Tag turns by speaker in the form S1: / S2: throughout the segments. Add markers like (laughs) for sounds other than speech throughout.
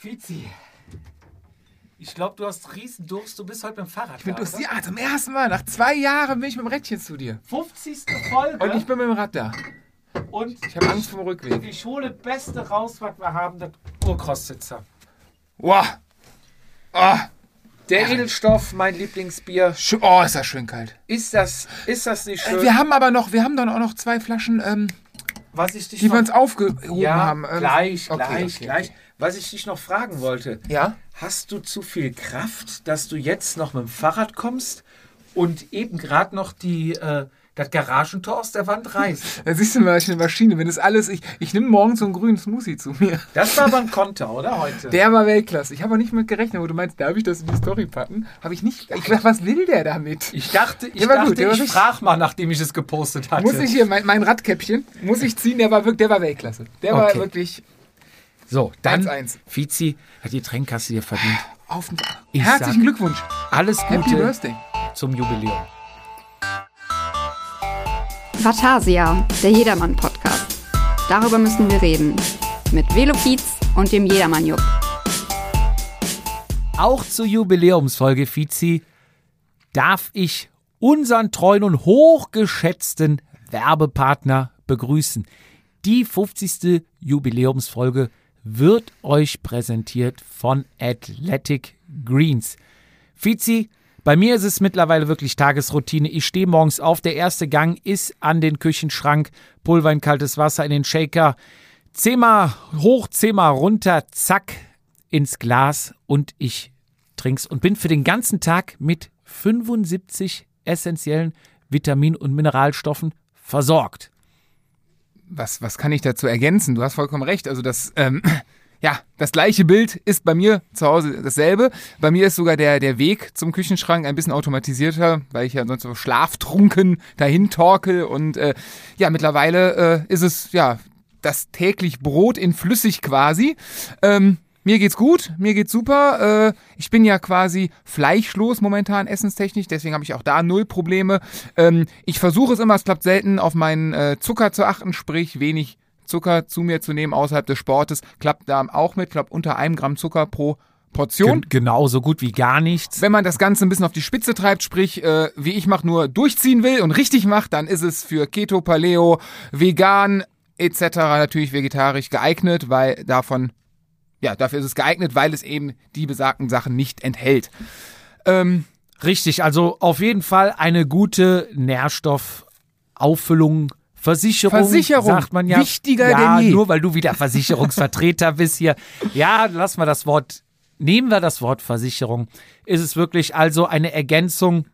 S1: Fizi, ich glaube, du hast riesen Durst. Du bist heute mit dem Fahrrad.
S2: Ich bin
S1: da,
S2: durch
S1: oder?
S2: ja, ah, zum ersten Mal. Nach zwei Jahren bin ich mit dem Rädchen zu dir.
S1: 50. Folge
S2: Und ich bin mit dem Rad da.
S1: und
S2: Ich habe Angst vor dem Rückweg.
S1: ich hole das Beste raus, was wir haben, das Urkostsitzer.
S2: Wow. Oh,
S1: Der Edelstoff, mein Lieblingsbier.
S2: schön, oh, ist das schön kalt.
S1: Ist das, ist das nicht
S2: Äh,
S1: schön,
S2: Wir haben aber noch, wir haben dann auch noch zwei Flaschen, ähm,
S1: was ich dich
S2: die wir
S1: noch,
S2: uns aufgehoben
S1: ja,
S2: haben. Ähm,
S1: gleich,
S2: okay,
S1: gleich,
S2: okay,
S1: gleich.
S2: okay.
S1: Was ich dich noch fragen wollte.
S2: Ja?
S1: Hast du zu viel Kraft, dass du jetzt noch mit dem Fahrrad kommst und eben gerade noch die, äh, das Garagentor aus der Wand reißt?
S2: Da Äh, siehst du mal, was ich eine Maschine bin. Das ist alles, ich, ich nehme morgen so einen grünen Smoothie zu mir.
S1: Das war aber ein Konter, oder heute?
S2: Der war Weltklasse. Ich habe auch nicht mit gerechnet, wo du meinst, darf ich das in die Story packen? Habe ich nicht. Ich dachte, was will der damit?
S1: ich dachte, ich,
S2: Der war
S1: dachte,
S2: gut, der war
S1: ich
S2: richtig-
S1: frag mal, nachdem ich es gepostet hatte.
S2: Muss ich hier, mein, mein Radkäppchen, muss ich ziehen, der war wirklich, der war Weltklasse. Der war
S1: Okay.
S2: wirklich
S1: so, dann,
S2: 1-1.
S1: Fizi, hat die Tränkasse dir verdient.
S2: auf dem
S1: Ich
S2: Herzlichen
S1: sag-
S2: Glückwunsch.
S1: Alles
S2: Happy
S1: Gute
S2: Birthday.
S1: zum Jubiläum.
S3: Vatasia, der Jedermann-Podcast. Darüber müssen wir reden. Mit Velofiz und dem Jedermann-Jupp.
S1: Auch zur Jubiläumsfolge, Fizi, darf ich unseren treuen und hochgeschätzten Werbepartner begrüßen. Die 50. Jubiläumsfolge wird euch präsentiert von Athletic Greens. Fizi, bei mir ist es mittlerweile wirklich Tagesroutine. Ich stehe morgens auf, der erste Gang ist an den Küchenschrank, Pulver in kaltes Wasser, in den Shaker, zehnmal hoch, zehnmal runter, zack, ins Glas und ich trink's und bin für den ganzen Tag mit 75 essentiellen Vitamin- und Mineralstoffen versorgt.
S2: Was, was kann ich dazu ergänzen? Du hast vollkommen recht. Also das, ähm, (clears throat) ja, das gleiche Bild ist bei mir zu Hause dasselbe. Bei mir ist sogar der, der Weg zum Küchenschrank ein bisschen automatisierter, weil ich ja sonst so schlaftrunken dahin torkel. Und äh, ja, mittlerweile äh, ist es ja das täglich Brot in Flüssig quasi. Ähm, mir geht's gut, mir geht's super. Äh, ich bin ja quasi fleischlos momentan essenstechnisch, deswegen habe ich auch da null Probleme. Ähm, ich versuche es immer, es klappt selten, auf meinen äh, Zucker zu achten, sprich wenig Zucker zu mir zu nehmen außerhalb des Sportes. Klappt da auch mit, klappt unter einem Gramm Zucker pro Portion.
S1: Gen genau, so gut wie gar nichts.
S2: Wenn man das Ganze ein bisschen auf die Spitze treibt, sprich, äh, wie ich mache, nur durchziehen will und richtig macht, dann ist es für Keto, Paleo, Vegan etc. natürlich vegetarisch geeignet, weil davon, ja, dafür ist es geeignet, weil es eben die besagten Sachen nicht enthält. Ähm,
S1: Richtig, also auf jeden Fall eine gute Nährstoffauffüllung. Versicherung,
S2: Versicherung,
S1: sagt man ja.
S2: wichtiger
S1: ja,
S2: denn je.
S1: Nur weil du wieder Versicherungsvertreter bist hier. Ja, lass mal das Wort, nehmen wir das Wort Versicherung. Ist es wirklich also eine Ergänzung?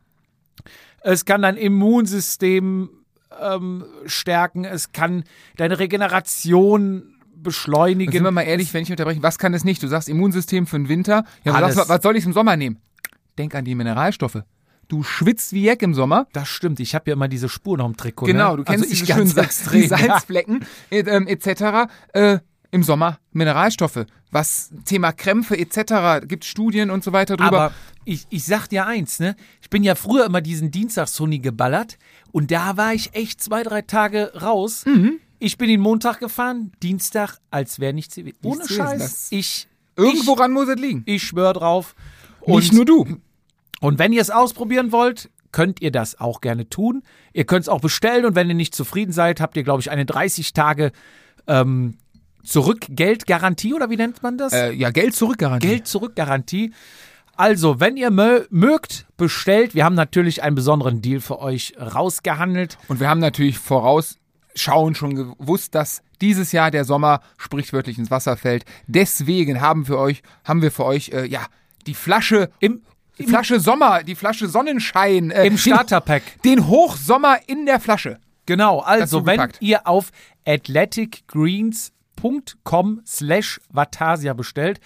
S1: Es kann dein Immunsystem ähm, stärken, es kann deine Regeneration beschleunigen.
S2: sind wir mal ehrlich, wenn ich unterbreche, was kann es nicht? Du sagst Immunsystem für den Winter. Ja,
S1: Alles.
S2: was, was soll ich im Sommer nehmen? Denk an die Mineralstoffe. Du schwitzt wie Jack im Sommer.
S1: das stimmt, ich habe ja immer diese Spuren am Trikot.
S2: Genau,
S1: ne?
S2: du kennst
S1: also ich
S2: diese
S1: ganz
S2: schönen Sa-
S1: extrem.
S2: die Salzflecken äh, ähm, etc. Äh, Im Sommer Mineralstoffe. Was Thema Krämpfe etc. gibt Studien und so weiter drüber.
S1: Aber ich, ich sag dir eins, ne? Ich bin ja früher immer diesen Dienstagshunni geballert und da war ich echt zwei, drei Tage raus.
S2: Mhm.
S1: Ich bin den Montag gefahren, Dienstag, als wäre nichts gewesen. Ohne
S2: gewesen,
S1: Scheiß.
S2: das-
S1: Ich,
S2: Irgendworan muss es liegen.
S1: ich, ich schwör drauf. Und,
S2: Nicht nur du.
S1: und wenn ihr es ausprobieren wollt, könnt ihr das auch gerne tun. Ihr könnt es auch bestellen und wenn ihr nicht zufrieden seid, habt ihr, glaube ich, eine 30 Tage ähm, Zurückgeldgarantie oder wie nennt man das?
S2: Äh, ja, Geld zurückgarantie.
S1: Geld zurück Garantie. Also, wenn ihr mö mögt, bestellt. Wir haben natürlich einen besonderen Deal für euch rausgehandelt.
S2: Und wir haben natürlich vorausschauend schon gewusst, dass dieses Jahr der Sommer sprichwörtlich ins Wasser fällt. Deswegen haben wir euch, haben wir für euch äh, ja die Flasche
S1: Im,
S2: die Flasche Sommer, die Flasche Sonnenschein. Äh,
S1: im Starterpack.
S2: Den, den Hochsommer in der Flasche.
S1: Genau, also
S2: Dazu
S1: wenn
S2: gepackt.
S1: ihr auf athleticgreens.com slash Vatasia bestellt,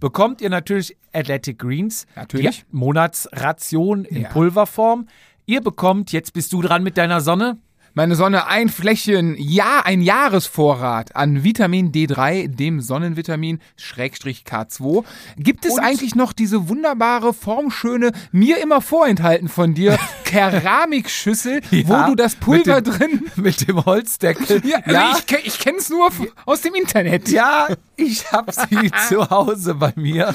S1: bekommt ihr natürlich Athletic Greens,
S2: Natürlich.
S1: die Monatsration in
S2: Ja.
S1: Pulverform. Ihr bekommt, jetzt bist du dran mit deiner Sonne, (laughs)
S2: meine Sonne ein Fläschchen, ja, ein Jahresvorrat an Vitamin D3, dem Sonnenvitamin Schrägstrich K2. Gibt es eigentlich noch diese wunderbare, formschöne, mir immer vorenthalten
S1: (laughs)
S2: von dir, Keramikschüssel,
S1: Ja,
S2: wo du das
S1: mit
S2: Pulver
S1: dem- (laughs)
S2: drin...
S1: Mit dem Holzdeckel.
S2: Ja, also Ich, ke- ich kenne es nur f- aus dem Internet.
S1: Ja, ich hab
S2: (laughs)
S1: sie zu Hause bei mir.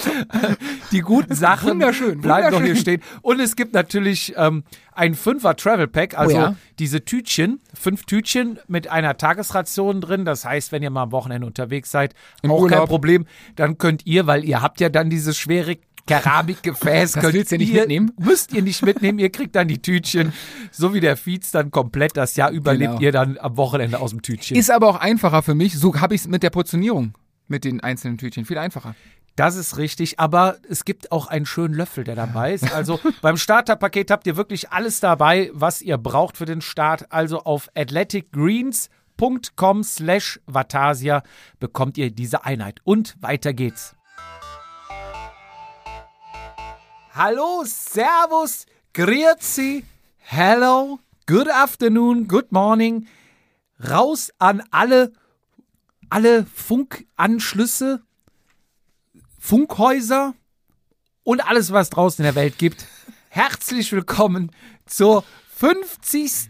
S1: Die guten Sachen
S2: wunderschön,
S1: bleiben doch hier
S2: wunderschön.
S1: stehen. Und es gibt natürlich ähm, ein Fünfer Travel Pack, also
S2: Oh ja.
S1: diese Tütchen, fünf Tütchen mit einer Tagesration drin. Das heißt, wenn ihr mal am Wochenende unterwegs seid, auch kein
S2: Urlaub.
S1: Problem, dann könnt ihr, weil ihr habt ja dann dieses schwere Keramikgefäß.
S2: Das
S1: könnt
S2: willst du ja nicht
S1: ihr,
S2: mitnehmen.
S1: Müsst ihr nicht mitnehmen, ihr kriegt dann die Tütchen. So wie der Fietz dann komplett das Jahr überlebt
S2: Genau.
S1: ihr dann am Wochenende aus dem Tütchen.
S2: Ist aber auch einfacher für mich. So habe ich es mit der Portionierung, mit den einzelnen Tütchen. Viel einfacher.
S1: Das ist richtig, aber es gibt auch einen schönen Löffel, der dabei ist. Also beim Starterpaket habt ihr wirklich alles dabei, was ihr braucht für den Start. Also auf athleticgreens.com slash Vatasia bekommt ihr diese Einheit. Und weiter geht's. Hallo, Servus, Grüezi, Hello, Good Afternoon, Good Morning. Raus an alle, alle Funkanschlüsse, Funkhäuser und alles, was draußen in der Welt gibt. Herzlich willkommen zur 50.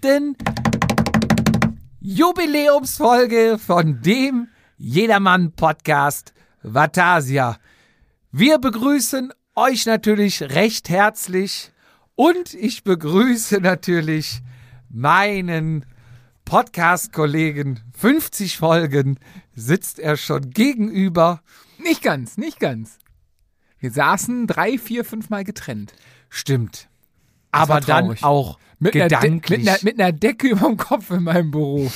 S1: Jubiläumsfolge von dem Jedermann-Podcast Vatasia. Wir begrüßen euch natürlich recht herzlich und ich begrüße natürlich meinen Podcast-Kollegen. 50 Folgen sitzt er schon gegenüber.
S2: Nicht ganz, nicht ganz. Wir saßen drei, vier, fünf Mal getrennt.
S1: Stimmt. Aber
S2: war
S1: dann
S2: traurig.
S1: auch gedanklich.
S2: Einer De mit, einer, mit einer Decke über dem Kopf in meinem (laughs) Büro.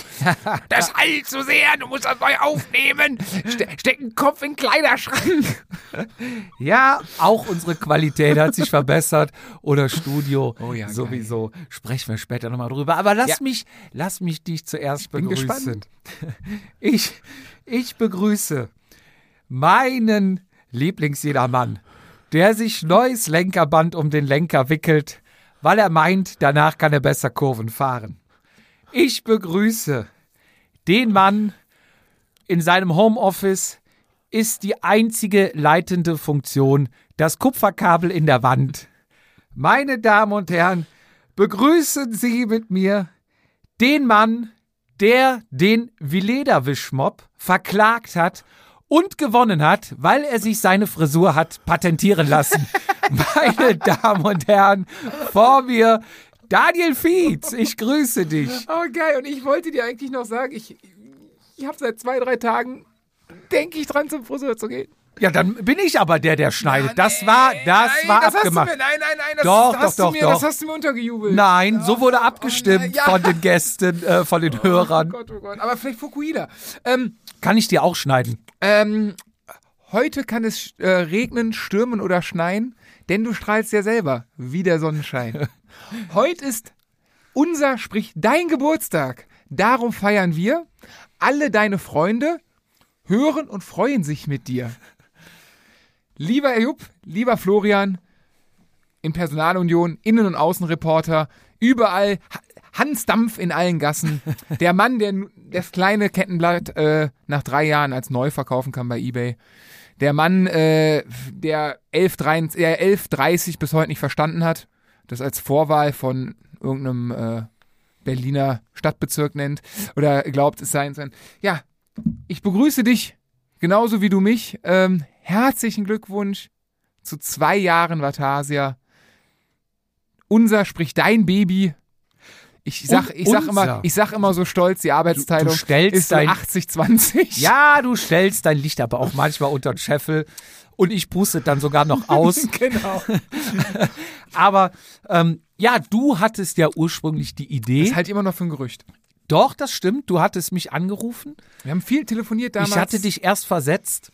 S2: Das halt so sehr, du musst das neu aufnehmen. Ste steck den Kopf in den Kleiderschrank.
S1: ja, auch unsere Qualität hat (laughs) sich verbessert. Oder Studio
S2: Oh ja,
S1: sowieso. Sprechen wir später nochmal drüber. Aber lass
S2: Ja.
S1: mich, lass mich dich zuerst
S2: bin
S1: begrüßen.
S2: gespannt.
S1: (laughs) Ich, ich begrüße meinen Lieblingsjedermann, der sich neues Lenkerband um den Lenker wickelt, weil er meint, danach kann er besser Kurven fahren. Ich begrüße den Mann in seinem Homeoffice ist die einzige leitende Funktion das Kupferkabel in der Wand. Meine Damen und Herren, begrüßen Sie mit mir den Mann, der den Vileda-Wischmob verklagt hat und gewonnen hat, weil er sich seine Frisur hat patentieren
S2: (laughs)
S1: lassen. Meine Damen und Herren, vor mir Daniel Fietz, ich grüße dich.
S2: Oh geil, und ich wollte dir eigentlich noch sagen, ich, ich habe seit zwei, drei Tagen, denke ich dran, zum Friseur zu gehen.
S1: Ja, dann bin ich aber der, der schneidet. Das war, das
S2: nein,
S1: war
S2: das
S1: abgemacht.
S2: Hast du mir, nein, nein, nein, das
S1: Doch,
S2: hast
S1: doch,
S2: du
S1: doch,
S2: mir,
S1: doch.
S2: das hast du mir untergejubelt.
S1: Nein, so wurde abgestimmt
S2: ja.
S1: von den Gästen, äh, von den Hörern.
S2: Gott, oh Gott. Aber vielleicht Fukuila. Ähm,
S1: Kann ich dir auch schneiden?
S2: ähm, heute kann es äh, regnen, stürmen oder schneien, denn du strahlst ja selber wie der Sonnenschein. heute ist unser, sprich dein Geburtstag. Darum feiern wir. Alle deine Freunde hören und freuen sich mit dir. Lieber Jupp, lieber Florian, in Personalunion, Innen- und Außenreporter, überall Ha- Hans Dampf in allen Gassen. Der Mann, der nu- das kleine Kettenblatt äh, nach drei Jahren als neu verkaufen kann bei eBay. Der Mann, äh, der 11.30 der 11.30 bis heute nicht verstanden hat, das als Vorwahl von irgendeinem äh, Berliner Stadtbezirk nennt oder glaubt es sein sein. Ja, ich begrüße dich genauso wie du mich. Ähm, herzlichen Glückwunsch zu zwei Jahren Vatasia. Unser, sprich dein Baby. Ich sag,
S1: Un-
S2: ich sag, immer,
S1: unser.
S2: ich sag immer so stolz, die Arbeitsteilung
S1: stellst
S2: ist so
S1: dein-
S2: 80-20.
S1: Ja, du stellst dein Licht aber auch manchmal unter den Scheffel und ich puste dann sogar
S2: (laughs)
S1: noch aus.
S2: genau.
S1: (laughs) Aber ähm, ja, du hattest ja ursprünglich die Idee.
S2: Ist halt immer noch für ein Gerücht.
S1: Doch, das stimmt. Du hattest mich angerufen.
S2: Wir haben viel telefoniert damals.
S1: Ich hatte dich erst versetzt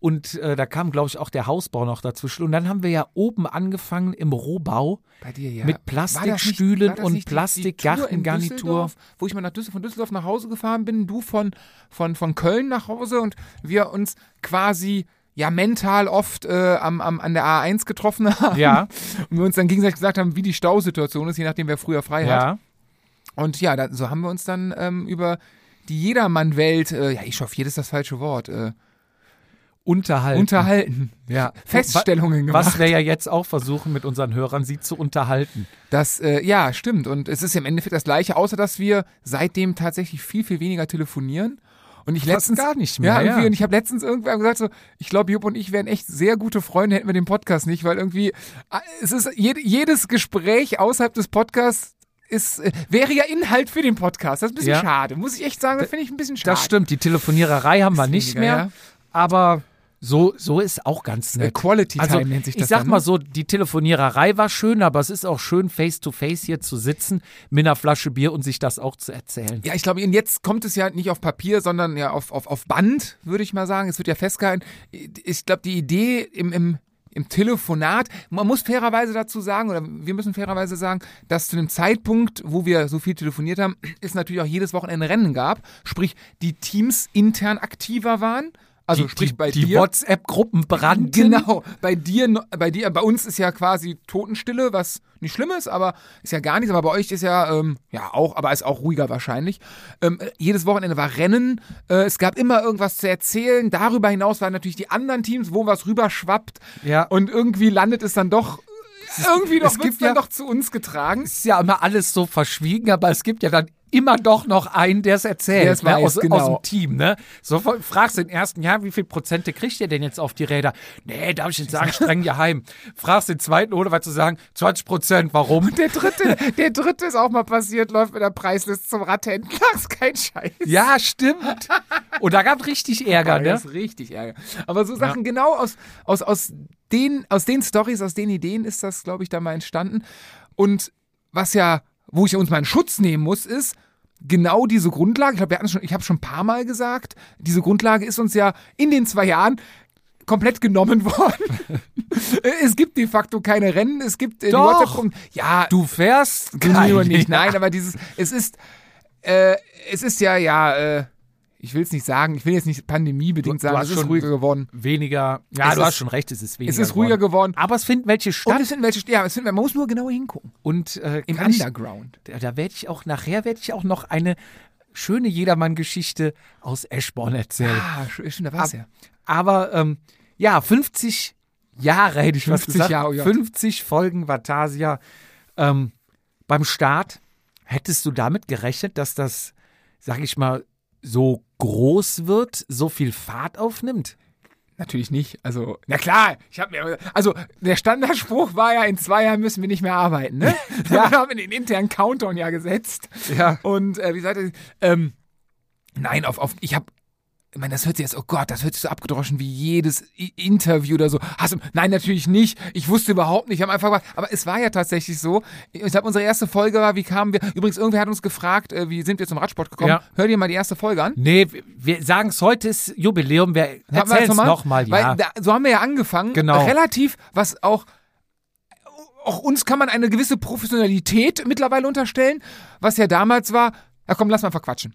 S1: und äh, da kam, glaube ich, auch der Hausbau noch dazwischen. Und dann haben wir ja oben angefangen im Rohbau.
S2: bei dir, ja.
S1: mit
S2: War das nicht-
S1: Plastikstühlen
S2: war das
S1: und
S2: nicht die- die
S1: Plastikgartengarnitur?
S2: Tour in Düsseldorf, Wo ich mal nach Düsseldorf, von Düsseldorf nach Hause gefahren bin, du von, von, von Köln nach Hause und wir uns quasi ja mental oft äh, am, am, an der A1 getroffen (laughs) haben.
S1: Ja, (laughs)
S2: Und wir uns dann gegenseitig gesagt haben, wie die Stausituation ist, je nachdem, wer früher frei hat.
S1: ja.
S2: Und ja, da, so haben wir uns dann ähm, über die Jedermann-Welt, äh, ja, ich hoffe, jedes das falsche Wort, äh,
S1: Unterhalten.
S2: unterhalten.
S1: ja. was,
S2: Feststellungen gemacht.
S1: was wir ja jetzt auch versuchen, mit unseren Hörern sie zu unterhalten.
S2: Das, äh, ja, stimmt. Und es ist im Endeffekt das Gleiche, außer dass wir seitdem tatsächlich viel, viel weniger telefonieren. Und ich
S1: Fast
S2: letztens
S1: gar nicht mehr,
S2: Ja, irgendwie.
S1: ja.
S2: Und ich habe letztens irgendwann gesagt, so, ich glaube, Jupp und ich wären echt sehr gute Freunde, hätten wir den Podcast nicht, weil irgendwie, äh, es ist jed jedes Gespräch außerhalb des Podcasts ist, äh, wäre ja Inhalt für den Podcast. Das ist ein bisschen
S1: Ja.
S2: schade. Muss ich echt sagen, das finde ich ein bisschen schade.
S1: Das stimmt, die Telefoniererei haben wir nicht mehr,
S2: weniger, ja.
S1: aber so, so ist auch ganz
S2: Äh,
S1: nett.
S2: Quality Time
S1: Also,
S2: nennt sich das
S1: ich sag
S2: dann,
S1: mal
S2: ne?
S1: so, die Telefoniererei war schön, aber es ist auch schön, face to face hier zu sitzen mit einer Flasche Bier und sich das auch zu erzählen.
S2: Ja, ich glaube, und jetzt kommt es ja nicht auf Papier, sondern ja auf, auf, auf Band, würde ich mal sagen. Es wird ja festgehalten. Ich glaube, die Idee im, im, im Telefonat, man muss fairerweise dazu sagen, oder wir müssen fairerweise sagen, dass zu dem Zeitpunkt, wo wir so viel telefoniert haben, es natürlich auch jedes Wochenende Rennen gab. Sprich, die Teams intern aktiver waren. Also
S1: die
S2: sprich
S1: die,
S2: bei
S1: die
S2: dir.
S1: WhatsApp-Gruppen brannten.
S2: Genau, bei dir, no- bei dir, bei uns ist ja quasi Totenstille, was nicht schlimm ist, aber ist ja gar nichts. Aber bei euch ist ja, ähm, ja auch, aber ist auch ruhiger wahrscheinlich. Ähm, äh, jedes Wochenende war Rennen, äh, es gab immer irgendwas zu erzählen. Darüber hinaus waren natürlich die anderen Teams, wo was rüberschwappt.
S1: Ja.
S2: Und irgendwie landet es dann doch, irgendwie doch,
S1: es
S2: wird's
S1: gibt
S2: dann
S1: ja-
S2: doch zu uns getragen.
S1: ist ja immer alles so verschwiegen, aber es gibt ja dann immer doch noch einen, der es erzählt, ne,
S2: Der es weiß,
S1: aus,
S2: genau.
S1: aus dem Team. Ne? So von- fragst du den ersten, ja, wie viel Prozente kriegt ihr denn jetzt auf die Räder? Nee, darf ich nicht sagen, streng geheim. Fragst den zweiten, ohne was zu sagen, 20 Prozent, warum?
S2: Der dritte, der dritte ist auch mal passiert, läuft mit der Preisliste zum Radhändler. (laughs) Ist kein Scheiß.
S1: Ja, stimmt. Und da gab richtig Ärger,
S2: Boah,
S1: ne?
S2: Das ist richtig Ärger. Aber so Sachen genau aus, aus, aus den, aus den Stories, aus den Ideen ist das, glaube ich, da mal entstanden. Und was ja, wo ich uns mal in Schutz nehmen muss, ist, Genau diese Grundlage, ich glaube, wir hatten schon, ich habe schon ein paar Mal gesagt, diese Grundlage ist uns ja in den zwei Jahren komplett genommen (laughs) worden. es gibt de facto keine Rennen, es gibt äh, die
S1: Doch.
S2: WhatsApp-Gruppen. Ja,
S1: Du fährst
S2: Nur
S1: keine.
S2: nicht, nein, aber dieses, es ist, äh, es ist ja, ja, äh, ich will es nicht sagen, ich will jetzt nicht pandemiebedingt
S1: Du- du
S2: sagen,
S1: hast
S2: es ist
S1: schon-
S2: ruhiger geworden.
S1: Weniger. Ja,
S2: Es
S1: du
S2: ist-
S1: hast schon recht, es ist weniger.
S2: Es ist ruhiger geworden.
S1: Aber es finden welche
S2: Und
S1: statt
S2: es sind welche, ja, es sind, man muss nur genau hingucken.
S1: und, äh,
S2: Im
S1: kann ich-
S2: Underground.
S1: da, da werde ich auch nachher werde ich auch noch eine schöne Jedermann-Geschichte aus Eschborn erzählen.
S2: Ah, schön, schön, da war's ja.
S1: Aber ähm, ja, 50 Jahre hätte ich
S2: 50
S1: was gesagt.
S2: Jahre, oh Gott.
S1: 50 Folgen Vatasia. Ähm, beim Start hättest du damit gerechnet, dass das, sag ich mal, so groß wird, so viel Fahrt aufnimmt?
S2: Natürlich nicht. Also, na klar, ich habe mir, also der Standardspruch war ja, in zwei Jahren müssen wir nicht mehr
S1: (laughs)
S2: arbeiten, ne? ja, haben wir den internen Countdown ja gesetzt.
S1: Ja.
S2: Und äh, wie gesagt, ähm, nein, auf, auf, ich habe, ich meine, das hört sich jetzt, oh Gott, das hört sich so abgedroschen wie jedes I Interview oder so. Hast du, nein, natürlich nicht. Ich wusste überhaupt nicht. Ich habe einfach gemacht. Aber es war ja tatsächlich so. Ich glaube, unsere erste Folge war, wie kamen wir, übrigens, irgendwer hat uns gefragt, äh, wie sind wir zum Radsport gekommen?
S1: Ja.
S2: Hör dir mal die erste Folge an.
S1: Nee, wir sagen es heute ist Jubiläum, wir
S2: Haben wir
S1: erzählen
S2: das
S1: es nochmal, ja.
S2: Weil da, so haben wir ja angefangen.
S1: Genau.
S2: Relativ, was auch, auch uns kann man eine gewisse Professionalität mittlerweile unterstellen, was ja damals war, ja komm, lass mal einfach quatschen.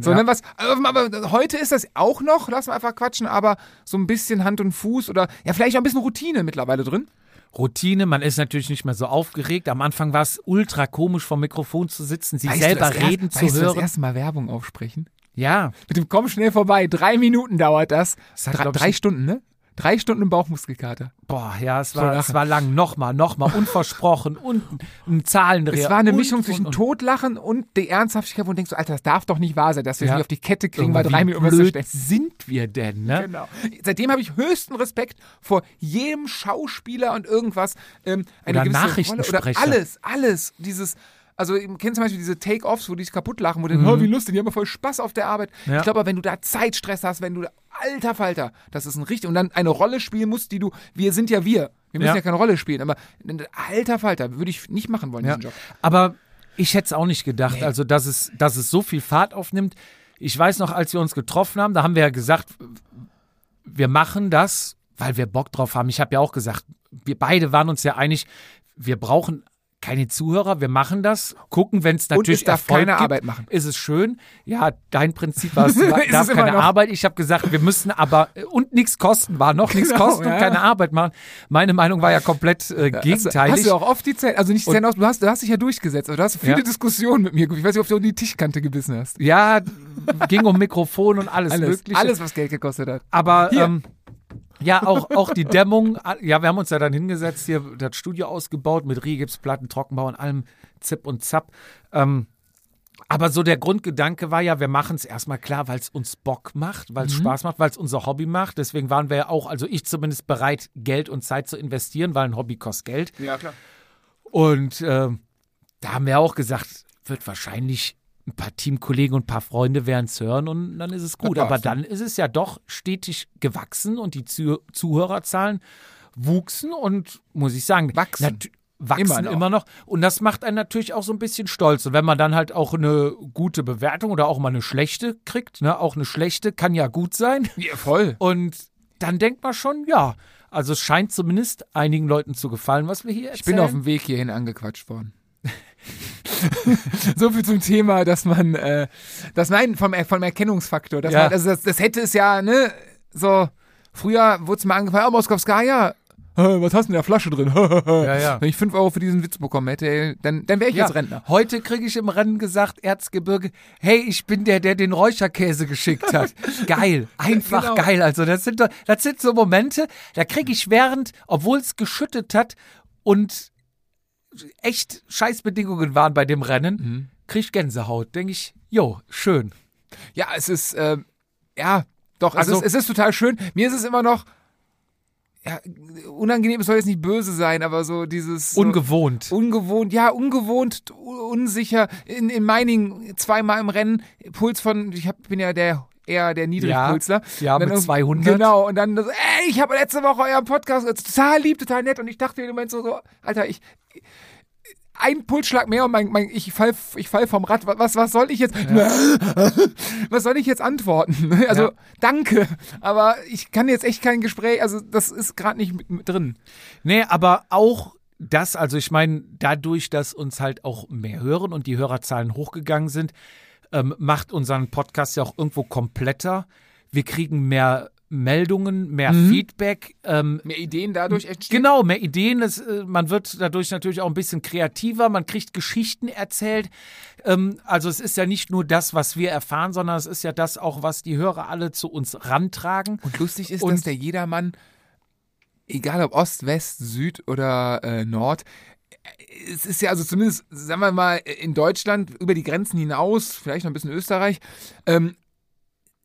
S2: So,
S1: Ja.
S2: ne, was, aber heute ist das auch noch, lass mal einfach quatschen, aber so ein bisschen Hand und Fuß oder ja, vielleicht auch ein bisschen Routine mittlerweile drin.
S1: Routine, man ist natürlich nicht mehr so aufgeregt. Am Anfang war es ultra komisch, vom Mikrofon zu sitzen, sich
S2: Weißt du,
S1: selber
S2: das erst-
S1: reden zu
S2: weißt Du das
S1: hören.
S2: erste Mal Werbung aufsprechen.
S1: Ja,
S2: Mit dem Komm schnell vorbei, drei Minuten dauert das.
S1: hat,
S2: drei,
S1: glaub ich,
S2: drei
S1: ein-
S2: Stunden, ne? Drei Stunden im Bauchmuskelkater.
S1: boah, ja, es
S2: Voll
S1: war,
S2: lachen.
S1: es war lang. Nochmal, nochmal,
S2: (laughs)
S1: unversprochen und ein Zahlendreher.
S2: Es war eine
S1: und,
S2: Mischung
S1: und,
S2: zwischen
S1: und.
S2: Totlachen und der Ernsthaftigkeit, wo du denkst, so, Alter, das darf doch nicht wahr sein, dass wir es
S1: Ja.
S2: nicht auf die Kette kriegen, mal
S1: Irgendwie
S2: drei Minuten
S1: blöd
S2: was zu
S1: sind wir denn, ne?
S2: Genau. Seitdem habe ich höchsten Respekt vor jedem Schauspieler und irgendwas. Ähm, eine
S1: Oder
S2: gewisse
S1: Nachrichtensprecher.
S2: Rolle, oder alles, alles. Dieses, also eben, kennst du zum Beispiel diese Take-Offs, wo die sich kaputt lachen, wo du denkst, oh, wie lustig, die haben ja voll Spaß auf der Arbeit.
S1: Mhm. Ja.
S2: Ich glaube, aber wenn du da Zeitstress hast, wenn du da, alter Falter, das ist ein richtig, und dann eine Rolle spielen musst, die du, wir sind ja wir. Wir müssen ja,
S1: Ja.
S2: keine Rolle spielen, aber alter Falter, würde ich nicht machen wollen, diesen Job.
S1: Aber ich hätte es auch nicht gedacht, also dass es, dass es so viel Fahrt aufnimmt. Ich weiß noch, als wir uns getroffen haben, da haben wir ja gesagt, wir machen das, weil wir Bock drauf haben. Ich habe ja auch gesagt, wir beide waren uns ja einig, wir brauchen keine Zuhörer, wir machen das, gucken, wenn es natürlich
S2: es darf
S1: Erfolg
S2: keine
S1: gibt,
S2: Arbeit machen.
S1: Ist es schön? Ja, dein Prinzip
S2: (laughs)
S1: war es, war-
S2: Ist
S1: darf
S2: es immer
S1: keine
S2: noch.
S1: Arbeit. Ich habe gesagt, wir müssen aber und nichts kosten, war noch nichts
S2: Genau,
S1: kosten und
S2: ja.
S1: keine Arbeit machen. Meine Meinung war ja komplett äh, gegenteilig.
S2: also Hast du auch oft die Zellen, also nicht die
S1: Und-
S2: Zellen aus, du hast, du hast dich ja durchgesetzt, aber du hast viele
S1: Ja.
S2: Diskussionen mit mir geführt. Ich weiß nicht, ob du in die Tischkante gebissen hast.
S1: ja, ging um Mikrofon und alles,
S2: Alles,
S1: Mögliche.
S2: alles, was Geld gekostet hat.
S1: Aber
S2: Hier.
S1: ähm, ja, auch, auch die Dämmung. ah, Ja, wir haben uns ja dann hingesetzt, hier das Studio ausgebaut mit Rigipsplatten, Trockenbau und allem Zip und Zap. Ähm, aber so der Grundgedanke war ja, wir machen es erstmal klar, weil es uns Bock macht, weil es
S2: Mhm.
S1: Spaß macht, weil es unser Hobby macht. Deswegen waren wir ja auch, also ich zumindest bereit, Geld und Zeit zu investieren, weil ein Hobby kostet Geld.
S2: Ja, klar.
S1: Und ähm, da haben wir auch gesagt, wird wahrscheinlich ein paar Teamkollegen und ein paar Freunde werden es hören und dann ist es gut.
S2: Das war's.
S1: Aber dann ist es ja doch stetig gewachsen und die Zuh Zuhörerzahlen wuchsen und muss ich sagen,
S2: Wachsen.
S1: nat- wachsen immer
S2: Immer
S1: noch.
S2: noch.
S1: Und das macht einen natürlich auch so ein bisschen stolz. Und wenn man dann halt auch eine gute Bewertung oder auch mal eine schlechte kriegt, ne, auch eine schlechte kann ja gut sein.
S2: Ja, voll.
S1: Und dann denkt man schon, ja, also es scheint zumindest einigen Leuten zu gefallen, was wir hier
S2: Ich
S1: erzählen.
S2: bin auf dem Weg hierhin angequatscht worden. (laughs) so viel zum Thema, dass man, äh, das nein, vom, Er- vom Erkennungsfaktor, dass
S1: Ja.
S2: man, also das, das hätte es ja, ne, so, früher wurde es mal angefangen, oh, Moskowskaja, Hä, was hast du in der Flasche drin? (laughs)
S1: ja.
S2: Wenn ich 5 Euro für diesen Witz bekommen hätte, ey, dann, dann wäre ich jetzt Rentner.
S1: Heute kriege ich im Rennen gesagt, Erzgebirge, hey, ich bin der, der den Räucherkäse geschickt
S2: (laughs)
S1: hat. geil, einfach
S2: Genau.
S1: geil. Also das sind, doch- das sind so Momente, da kriege ich während, obwohl es geschüttet hat und echt Scheißbedingungen waren bei dem Rennen,
S2: Mhm.
S1: kriege ich Gänsehaut. Denke ich, jo, schön.
S2: Ja, es ist, ähm, ja, doch, also
S1: Also-
S2: es, ist, es ist total schön. Mir ist es immer noch, ja, unangenehm, es soll jetzt nicht böse sein, aber so dieses. so-
S1: Ungewohnt.
S2: Ungewohnt, ja, ungewohnt, u- unsicher. In, in Meining zweimal im Rennen, Puls von, ich hab, bin ja der eher der Niedrigpulsler.
S1: Ja, ja,
S2: Und dann
S1: mit
S2: irgendwie-
S1: 200.
S2: Genau, und dann, das, ey, ich habe letzte Woche euren Podcast, das ist total lieb, total nett. Und ich dachte im Moment so, so Alter, ich... Ein Pulsschlag mehr und mein, mein, ich fall ich fall vom Rad. Was, was soll ich jetzt? (laughs) Was soll ich jetzt antworten? (laughs) Also
S1: Ja.
S2: danke, aber ich kann jetzt echt kein Gespräch. Also das ist gerade nicht mit, mit drin.
S1: Nee, aber auch das, also ich meine, dadurch, dass uns halt auch mehr hören und die Hörerzahlen hochgegangen sind, ähm, macht unseren Podcast ja auch irgendwo kompletter. Wir kriegen mehr Meldungen, mehr
S2: Mhm.
S1: Feedback. Ähm,
S2: Mehr Ideen dadurch echt.
S1: genau, mehr Ideen. Das, äh, man wird dadurch natürlich auch ein bisschen kreativer. Man kriegt Geschichten erzählt. Ähm, also es ist ja nicht nur das, was wir erfahren, sondern es ist ja das auch, was die Hörer alle zu uns rantragen.
S2: Und lustig ist,
S1: Und-
S2: dass der Jedermann, egal ob Ost, West, Süd oder äh, Nord, äh, es ist ja also zumindest, sagen wir mal, in Deutschland, über die Grenzen hinaus, vielleicht noch ein bisschen Österreich, ähm,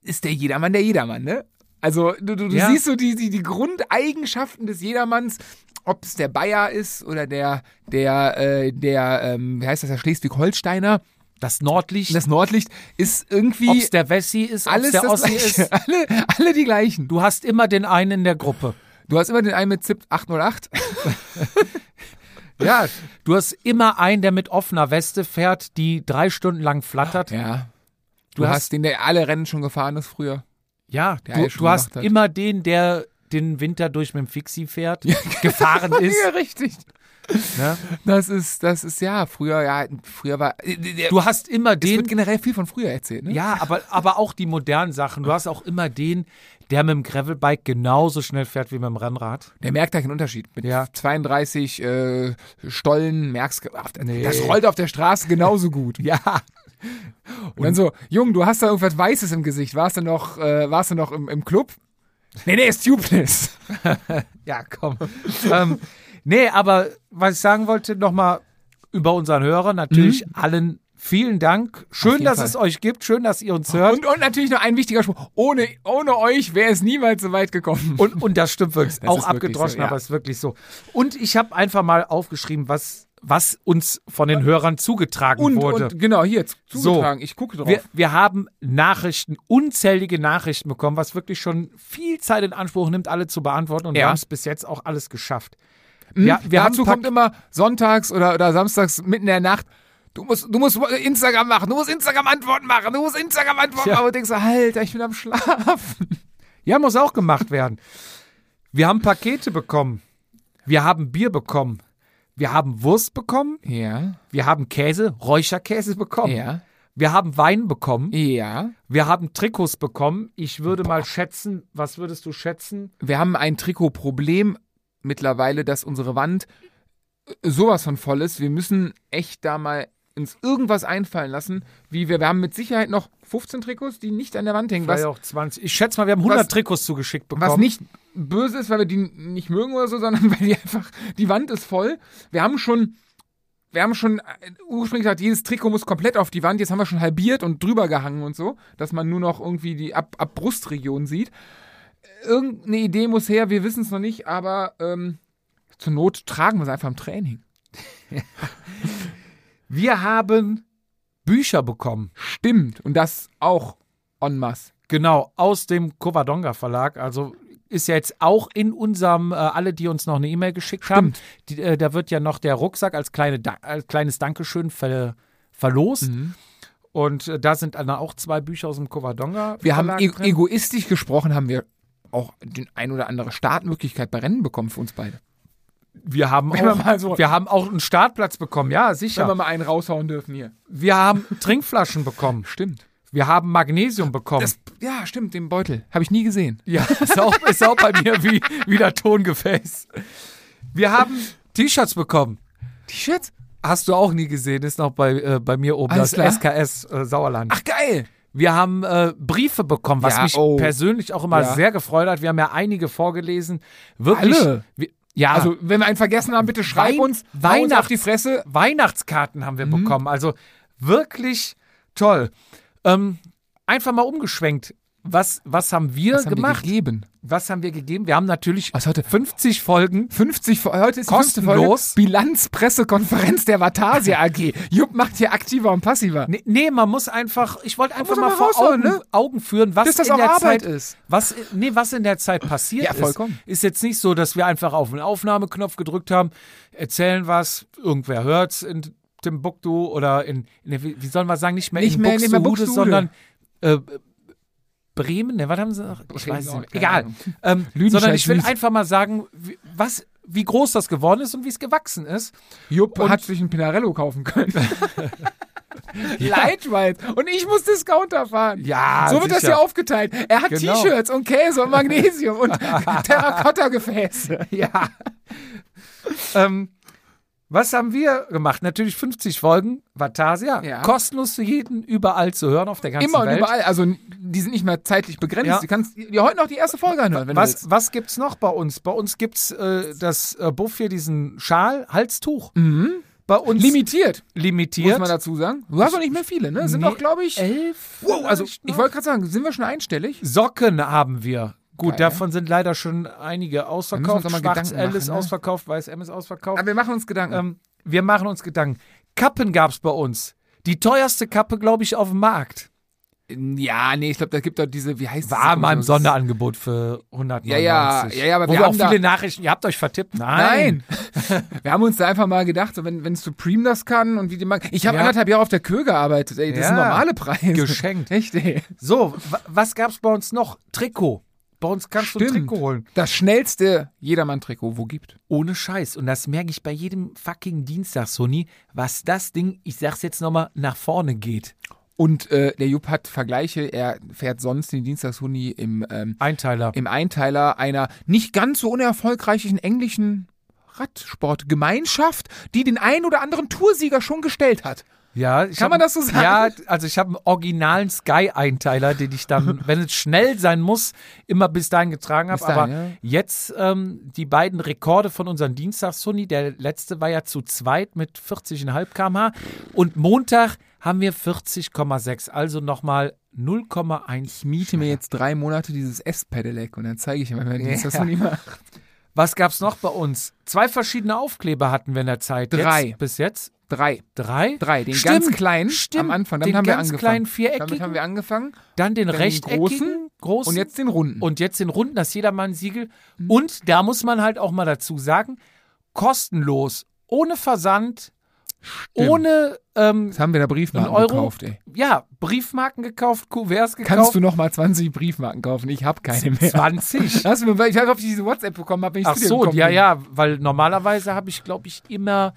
S2: ist der Jedermann der Jedermann, ne? Also du, du, du
S1: Ja.
S2: siehst so die, die, die Grundeigenschaften des Jedermanns, ob es der Bayer ist oder der, der, äh, der, ähm, wie heißt das, der Schleswig-Holsteiner,
S1: Das Nordlicht,
S2: das Nordlicht, ist
S1: ob
S2: irgendwie
S1: es der Wessi ist, ob
S2: alles
S1: es der
S2: das
S1: Ossi
S2: Gleiche.
S1: ist.
S2: (laughs) Alle, alle die gleichen.
S1: Du hast immer den einen in der Gruppe.
S2: Du hast immer den einen mit ZIP 808.
S1: Ja, du hast immer einen, der mit offener Weste fährt, die drei Stunden lang flattert.
S2: Ja.
S1: Du
S2: Du
S1: hast-
S2: hast den, der alle Rennen schon gefahren ist früher.
S1: Ja,
S2: Der
S1: du,
S2: alles schon
S1: du hast
S2: gemacht hat.
S1: immer den, der den Winter durch mit dem Fixie
S2: (laughs)
S1: fährt, gefahren (laughs) ist.
S2: Ja, richtig.
S1: Ne?
S2: Das ist, das ist, ja, früher, ja, früher war. äh, Der,
S1: Du hast immer
S2: es wird
S1: den.
S2: generell viel von früher erzählt, ne?
S1: Ja, aber, aber auch die modernen Sachen. Du hast auch immer den, der mit dem Gravelbike genauso schnell fährt wie mit dem Rennrad.
S2: Der merkt da keinen Unterschied. Mit
S1: Ja.
S2: 32 äh, Stollen merkst du, ach,
S1: Nee.
S2: das rollt auf der Straße
S1: (laughs)
S2: genauso gut.
S1: Ja.
S2: Und dann so, Jung, du hast da irgendwas Weißes im Gesicht. Warst du noch, äh, warst du noch im, im Club? Nee, nee, ist Tubeless.
S1: Ja, komm. ähm, nee, aber was ich sagen wollte, nochmal über unseren Hörer, natürlich allen vielen Dank. Schön,
S2: Mhm. jeden
S1: dass
S2: Fall.
S1: es euch gibt. Schön, dass ihr uns hört.
S2: Und, und natürlich noch ein wichtiger Spruch. Ohne, ohne euch wäre es niemals so weit gekommen.
S1: Und, und das stimmt
S2: (laughs)
S1: wirklich.
S2: Das
S1: auch
S2: ist wirklich
S1: abgedroschen,
S2: so, ja.
S1: aber ist wirklich so. Und ich habe einfach mal aufgeschrieben, was, was uns von den Hörern zugetragen
S2: und,
S1: wurde.
S2: und genau, hier jetzt
S1: So.
S2: zugetragen. Ich gucke drauf.
S1: wir, wir haben Nachrichten, unzählige Nachrichten bekommen, was wirklich schon viel Zeit in Anspruch nimmt, alle zu beantworten. Und wir
S2: Ja. Mhm.
S1: haben es bis jetzt auch alles geschafft. Ja, wir haben
S2: Dazu
S1: ein paar-
S2: kommt immer sonntags oder, oder samstags mitten in der Nacht. Du musst, du musst Instagram machen, du musst Instagram-Antworten machen, du musst Instagram-Antworten
S1: Ja.
S2: machen. Und du denkst, so, Alter, ich bin am Schlafen.
S1: Ja, muss auch gemacht werden. Wir haben Pakete bekommen. Wir haben Bier bekommen. Wir haben Wurst bekommen,
S2: Ja.
S1: wir haben Käse, Räucherkäse bekommen,
S2: Ja.
S1: wir haben Wein bekommen,
S2: Ja.
S1: wir haben Trikots bekommen. Ich würde mal schätzen, was würdest du schätzen?
S2: Wir haben ein Trikotproblem mittlerweile, dass unsere Wand äh, sowas von voll ist. Wir müssen echt da mal uns irgendwas einfallen lassen, wie wir, wir haben mit Sicherheit noch 15 Trikots, die nicht an der Wand hängen, was,
S1: Vielleicht auch 20. Ich schätze mal, wir haben 100
S2: Was-
S1: Trikots zugeschickt bekommen.
S2: was nicht böse ist, weil wir die nicht mögen oder so, sondern (laughs) weil die einfach, die Wand ist voll. Wir haben schon, wir haben schon äh, ursprünglich gesagt, jedes Trikot muss komplett auf die Wand, jetzt haben wir schon halbiert und drüber gehangen und so, dass man nur noch irgendwie die Ab Ab Brustregion sieht. Äh, Irgendeine Idee muss her, wir wissen es noch nicht, aber ähm, zur Not tragen wir es einfach im Training.
S1: Wir haben Bücher bekommen.
S2: Stimmt. Und das auch en masse.
S1: Genau, aus dem Covadonga Verlag. Also ist ja jetzt auch in unserem, äh, alle, die uns noch eine E-Mail geschickt haben, die, äh, da wird ja noch der Rucksack als, kleine, Da- als kleines Dankeschön ver, verlost. Und äh, da sind dann auch zwei Bücher aus dem Covadonga.
S2: Wir haben
S1: Verlag
S2: e
S1: drin.
S2: egoistisch gesprochen, haben wir auch den ein oder andere Startmöglichkeit bei Rennen bekommen für uns beide.
S1: wir haben (laughs)
S2: Wenn wir
S1: auch,
S2: mal so-
S1: wir haben auch einen Startplatz bekommen, ja,
S2: Wenn wir
S1: sicher.
S2: mal einen raushauen dürfen hier.
S1: Wir haben Trinkflaschen bekommen.
S2: Stimmt.
S1: Wir haben Magnesium bekommen.
S2: Das, ja, stimmt, den Beutel. Habe ich nie gesehen.
S1: Ja, ist auch, ist auch bei mir wie, wie der Tongefäß. Wir haben T-Shirts bekommen.
S2: T-Shirts?
S1: Hast du auch nie gesehen, ist noch bei, äh, bei mir oben,
S2: Alles
S1: das SKS äh, Sauerland.
S2: Ach, geil.
S1: Wir haben äh, Briefe bekommen, was
S2: Ja,
S1: mich
S2: oh.
S1: persönlich auch immer
S2: Ja.
S1: sehr gefreut hat. Wir haben ja einige vorgelesen. Wirklich.
S2: Alle?
S1: Wir, ja, also
S2: Also, wenn wir einen vergessen haben, bitte schreib
S1: Wein-
S2: uns. hau uns auf
S1: Weihnachts-
S2: die Fresse.
S1: Weihnachtskarten haben wir
S2: Mhm.
S1: bekommen. Also wirklich toll. Ähm, einfach mal umgeschwenkt. Was, was haben wir
S2: Was haben wir
S1: gemacht?
S2: gegeben?
S1: was haben wir gegeben? Wir haben natürlich
S2: Was heute?
S1: 50 Folgen
S2: 50 Fol- heute ist die
S1: Kostenlos.
S2: fünfte Folge. Bilanzpressekonferenz der (laughs) Vatasia AG. Jupp macht hier aktiver und passiver.
S1: Nee, nee, man muss einfach, ich wollte einfach
S2: muss
S1: mal
S2: man
S1: vor Augen,
S2: raushauen, ne?
S1: Augen führen, was
S2: Dass das
S1: in
S2: auch
S1: der Zeit
S2: Arbeit ist.
S1: Was, nee, was in der Zeit passiert
S2: Ja, vollkommen.
S1: ist. Ist jetzt nicht so, dass wir einfach auf den Aufnahmeknopf gedrückt haben, erzählen was, irgendwer hört's in Timbuktu oder in, in der- wie wie sollen wir sagen, nicht mehr
S2: Nicht
S1: in
S2: mehr- nicht mehr
S1: Buxtehude,
S2: Buxtehude.
S1: sondern äh, Bremen, ne, was haben sie noch? Ich
S2: Bremen
S1: weiß es
S2: auch,
S1: nicht.
S2: keine
S1: Egal.
S2: Ahnung.
S1: Ähm,
S2: Lüdenscheid
S1: sondern ich will
S2: Süd.
S1: einfach mal sagen, wie, was, wie groß das geworden ist und wie es gewachsen ist.
S2: Jupp
S1: Und-
S2: hat sich einen Pinarello kaufen (laughs) können. Lightweight. Und ich muss Discounter fahren.
S1: Ja,
S2: So wird das
S1: sicher.
S2: hier aufgeteilt. Er hat
S1: Genau.
S2: T-Shirts und Käse und Magnesium (laughs) und Terrakotta-Gefäße.
S1: Ja. ähm, was haben wir gemacht? Natürlich 50 Folgen Vatasia.
S2: Ja.
S1: Kostenlos für jeden, überall zu hören auf der ganzen
S2: Immer und
S1: Welt.
S2: überall. Also die sind nicht mehr zeitlich begrenzt.
S1: Ja.
S2: Du kannst dir heute noch die erste Folge anhören, wenn du willst.
S1: Was, was gibt's noch bei uns? Bei uns gibt's äh, das äh, Buff hier, diesen Schal, Halstuch. Bei uns
S2: Limitiert,
S1: limitiert.
S2: Mhm. muss man dazu sagen. Du hast doch nicht mehr viele, ne? Sind
S1: Nee,
S2: doch, glaube ich.
S1: elf.
S2: Wow, also
S1: vielleicht
S2: ich
S1: noch.
S2: wollte gerade sagen, sind wir schon einstellig?
S1: Socken haben wir. Gut,
S2: Geil.
S1: davon sind leider schon einige ausverkauft.
S2: Da müssen wir uns auch mal
S1: Schwarz
S2: Gedanken
S1: L ist
S2: machen, ne?
S1: ausverkauft, Weiß M ist ausverkauft.
S2: Aber wir machen uns Gedanken.
S1: Ähm, wir machen uns Gedanken. Kappen gab's bei uns. Die teuerste Kappe, glaube ich, auf dem Markt.
S2: Ähm, ja, nee, ich glaube, da gibt doch diese, wie heißt
S1: War
S2: das?
S1: mal im Sonderangebot für 199.
S2: Ja, ja, ja, ja, aber
S1: Wo
S2: wir
S1: wir auch
S2: haben da-
S1: viele Nachrichten, ihr habt euch vertippt. Nein.
S2: Nein. wir haben uns da einfach mal gedacht, so, wenn, wenn Supreme das kann und wie die mag. Ich habe
S1: Ja.
S2: anderthalb Jahre auf der Kür gearbeitet, ey. Das sind
S1: Ja.
S2: normale Preise.
S1: Geschenkt.
S2: Echt, ey.
S1: So, wa- was gab's bei uns noch? Trikot. Bei uns kannst du ein
S2: Stimmt.
S1: Trikot holen.
S2: Das schnellste Jedermann-Trikot, wo gibt.
S1: Ohne Scheiß. Und das merke ich bei jedem fucking Dienstag, Sony, was das Ding, ich sag's jetzt nochmal, nach vorne geht.
S2: Und äh, der Jupp hat Vergleiche, er fährt sonst den Dienstagshuni im, ähm,
S1: Einteiler.
S2: im Einteiler einer nicht ganz so unerfolgreichen englischen Radsportgemeinschaft, die den einen oder anderen Toursieger schon gestellt hat.
S1: Ja, ich
S2: Kann
S1: hab-
S2: man das so sagen?
S1: Ja, also ich habe einen originalen Sky-Einteiler, den ich
S2: (laughs)
S1: dann, wenn es schnell sein muss, immer bis dahin getragen
S2: Bis
S1: habe.
S2: dahin,
S1: Aber
S2: ja.
S1: jetzt ähm, die beiden Rekorde von unseren Dienstags-Sunny. Der letzte war ja zu zweit mit 40,5 km/h. Und Montag haben wir 40,6. Also nochmal 0,1
S2: Ich miete mir jetzt drei Monate dieses S-Pedelec und dann zeige ich ihm, wenn wir den Dienstagshuni macht.
S1: Was gab's noch bei uns? Zwei verschiedene Aufkleber hatten wir in der Zeit.
S2: Drei.
S1: Jetzt, bis jetzt.
S2: Drei.
S1: Drei?
S2: Drei, den
S1: Stimmt,
S2: ganz kleinen
S1: stimmt,
S2: am Anfang. Damit
S1: den
S2: haben wir
S1: ganz
S2: angefangen.
S1: kleinen
S2: Damit haben
S1: viereckigen,
S2: wir angefangen
S1: dann den
S2: den
S1: rechteckigen,
S2: großen
S1: großen
S2: und jetzt den runden.
S1: Und jetzt den Runden das Jedermann-Siegel. Und da muss man halt auch mal dazu sagen, kostenlos, ohne Versand, ohne ähm,
S2: Jetzt haben wir da Briefmarken
S1: Ein Euro?
S2: gekauft, ey.
S1: ja, Briefmarken gekauft, Kuverts gekauft.
S2: Kannst du noch mal 20 Briefmarken kaufen? Ich habe keine mehr.
S1: 20?
S2: (laughs) Hast du mir, ich weiß, ob ich diese WhatsApp bekommen habe, wenn ich
S1: Ach
S2: zu dir
S1: so,
S2: gekommen
S1: ja,
S2: bin.
S1: ja, weil normalerweise habe ich, glaube ich, immer,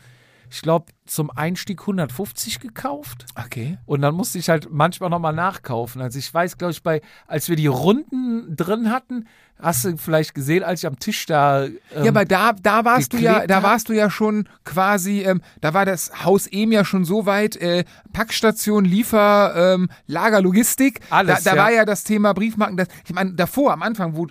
S1: ich glaube, zum Einstieg 150 gekauft.
S2: Okay.
S1: Und dann musste ich halt manchmal nochmal nachkaufen. Also ich weiß, glaube ich, bei, als wir die Runden drin hatten, hast du vielleicht gesehen, als ich am Tisch da. Ähm,
S2: ja, aber da, da warst du ja,
S1: geklebt
S2: da
S1: hat.
S2: warst du ja schon quasi, ähm, da war das Haus Ehm ja schon so weit, äh, Packstation, Liefer, ähm, Lagerlogistik.
S1: Alles,
S2: Da, da
S1: ja.
S2: war ja das Thema Briefmarken. Das, ich meine, davor, am Anfang, wo,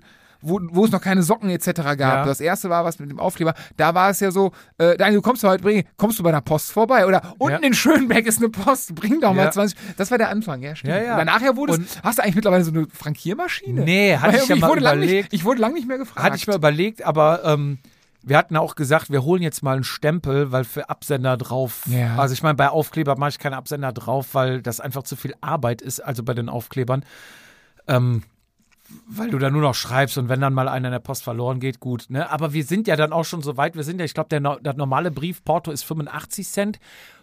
S2: wo, wo es noch keine Socken etc. gab.
S1: Ja.
S2: Das erste war was mit dem Aufkleber. Da war es ja so, äh, Daniel, du kommst du heute bringen, kommst du bei einer Post vorbei? Oder unten
S1: Ja.
S2: in Schönberg ist eine Post, bring doch mal
S1: Ja.
S2: 20. Das war der Anfang, ja, stimmt.
S1: Ja, ja.
S2: Und danach ja wurde es,
S1: Und-
S2: hast du eigentlich mittlerweile so eine Frankiermaschine?
S1: Nee, hatte
S2: Weil
S1: ich ja
S2: irgendwie,
S1: mal
S2: wurde lang
S1: überlegt.
S2: Nicht, ich wurde lange nicht mehr gefragt.
S1: hatte ich mir überlegt, aber ähm, wir hatten auch gesagt, wir holen jetzt mal einen Stempel, weil für Absender drauf.
S2: Ja.
S1: Also ich meine, bei Aufkleber mache ich keine Absender drauf, weil das einfach zu viel Arbeit ist, also bei den Aufklebern. Ähm, weil du da nur noch schreibst und wenn dann mal einer in der Post verloren geht, gut. Ne? Aber wir sind ja dann auch schon so weit. Wir sind ja, ich glaube, der, no- der normale Briefporto ist 85 Cent.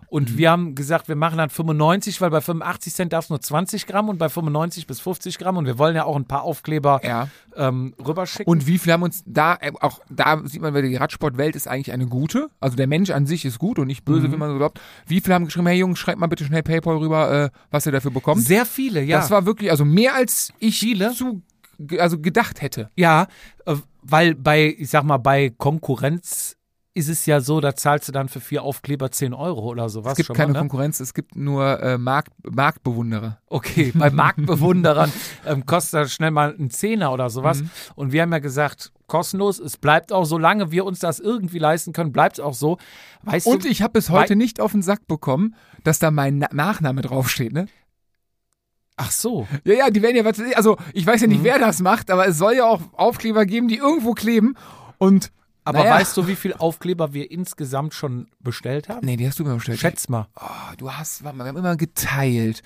S1: Und
S2: Mhm.
S1: wir haben gesagt, wir machen dann 95, weil bei 85 Cent darfst du nur 20 Gramm und bei 95 bis 50 Gramm. Und wir wollen ja auch ein paar Aufkleber
S2: Ja.
S1: ähm, rüberschicken.
S2: Und wie viele haben uns da, äh, auch da sieht man, wieder, die Radsportwelt ist eigentlich eine gute. Also der Mensch an sich ist gut und nicht
S1: Mhm.
S2: böse, wie man so glaubt. Wie viele haben geschrieben, hey Jungs, schreibt mal bitte schnell PayPal rüber, äh, was ihr dafür bekommt.
S1: Sehr viele, ja.
S2: Das war wirklich, also mehr als ich
S1: Viele?
S2: zu, ge- also gedacht hätte.
S1: ja, äh, weil bei, ich sag mal, bei Konkurrenz ist es ja so, da zahlst du dann für vier Aufkleber 10 Euro oder sowas.
S2: es gibt
S1: schon
S2: keine
S1: mal, ne?
S2: Konkurrenz, es gibt nur äh, Markt, Marktbewunderer.
S1: Okay,
S2: (laughs)
S1: bei Marktbewunderern ähm, kostet das schnell mal ein Zehner oder
S2: Mhm.
S1: sowas. Und wir haben ja gesagt, kostenlos, es bleibt auch, solange wir uns das irgendwie leisten können, bleibt es auch so. Weißt
S2: Und
S1: du,
S2: ich habe bis heute nicht auf den Sack bekommen, dass da mein Na Nachname draufsteht, ne?
S1: ach so,
S2: Ja, ja, die werden ja, was- also ich weiß ja
S1: Mhm.
S2: nicht, wer das macht, aber es soll ja auch Aufkleber geben, die irgendwo kleben und
S1: aber
S2: naja.
S1: weißt du, wie viel Aufkleber wir insgesamt schon bestellt haben?
S2: Nee, die hast du mir bestellt.
S1: Schätz mal. (laughs)
S2: Oh, du hast, warte mal, wir haben immer geteilt.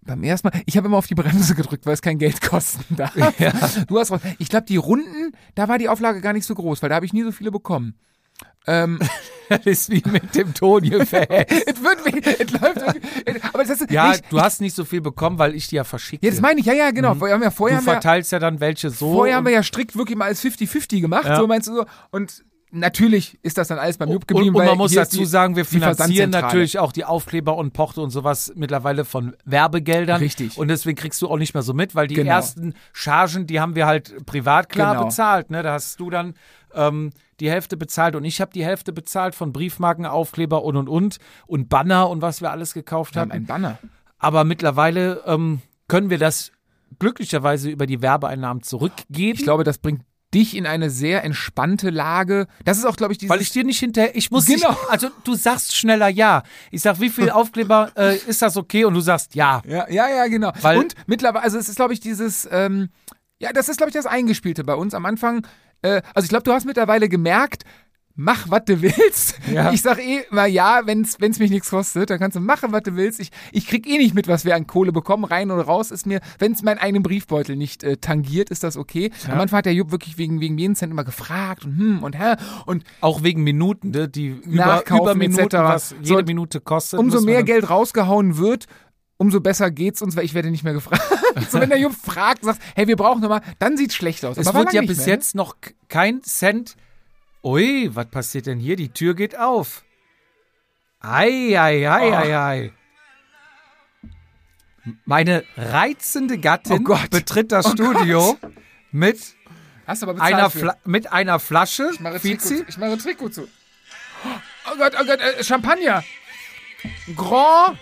S2: Beim ersten Mal, ich habe immer auf die Bremse gedrückt, weil es kein Geld kosten (laughs) darf. Du hast, raus- ich glaube, die Runden, da war die Auflage gar nicht so groß, weil da habe ich nie so viele bekommen. Ähm,
S1: Das ist wie mit dem
S2: (laughs)
S1: Toni-Fan.
S2: es wird, wie- es läuft, irgendwie- aber das ist
S1: Ja,
S2: nicht,
S1: du hast nicht so viel bekommen, weil ich die ja verschickt
S2: jetzt meine ich, ja, ja, genau, wir haben ja vorher,
S1: Du
S2: haben wir,
S1: verteilst ja dann welche so.
S2: vorher haben
S1: und-
S2: wir ja strikt wirklich mal als 50-50 gemacht,
S1: Ja.
S2: so meinst du so, und natürlich ist das dann alles beim Jupp geblieben,
S1: und, und
S2: weil
S1: man muss
S2: hier ist
S1: dazu
S2: die,
S1: sagen, wir
S2: die
S1: finanzieren
S2: Versandzentrale.
S1: natürlich auch die Aufkleber und Porte und sowas mittlerweile von Werbegeldern.
S2: Richtig.
S1: Und deswegen kriegst du auch nicht mehr so mit, weil die
S2: Genau.
S1: ersten Chargen, die haben wir halt privat klar
S2: Genau.
S1: bezahlt. Ne? Da hast du dann ähm, die Hälfte bezahlt und ich habe die Hälfte bezahlt von Briefmarken, Aufkleber und und und und Banner und was wir alles gekauft
S2: Wir haben
S1: haben.
S2: ein Banner.
S1: Aber mittlerweile ähm, können wir das glücklicherweise über die Werbeeinnahmen zurückgeben.
S2: Ich glaube, das bringt dich in eine sehr entspannte Lage. Das ist auch, glaube ich, dieses
S1: Weil ich dir nicht hinterher, ich muss
S2: Genau.
S1: nicht, also du sagst schneller ja. Ich sag, wie viel
S2: (laughs)
S1: Aufkleber, äh, ist das okay? Und du sagst ja.
S2: Ja, ja, ja, genau.
S1: Weil-
S2: und mittlerweile, also es ist, glaube ich, dieses, ähm, ja, das ist, glaube ich, das Eingespielte bei uns am Anfang. Äh, also ich glaube, du hast mittlerweile gemerkt, mach, was du willst.
S1: Ja.
S2: Ich sag eh mal ja, wenn's wenn's mich nichts kostet, dann kannst du machen, was du willst. Ich, ich krieg eh nicht mit, was wir an Kohle bekommen, rein oder raus. Ist mir, wenn's meinen eigenen Briefbeutel nicht äh, tangiert, ist das okay. Am Anfang hat der Jupp wirklich wegen, wegen jeden Cent immer gefragt und hm und hä. Und
S1: Auch wegen Minuten, ne, die über,
S2: Nachkaufen
S1: über Minuten,
S2: etc.
S1: was jede
S2: So,
S1: Minute kostet.
S2: umso
S1: müssen wir
S2: mehr
S1: dann-
S2: Geld rausgehauen wird, umso besser geht's uns, weil ich werde nicht mehr gefragt. (laughs) so, wenn der Jupp fragt, sagt, hey, wir brauchen nochmal, dann sieht's schlecht aus.
S1: Es
S2: Aber war
S1: wird
S2: lang
S1: ja
S2: nicht
S1: bis
S2: mehr, ne?
S1: jetzt noch k- kein Cent. Ui, was passiert denn hier? Die Tür geht auf. Ei, ei, ei,
S2: Oh.
S1: ei, ei. Meine reizende Gattin
S2: Oh Gott.
S1: betritt das Studio mit
S2: Hast du aber bezahlt
S1: einer,
S2: für.
S1: Fla mit einer Flasche.
S2: Ich mache Trikot,
S1: Fizi.
S2: zu- ich mache Trikot zu. Oh Gott, oh Gott, äh, Champagner. Grand.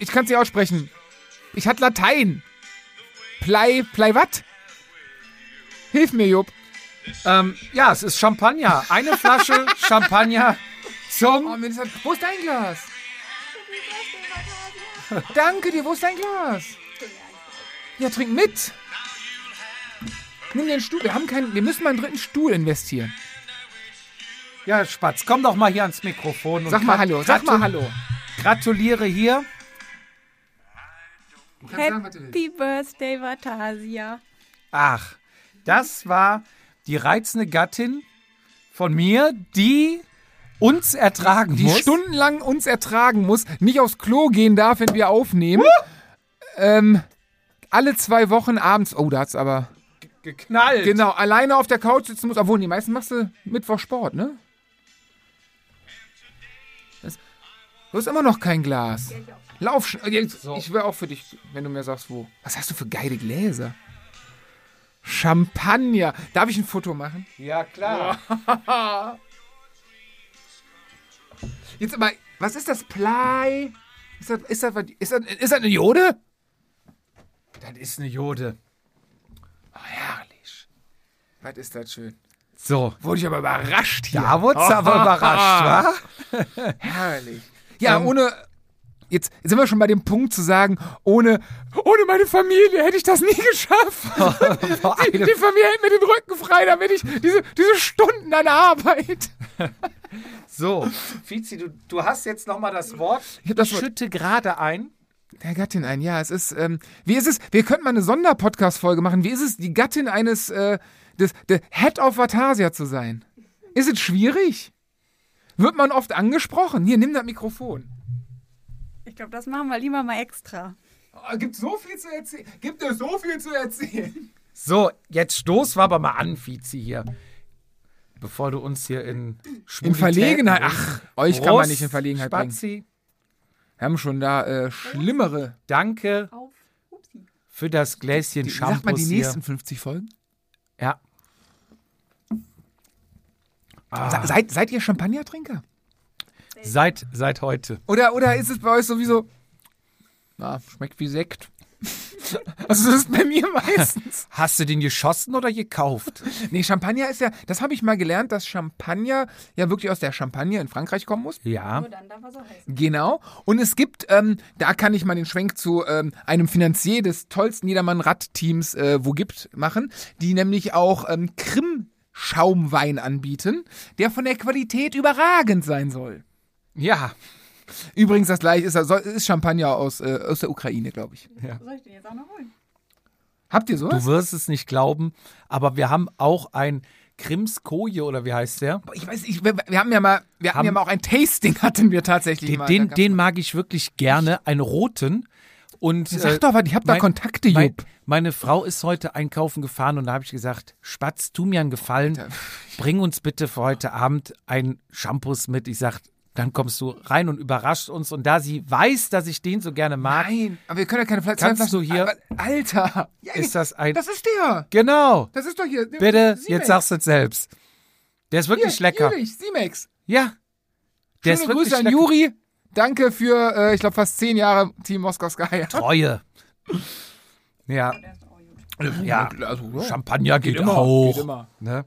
S2: Ich kann's nicht aussprechen. Ich hatte Latein. Plei, Plei wat? Hilf mir, Jupp.
S1: Ähm, ja, es ist Champagner. Eine (laughs) Flasche Champagner
S2: Oh,
S1: zum.
S2: Mensch, wo ist dein Glas? Danke dir, wo ist dein Glas? Ja, trink mit. Nimm dir einen Stuhl. Wir, haben keinen, wir müssen mal einen dritten Stuhl investieren.
S1: Ja, Spatz, komm doch mal hier ans Mikrofon. Und
S2: Sag mal
S1: grat-
S2: Hallo, sag mal
S1: gratu-
S2: Hallo.
S1: Gratuliere hier.
S4: Happy Birthday, Vatasia.
S1: Ach, das war die reizende Gattin von mir, die uns ertragen
S2: die
S1: muss.
S2: stundenlang uns ertragen muss, nicht aufs Klo gehen darf, wenn wir aufnehmen. Ähm, alle zwei Wochen abends, oh, da hat's aber.
S1: geknallt.
S2: Genau, alleine auf der Couch sitzen muss, obwohl, die meisten machst du Mittwoch Sport, ne? Das, du hast immer noch kein Glas. Lauf schnell. Ich wäre auch für dich, wenn du mir sagst, wo. Was hast du für geile Gläser? Champagner. Darf ich ein Foto machen?
S1: Ja, klar.
S2: Jetzt aber, was ist das Plei? Ist das, ist das, was- ist das, ist das eine Jode?
S1: Das ist eine Jode.
S2: Oh, herrlich. Was ist das schön?
S1: So.
S2: Wurde ich aber überrascht hier.
S1: Da wurdest du (laughs) aber überrascht, wa?
S2: Herrlich. Ja, ohne. Jetzt sind wir schon bei dem Punkt zu sagen, ohne, ohne meine Familie hätte ich das nie (laughs)
S1: (laughs)
S2: geschafft.
S1: Vor
S2: Die,
S1: (laughs)
S2: die
S1: allem,
S2: Familie hält mir den Rücken frei, damit ich diese, diese Stunden an Arbeit.
S1: so, Fizi, du, du hast jetzt nochmal das Wort.
S2: hab das Wort.
S1: schütte gerade ein.
S2: Der Gattin ein, ja, es ist, ähm, wie ist es, wir könnten mal eine Sonderpodcast-Folge machen, wie ist es, die Gattin eines, äh, des, der Head of Vatasia zu sein? Ist es schwierig? Wird man oft angesprochen? Hier, nimm das Mikrofon.
S4: Ich glaube, das machen wir lieber mal extra.
S2: Oh, gibt so viel zu erzählen, gibt es so viel zu erzählen.
S1: So, jetzt stoß wir aber mal an, Fizi, hier. Bevor du uns hier in
S2: In Verlegenheit, ach, euch kann man nicht in Verlegenheit bringen.
S1: Spazi,
S2: Wir haben schon da äh, schlimmere,
S1: danke
S4: Auf. Upsi.
S1: für das Gläschen
S2: die,
S1: Shampoos
S2: sagt man, die
S1: hier.
S2: nächsten 50 Folgen?
S1: Ja,
S2: Se- Seid, seid ihr Champagnertrinker?
S1: seit, seit heute.
S2: Oder, oder ist es bei euch sowieso, na, schmeckt wie Sekt. Also (laughs) das ist bei mir meistens.
S1: Hast du den geschossen oder gekauft?
S2: (laughs) Nee, Champagner ist ja, das habe ich mal gelernt, dass Champagner ja wirklich aus der Champagne in Frankreich kommen muss.
S1: Ja.
S4: (laughs) Nur dann darf er so heißen.
S2: Genau. Und es gibt, ähm, da kann ich mal den Schwenk zu ähm, einem Finanzier des tollsten Jedermann-Rad-Teams äh, Wo gibt machen, die nämlich auch ähm, Krim-Schaumwein anbieten, der von der Qualität überragend sein soll.
S1: Ja.
S2: Übrigens, das gleiche ist, soll- ist Champagner aus, äh, aus der Ukraine, glaube ich.
S4: Soll ich den jetzt auch noch holen?
S2: Habt ihr sowas?
S1: Du wirst es nicht glauben, aber wir haben auch ein Krimskoje oder wie heißt der?
S2: ich weiß, ich, wir, wir haben ja mal, wir hatten
S1: Haben-
S2: ja mal auch ein Tasting, (laughs) hatten wir tatsächlich
S1: Den,
S2: mal. Da
S1: den,
S2: gab's-
S1: den mag ich wirklich gerne, einen roten. Und, äh,
S2: Sag doch was, ich hab da
S1: mein-
S2: Kontakte,
S1: Mein,
S2: Jupp.
S1: meine Frau ist heute einkaufen gefahren und da habe ich gesagt, Spatz, tu mir einen Gefallen,
S2: (laughs)
S1: bring uns bitte für heute Abend ein Shampoos mit. Ich sag, dann kommst du rein und überrascht uns. Und da sie weiß, dass ich den so gerne mag,
S2: Nein, aber wir können ja keine Flasche.
S1: Kannst du hier-
S2: Alter! Ja,
S1: ist das ein...
S2: das ist der!
S1: genau,
S2: Das ist doch hier.
S1: bitte,
S2: Siemens.
S1: jetzt sagst du es selbst. Der ist wirklich
S2: Hier,
S1: lecker.
S2: Jurich, Simex.
S1: Ja. Der ist
S2: Schöne
S1: wirklich
S2: Grüße an
S1: lecker.
S2: Juri. Danke für, äh, ich glaube, fast zehn Jahre Team Moskau (laughs) Sky.
S1: Treue. Ja,
S4: Der ist auch gut.
S1: ja.
S2: also, ja.
S1: Champagner geht,
S2: immer,
S1: auch.
S2: geht immer.
S1: Ne?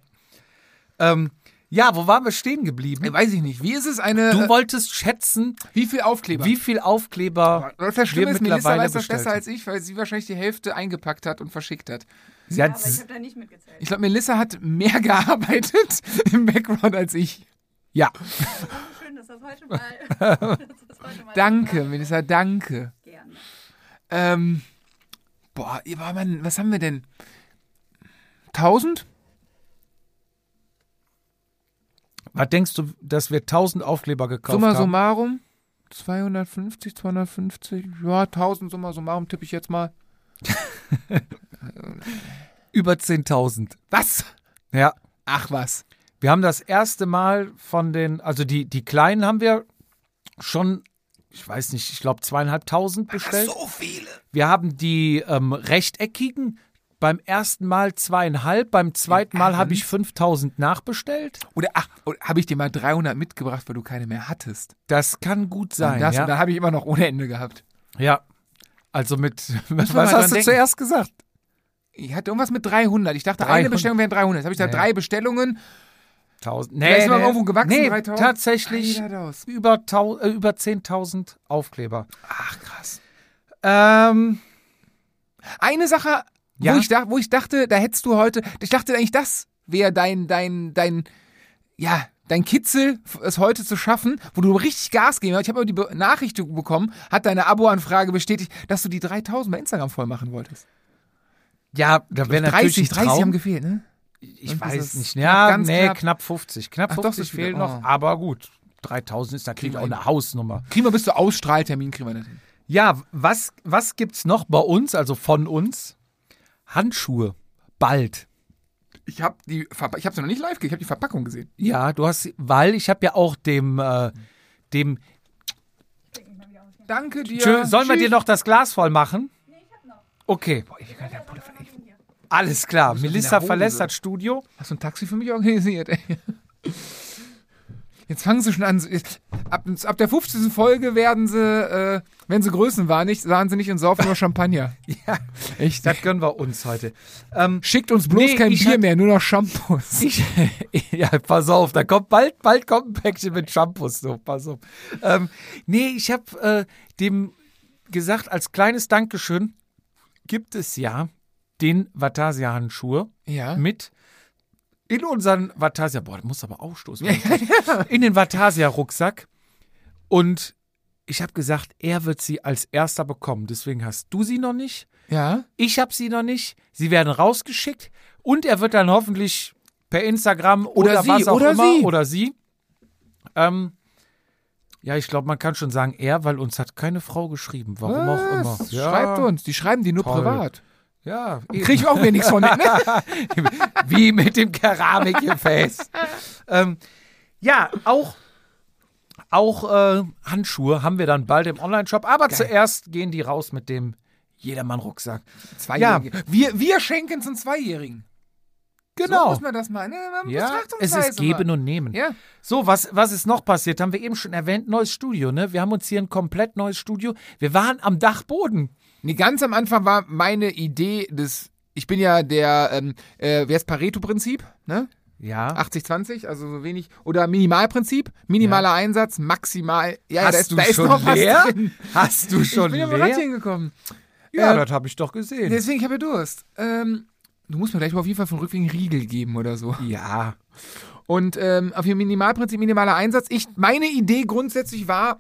S1: Ähm, ja, wo waren wir stehen
S2: Äh,
S1: geblieben?
S2: Weiß ich nicht. Wie ist es eine.
S1: Du
S2: äh,
S1: wolltest schätzen,
S2: wie viel Aufkleber?
S1: wie viel Aufkleber
S2: das ist das
S1: wir
S2: Schlimme ist, Melissa
S1: mittlerweile
S2: weiß das
S1: bestellt
S2: besser
S1: haben.
S2: als ich, weil sie wahrscheinlich die Hälfte eingepackt hat und verschickt hat.
S1: Sie hat
S4: Aber ich habe da nicht mitgezählt.
S2: Ich glaube, Melissa hat mehr (laughs) gearbeitet im Background als ich.
S1: ja,
S4: Schön, dass das heute mal. (laughs) dass das heute mal
S2: Danke, Melissa, danke.
S4: Gerne.
S2: Ähm, boah, ihr war man, was haben wir denn? 1000?
S1: was denkst du, dass wir 1000 Aufkleber gekauft
S2: Summa
S1: haben?
S2: summarum? 250, 250? Ja, 1000 Summa summarum tippe ich jetzt mal.
S1: Über 10.000.
S2: Was?
S1: Ja,
S2: Ach was.
S1: wir haben das erste Mal von den, also die, die kleinen haben wir schon, ich weiß nicht, ich glaube zweieinhalbtausend bestellt.
S2: viele.
S1: Wir haben die ähm, rechteckigen beim ersten Mal zweieinhalb, beim zweiten Mal habe ich 5000 nachbestellt.
S2: Oder ach, oder habe ich dir mal 300 mitgebracht, weil du keine mehr hattest?
S1: Das kann gut sein.
S2: das,
S1: ja.
S2: Und dann habe ich immer noch ohne Ende gehabt.
S1: ja. Also mit, (laughs) was
S2: mal
S1: hast
S2: dran
S1: du
S2: denken.
S1: zuerst gesagt?
S2: Ich hatte irgendwas mit 300. Ich dachte,
S1: 300.
S2: eine Bestellung wären 300. Jetzt habe ich da
S1: Nee.
S2: drei Bestellungen.
S1: 1000.
S2: Da ist man irgendwo gewachsen,
S1: nee
S2: 3000.
S1: tatsächlich
S2: Alter, das-
S1: über, tau- äh, über 10.000 Aufkleber.
S2: Ach krass.
S1: Ähm,
S2: Eine Sache,
S1: Ja?
S2: wo, ich dach, wo ich dachte, da hättest du heute, ich dachte eigentlich, das wäre dein, dein, dein, ja, dein Kitzel, f- es heute zu schaffen, wo du richtig Gas geben hast. Ich habe aber die Be- Nachricht bekommen, hat deine Abo-Anfrage bestätigt, dass du die 3000 bei Instagram voll machen wolltest.
S1: ja, da wäre natürlich
S2: 30,
S1: ein
S2: 30
S1: Traum.
S2: haben gefehlt, ne?
S1: ich
S2: Und
S1: weiß
S2: dieses
S1: nicht.
S2: knapp,
S1: Ja,
S2: ganz
S1: nee,
S2: knapp.
S1: knapp 50. Knapp
S2: Ach, doch,
S1: 50
S2: so viel.
S1: fehlen noch,
S2: Oh.
S1: aber gut. 3000 ist natürlich
S2: Kriegen
S1: auch
S2: wir
S1: eine Hausnummer.
S2: Kriegen wir bis zu Ausstrahltermin, kriegen wir das hin.
S1: Ja, was, was gibt's noch bei uns, also von uns? Handschuhe. Bald.
S2: Ich habe die, Verpa- ich habe sie noch nicht live gesehen, ich habe die Verpackung gesehen.
S1: Ja, du hast, weil ich habe ja auch dem, äh, dem,
S2: Danke dir.
S1: Tschö, sollen wir
S2: Tschüss.
S1: dir noch das Glas voll machen? Okay,
S2: Boah, ich kann ja Pulle verlegen.
S1: alles klar.
S2: in der
S1: Melissa
S2: Hose.
S1: verlässt das Studio. (laughs)
S2: Hast du ein Taxi für mich organisiert, ey? Jetzt fangen sie schon an. jetzt- Ab, ab der 15. Folge werden sie, äh, wenn sie Größen waren, nicht, sahen sie nicht und saufen nur Champagner.
S1: Ja,
S2: Echt?
S1: das gönnen wir uns heute. Ähm,
S2: Schickt uns bloß
S1: Nee,
S2: kein
S1: ich
S2: Bier
S1: hab-
S2: mehr, nur noch Shampoos.
S1: ich, (laughs) ja, pass auf, da kommt bald, bald kommt ein Päckchen mit Shampoos. So, pass auf. Ähm, nee, ich habe äh, dem gesagt, als kleines Dankeschön gibt es ja den Vatasia-Handschuhe.
S2: Ja.
S1: mit in unseren Vatasia, boah, das muss aber aufstoßen, in den Vatasia-Rucksack. Und ich habe gesagt, er wird sie als erster bekommen. Deswegen hast du sie noch nicht.
S2: (laughs) Ja.
S1: Ich habe sie noch nicht. Sie werden rausgeschickt. Und er wird dann hoffentlich per Instagram oder,
S2: Oder sie,
S1: was auch
S2: oder
S1: immer
S2: sie.
S1: oder sie. Ähm, ja, ich glaube, man kann schon sagen, er, weil uns hat keine Frau geschrieben. Warum auch immer.
S2: Was?
S1: Ja,
S2: Schreibt uns, die schreiben die nur
S1: Toll.
S2: privat.
S1: Ja, (laughs) eben.
S2: Krieg ich auch mir nichts
S1: (laughs)
S2: von mit, ne?
S1: wie mit dem Keramikgefäß. ähm, ja, auch, auch äh, Handschuhe haben wir dann bald im Online-Shop. Aber zuerst gehen die raus mit dem Jedermann-Rucksack.
S2: Zweijährige. Wir, wir schenken es einem Zweijährigen. So
S1: Genau.
S2: muss man das mal, ne? Man
S1: ja, es
S2: betrachtungsweise
S1: ist geben
S2: mal.
S1: und nehmen.
S2: Ja.
S1: So, was, was ist noch passiert? Haben wir eben schon erwähnt, neues Studio, ne? Wir haben uns hier ein komplett neues Studio. Wir waren am Dachboden.
S2: Nee, ganz am Anfang war meine Idee des, ich bin ja der, ähm, äh, wer ist Pareto-Prinzip, ne?
S1: Ja.
S2: 80-20, also so wenig, oder Minimalprinzip, minimaler Einsatz, maximal, ja, ja, da ist, da ist noch was drin.
S1: Hast du
S2: ich
S1: schon
S2: bin ja mit
S1: leer?
S2: Rattchen gekommen.
S1: Ja,
S2: Ähm,
S1: das habe ich doch gesehen.
S2: Deswegen, ich habe ja Durst. Ähm, du musst mir gleich mal auf jeden Fall von Rückwegen Riegel geben oder so.
S1: Ja.
S2: Und ähm, auf ihr Minimalprinzip, minimaler Einsatz. Ich, meine Idee grundsätzlich war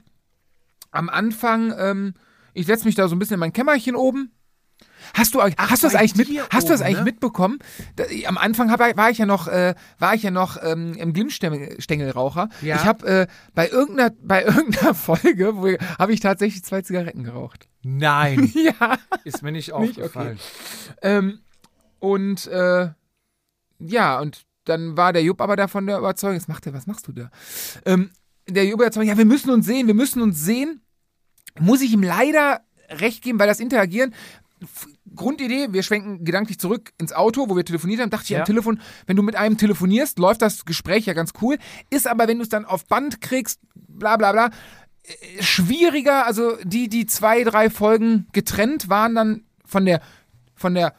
S2: am Anfang, ähm, ich setze mich da so ein bisschen in mein Kämmerchen oben. Hast du, hast du das
S1: bei
S2: eigentlich, mit,
S1: dir
S2: hast du das
S1: oben,
S2: eigentlich
S1: ne?
S2: mitbekommen? Da, am Anfang hab, war ich ja noch, äh, war ich ja noch ähm, im Glimmstängelraucher.
S1: Ja.
S2: Ich habe äh, bei irgendeiner, bei (laughs) irgendeiner Folge wo- habe ich tatsächlich zwei Zigaretten geraucht. (laughs)
S1: Nein,
S2: Ja.
S1: ist mir nicht
S2: okay.
S1: aufgefallen.
S2: Ähm, und äh, ja, und dann war der Jupp aber davon der Überzeugung, jetzt macht er, was machst du da? Ähm, der Jupp überzeugt, ja, wir müssen uns sehen, wir müssen uns sehen. Muss ich ihm leider recht geben, weil das Interagieren. F- Grundidee, wir schwenken gedanklich zurück ins Auto, wo wir telefoniert haben, dachte ich
S1: Ja.
S2: am Telefon, wenn du mit einem telefonierst, läuft das Gespräch ja ganz cool, ist aber, wenn du es dann auf Band kriegst, bla bla bla, äh, schwieriger, also die, die zwei, drei Folgen getrennt waren, dann von der, von der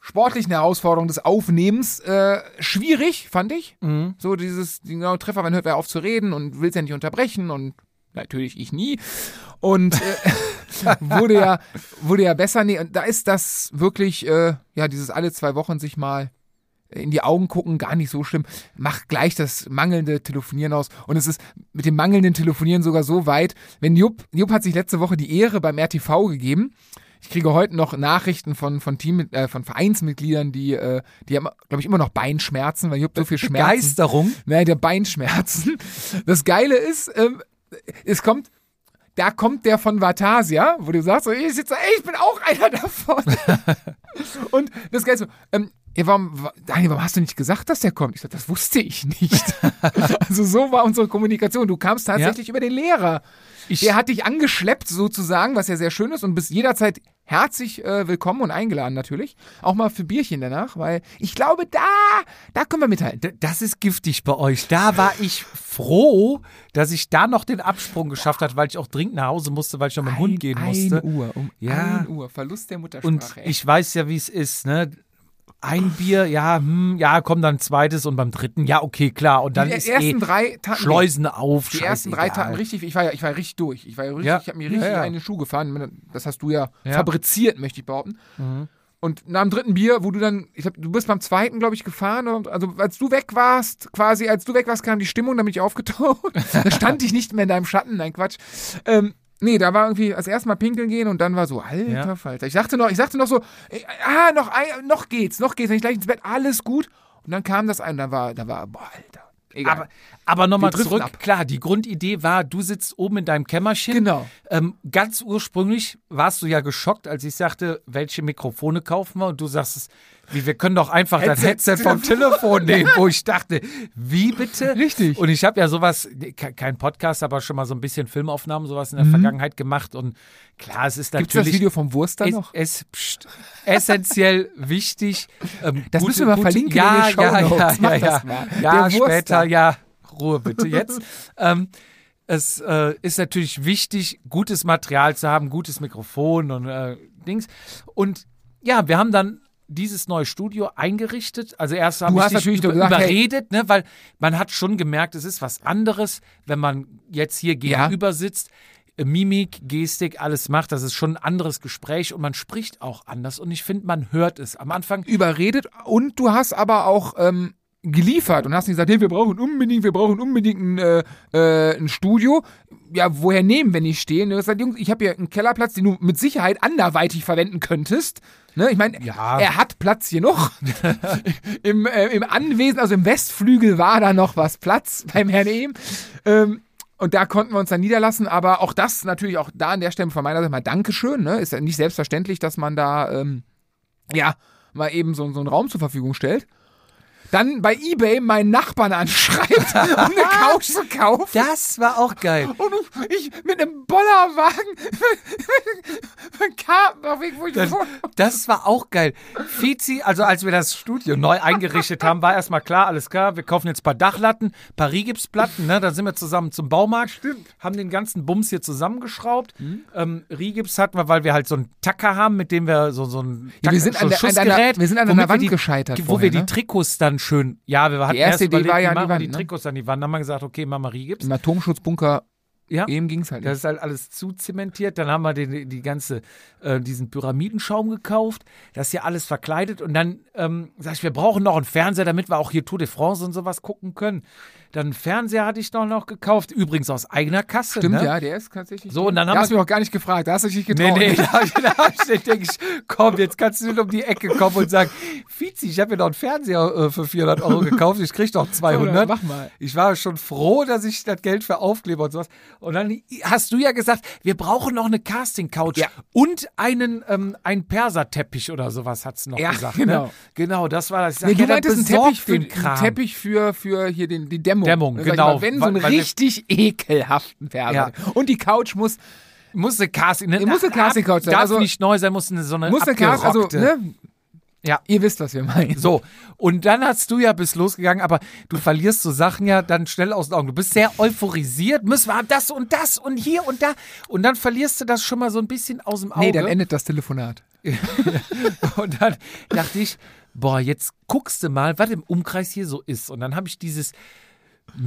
S2: sportlichen Herausforderung des Aufnehmens äh, schwierig, fand ich. So dieses, die genaue Treffer, wann hört wer auf zu reden und willst ja nicht unterbrechen und natürlich ich nie. Und äh, (laughs) wurde, ja, wurde ja besser. Nee, und da ist das wirklich, äh, ja, dieses alle zwei Wochen sich mal in die Augen gucken, gar nicht so schlimm. Macht gleich das mangelnde Telefonieren aus. Und es ist mit dem mangelnden Telefonieren sogar so weit, wenn Jupp, Jupp hat sich letzte Woche die Ehre beim RTV gegeben. Ich kriege heute noch Nachrichten von, von Team, äh, von Vereinsmitgliedern, die, äh, die haben, glaube ich, immer noch Beinschmerzen, weil Jupp so viel Schmerzen.
S1: Begeisterung.
S2: Nein, der Beinschmerzen. Das Geile ist, ähm, es kommt, da kommt der von Vatasia, wo du sagst, so, ich sitze, ey, ich bin auch einer davon. Und das Geile ist so, ähm, ja, warum, wa- Daniel, warum hast du nicht gesagt, dass der kommt? Ich sag, das wusste ich nicht. also so war unsere Kommunikation. Du kamst tatsächlich über den Lehrer.
S1: Ich-
S2: der hat dich angeschleppt sozusagen, was ja sehr schön ist und bist jederzeit herzlich äh, willkommen und eingeladen natürlich. Auch mal für Bierchen danach, weil ich glaube, da, da können wir mithalten.
S1: D- Das ist giftig bei euch. Da war ich froh, dass ich da noch den Absprung geschafft hat, weil ich auch dringend nach Hause musste, weil ich noch mit dem Hund gehen musste.
S2: 1 Uhr, um
S1: Ja.
S2: 1 Uhr, Verlust der Muttersprache.
S1: Und
S2: ey.
S1: ich weiß ja, wie es ist, ne? Ein Bier, ja, hm, ja, komm, dann ein zweites und beim dritten, ja, okay, klar. Und dann
S2: die
S1: ist
S2: ersten
S1: eh
S2: drei taten
S1: Schleusen auf.
S2: die ersten drei
S1: scheißegal.
S2: taten richtig, ich war ja, ich war richtig durch. Ich war ja richtig,
S1: Ja.
S2: ich habe mir richtig
S1: Ja, ja.
S2: einen in den Schuh gefahren. Das hast du ja,
S1: Ja. Mhm.
S2: fabriziert, möchte ich behaupten. Und nach dem dritten Bier, wo du dann, ich glaube, du bist beim zweiten, glaube ich, gefahren. Und, also als du weg warst, quasi, als du weg warst, kam die Stimmung, dann bin
S1: (laughs)
S2: ich aufgetaucht. da stand ich nicht mehr in deinem Schatten, nein Quatsch. Ähm, nee, da war irgendwie als erstes Mal pinkeln gehen und dann war so, alter
S1: Ja.
S2: Falter. Ich sagte noch, ich sagte noch so, äh, ah, noch, ein- noch geht's, noch geht's, wenn ich gleich ins Bett, alles gut. Und dann kam das ein, da war, da war, boah, alter. egal.
S1: Aber, aber nochmal
S2: Wir driften
S1: zurück.
S2: ab.
S1: Klar, die Grundidee war, du sitzt oben in deinem Kämmerchen.
S2: Genau.
S1: Ähm, ganz ursprünglich warst du ja geschockt, als ich sagte, welche Mikrofone kaufen wir? Und du sagst, wie, wir können doch einfach das
S2: Headset-
S1: Headset vom
S2: (laughs)
S1: Telefon nehmen, wo ich dachte, wie bitte?
S2: Richtig.
S1: Und ich habe ja sowas, ke- kein Podcast, aber schon mal so ein bisschen Filmaufnahmen, sowas in der Vergangenheit gemacht. Und klar, es ist
S2: Gibt es Mhm. das
S1: natürlich.
S2: Video vom Wurst da
S1: Es,
S2: noch?
S1: es, pst, essentiell wichtig. Ähm,
S2: Das müssen wir mal verlinken
S1: ja,
S2: in den Show
S1: ja,
S2: Notes.
S1: Ja,
S2: Mach
S1: ja,
S2: das
S1: ja,
S2: mal.
S1: ja
S2: Der Wurster.
S1: später, ja. Ruhe bitte jetzt. (laughs) ähm, es äh, ist natürlich wichtig, gutes Material zu haben, gutes Mikrofon und äh, Dings. Und ja, wir haben dann dieses neue Studio eingerichtet. Also erst haben
S2: Du
S1: wir
S2: hast natürlich
S1: über,
S2: gesagt, hey.
S1: überredet, ne, weil man hat schon gemerkt, es ist was anderes, wenn man jetzt hier
S2: Ja.
S1: gegenüber sitzt. äh, Mimik, Gestik, alles macht, das ist schon ein anderes Gespräch und man spricht auch anders und ich finde, man hört es. Am Anfang
S2: Überredet und du hast aber auch ähm, geliefert und hast nicht gesagt, hey, wir brauchen unbedingt, wir brauchen unbedingt ein, äh, äh, ein Studio. Ja, woher nehmen, wenn ich stehe? Und Du hast gesagt, Jungs, ich habe hier einen Kellerplatz, den du mit Sicherheit anderweitig verwenden könntest. Ne? Ich meine,
S1: Ja.
S2: er hat Platz hier noch. Im, äh, Im Anwesen, also im Westflügel war da noch was Platz beim Herrn Ehm. Ähm, und da konnten wir uns dann niederlassen, aber auch das natürlich auch da an der Stelle von meiner Seite mal Dankeschön. Ne? Ist ja nicht selbstverständlich, dass man da ähm, ja mal eben so, so einen Raum zur Verfügung stellt. Dann bei Ebay meinen
S1: (laughs)
S2: Nachbarn anschreibt, um eine Couch zu kaufen.
S1: Das war auch geil.
S2: Und um ich mit einem (laughs) Bollerwagen einen Kartenweg, wo ich
S1: Das, das war auch geil. Fizi, also als wir das Studio neu eingerichtet haben, war erstmal klar, alles klar, wir kaufen jetzt ein paar Dachlatten, ein paar Rigipsplatten, ne? dann sind wir zusammen zum Baumarkt, haben den ganzen Bums hier zusammengeschraubt.
S2: Mhm.
S1: Ähm, Rigips hatten wir, weil wir halt so einen Tacker haben, mit dem wir so, so ein
S2: Ja, wir sind
S1: so ein
S2: an der- an
S1: Schussgerät,
S2: einer- wir sind an
S1: womit
S2: einer Wand
S1: die,
S2: gescheitert
S1: Wo
S2: vorher,
S1: wir die
S2: ne?
S1: Trikots dann schön, ja, wir hatten erst
S2: erste Idee
S1: überlegt,
S2: war
S1: wie
S2: ja an die
S1: machen wir
S2: Wand,
S1: die
S2: ne?
S1: Trikots an die Wand, dann haben wir gesagt, okay, machen wir Rigips.
S2: Im Atomschutzbunker
S1: Ja.
S2: eben ging es halt
S1: Das
S2: nicht.
S1: ist halt alles zuzementiert. Dann haben wir den, die ganze, äh, diesen Pyramidenschaum gekauft. Das ist ja alles verkleidet. Und dann ähm, sag ich, wir brauchen noch einen Fernseher, damit wir auch hier Tour de France und sowas gucken können. Dann einen Fernseher hatte ich noch, noch gekauft. Übrigens aus eigener Kasse.
S2: Stimmt,
S1: ne?
S2: ja, der ist tatsächlich.
S1: So, und dann
S2: da
S1: haben
S2: hast du
S1: wir-
S2: mich auch gar nicht gefragt, da hast du dich nicht
S1: Nee,
S2: getraut.
S1: nee, (laughs) da hab ich, da hab ich, denke ich, komm, jetzt kannst du nicht um die Ecke kommen und sagen, Fizi, ich habe mir noch einen Fernseher äh, für 400 Euro gekauft, ich
S2: (laughs)
S1: krieg doch 200.
S2: mach mal.
S1: Ich war schon froh, dass ich das Geld für Aufkleber und sowas. Und dann hast du ja gesagt, wir brauchen noch eine Casting-Couch
S2: Ja.
S1: und einen, ähm, einen Perserteppich oder sowas, hat's noch
S2: Ja,
S1: gesagt. Ne?
S2: genau.
S1: Genau, das war das. Ich sag,
S2: Nee, du
S1: ja, dann
S2: meintest einen
S1: besorg
S2: Teppich, für,
S1: den
S2: einen
S1: Kram.
S2: Teppich für, für hier den, die Dämmung.
S1: Dämmung,
S2: Sag ich
S1: genau.
S2: Mal, wenn so einen
S1: Weil- weil wir-
S2: richtig ekelhaften Fernseher. Und die Couch muss,
S1: Muss eine Casting, ne?
S2: Muss eine Casting-Couch sein,
S1: Darf
S2: also-
S1: nicht neu sein, muss eine, so eine
S2: muss der Cast, also,
S1: Äh, abgerockte.
S2: ne?
S1: Ja.
S2: Ihr wisst, was wir meinen.
S1: So, und dann hast du ja bis losgegangen, aber du verlierst so Sachen ja dann schnell aus den Augen. Du bist sehr euphorisiert, müssen wir haben das und das und hier und da. Und dann verlierst du das schon mal so ein bisschen aus dem Auge.
S2: Nee, dann endet das Telefonat.
S1: (laughs) und dann dachte ich, boah, jetzt guckst du mal, was im Umkreis hier so ist. Und dann habe ich dieses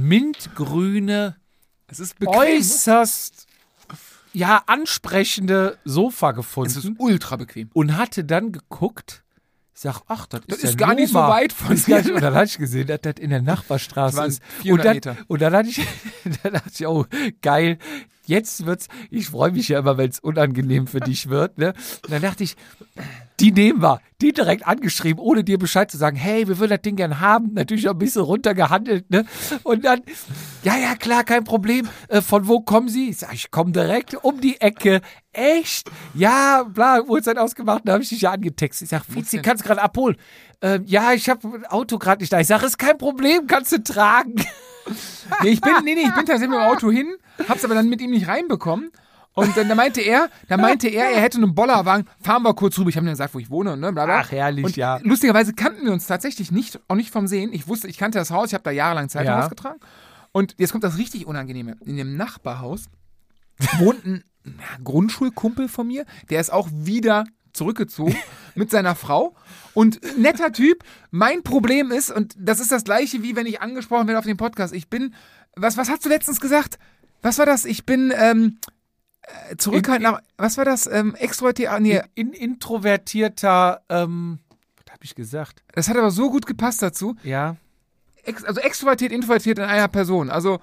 S1: mintgrüne,
S2: Es ist
S1: äußerst ja ansprechende Sofa
S2: Es ist
S1: gefunden
S2: ultra bequem.
S1: und hatte dann geguckt. Ich sag, ach, das,
S2: Das
S1: ist, ja
S2: ist gar nicht so
S1: Numa.
S2: weit von
S1: Ist gar nicht-
S2: mir.
S1: Und dann hatte ich gesehen, dass das in der Nachbarstraße
S2: waren
S1: ist.
S2: 400
S1: und dann,
S2: Meter.
S1: Und dann hatte ich, (laughs) dann dachte ich, oh, geil, jetzt wird's, ich freue mich ja immer, wenn es unangenehm für dich wird. Ne? Und dann dachte ich, die nehmen wir, die direkt angeschrieben, ohne dir Bescheid zu sagen, hey, wir würden das Ding gern haben, natürlich auch ein bisschen runtergehandelt. Ne? Und dann, ja, ja, klar, kein Problem, äh, von wo kommen Sie? Ich sage, ich komme direkt um die Ecke. Echt? Ja, bla, Uhrzeit ausgemacht, da habe ich dich ja angetextet. Ich sage, Vizi, kannst du gerade abholen? Ähm, ja, ich habe ein Auto gerade nicht da. Ich sage, ist kein Problem, kannst du tragen.
S2: Nee, ich bin, nee, nee, ich bin tatsächlich mit dem Auto hin, hab's aber dann mit ihm nicht reinbekommen. Und dann da meinte er, da meinte er, er hätte einen Bollerwagen, fahren wir kurz rüber. Ich habe ihm dann gesagt, wo ich wohne, ne? Bla bla.
S1: Ach, herrlich,
S2: und
S1: ja.
S2: Lustigerweise kannten wir uns tatsächlich nicht, auch nicht vom Sehen. Ich wusste, ich kannte das Haus, ich habe da jahrelang Zeitung
S1: Ja.
S2: ausgetragen. Und jetzt kommt das richtig Unangenehme. In dem Nachbarhaus (laughs) wohnt ein ja, Grundschulkumpel von mir, der ist auch wieder
S1: (laughs)
S2: zurückgezogen mit seiner Frau und netter Typ. Mein Problem ist, und das ist das gleiche, wie wenn ich angesprochen werde auf dem Podcast, ich bin, was, was hast du letztens gesagt? Was war das? Ich bin ähm, äh, zurückhaltend, nach- was war das? Ähm, Extrovertiert, ah, nee,
S1: In introvertierter, ähm, was habe ich gesagt?
S2: das hat aber so gut gepasst dazu.
S1: Ja.
S2: Ex also extrovertiert, introvertiert in einer Person. Also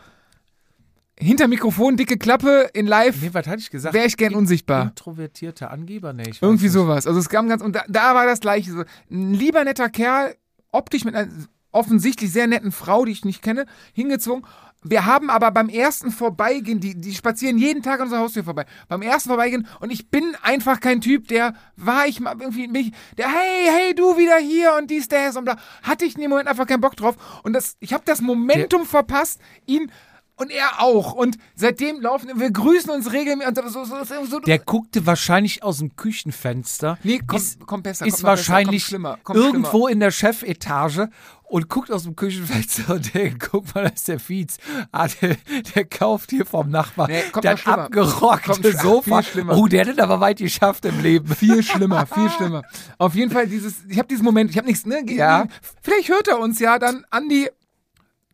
S2: hinter Mikrofon, dicke Klappe, in live
S1: Nee, was hatte ich gesagt?
S2: wäre ich gern
S1: In-
S2: unsichtbar.
S1: Introvertierter Angeber? Nee, ich weiß
S2: Irgendwie
S1: nicht.
S2: sowas. Also es kam ganz und da, da war das gleiche. So, ein lieber netter Kerl, optisch mit einer offensichtlich sehr netten Frau, die ich nicht kenne, hingezwungen. Wir haben aber beim ersten Vorbeigehen, die, die spazieren jeden Tag an unserer Haustür vorbei, beim ersten Vorbeigehen und ich bin einfach kein Typ, der war ich mal irgendwie mich, der hey, hey, du wieder hier und dies, das und bla. Hatte ich in dem Moment einfach keinen Bock drauf und das, ich habe das Momentum verpasst, ihn und er auch und seitdem laufen, wir grüßen uns regelmäßig und so, so, so, so
S1: Der guckte wahrscheinlich aus dem Küchenfenster.
S2: Nee, komm-
S1: ist,
S2: komm besser,
S1: Ist
S2: komm mal besser,
S1: wahrscheinlich
S2: komm schlimmer, komm
S1: irgendwo in der Chefetage und guckt aus dem Küchenfenster und denkt, guck mal, da ist der Fietz. Ah, der, der kauft hier vom Nachbarn.
S2: Nee, kommt
S1: der
S2: noch schlimmer. Kommt
S1: abgerockte
S2: sch- ach,
S1: Sofa.
S2: viel schlimmer.
S1: Oh, der hat das aber weit geschafft im Leben.
S2: Viel schlimmer, viel schlimmer. Auf jeden Fall dieses, ich habe diesen Moment, ich habe nichts, ne? Ge-
S1: Ja.
S2: ne? Vielleicht hört er uns ja, dann Andi,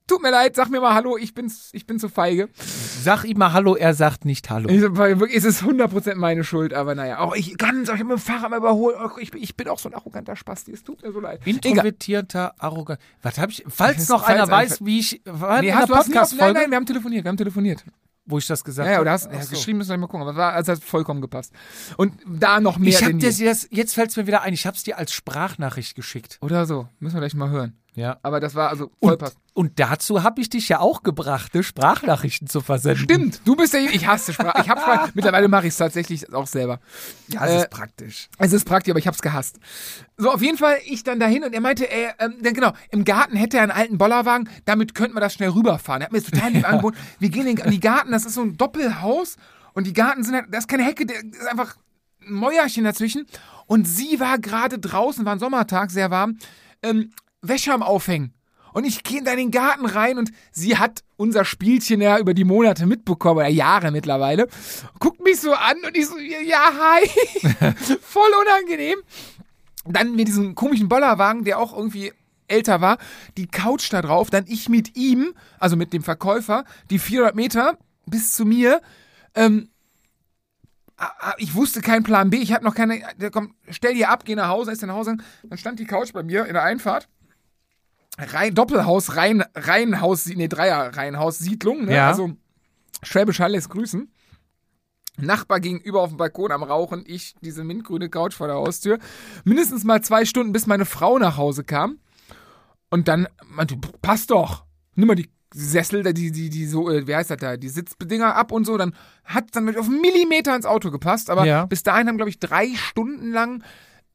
S2: tut mir leid, sag mir mal Hallo, ich bin's, ich bin zu feige.
S1: Sag ihm mal Hallo, er sagt nicht Hallo.
S2: Ich, weil wirklich, es ist 100% meine Schuld, aber naja, auch ich ganz, ich hab mit dem Fahrrad mal überholt, auch ich, bin- ich bin auch so ein arroganter Spasti, es tut mir so leid. Egal.
S1: Introvertierter, arrogant. Was hab ich? Falls
S2: (laughs) Das-
S1: noch
S2: falls
S1: einer weiß,
S2: einfach-
S1: wie ich war
S2: Nee,
S1: in
S2: hast
S1: einer
S2: du hast nie auf, nein, nein,
S1: Podcast-Folge,
S2: wir haben telefoniert, wir haben telefoniert.
S1: wo ich das gesagt
S2: Ja, ja,
S1: habe.
S2: oder hast, ja,
S1: Ach so.
S2: geschrieben, müssen wir mal gucken, aber es war, also, hat vollkommen gepasst. Und da noch mehr
S1: Ich
S2: denn
S1: hab
S2: je.
S1: dir das, jetzt fällt es mir wieder ein, ich hab's dir als Sprachnachricht geschickt.
S2: Oder so, müssen wir gleich mal hören.
S1: Ja.
S2: Aber das war also voll
S1: Und,
S2: passt.
S1: und dazu habe ich dich ja auch gebracht, ne, Sprachnachrichten zu versenden.
S2: Stimmt, du bist derjenige. Ich hasse Sprache. Ich hab Sprache. Mittlerweile mache ich es tatsächlich auch selber.
S1: Ja,
S2: Äh,
S1: praktisch.
S2: Es ist praktisch, aber ich hab's gehasst. So, auf jeden Fall ich dann dahin und er meinte, ey, ähm, denn genau, im Garten hätte er einen alten Bollerwagen, damit könnten wir das schnell rüberfahren. Er hat mir das total lieb angeboten. Wir gehen in die Garten, das ist so ein Doppelhaus und die Garten sind halt, da ist keine Hecke, da ist einfach ein Mäuerchen dazwischen. Und sie war gerade draußen, war ein Sommertag, sehr warm, ähm, Wäsche am Aufhängen. Und ich gehe in deinen Garten rein und sie hat unser Spielchen ja über die Monate mitbekommen, oder Jahre mittlerweile. Guckt mich so an und ich so, ja, hi. Voll unangenehm. Dann mit diesem komischen Bollerwagen, der auch irgendwie älter war, die Couch da drauf, dann ich mit ihm, also mit dem Verkäufer, die 400 Meter bis zu mir. Ähm, a- a- ich wusste keinen Plan B, ich hatte noch keine, der kommt, stell dir ab, geh nach Hause, ist der nach Hause. gegangen. Dann stand die Couch bei mir in der Einfahrt. Rein, Doppelhaus, Rein, Reihenhaus, nee, Dreier, Reihenhaus, Siedlung, ne?
S1: Ja.
S2: Also Schwäbisch Hall lässt grüßen. Nachbar gegenüber auf dem Balkon am Rauchen, ich diese mintgrüne Couch vor der Haustür. Mindestens mal zwei Stunden, bis meine Frau nach Hause kam. Und dann meinte, "Pff, passt doch. Nimm mal die Sessel, die, die, die so, äh, wie heißt das da, die Sitzbedinger ab und so. Dann hat dann wirklich auf einen Millimeter ins Auto gepasst. Aber
S1: Ja.
S2: bis dahin haben, glaube ich, drei Stunden lang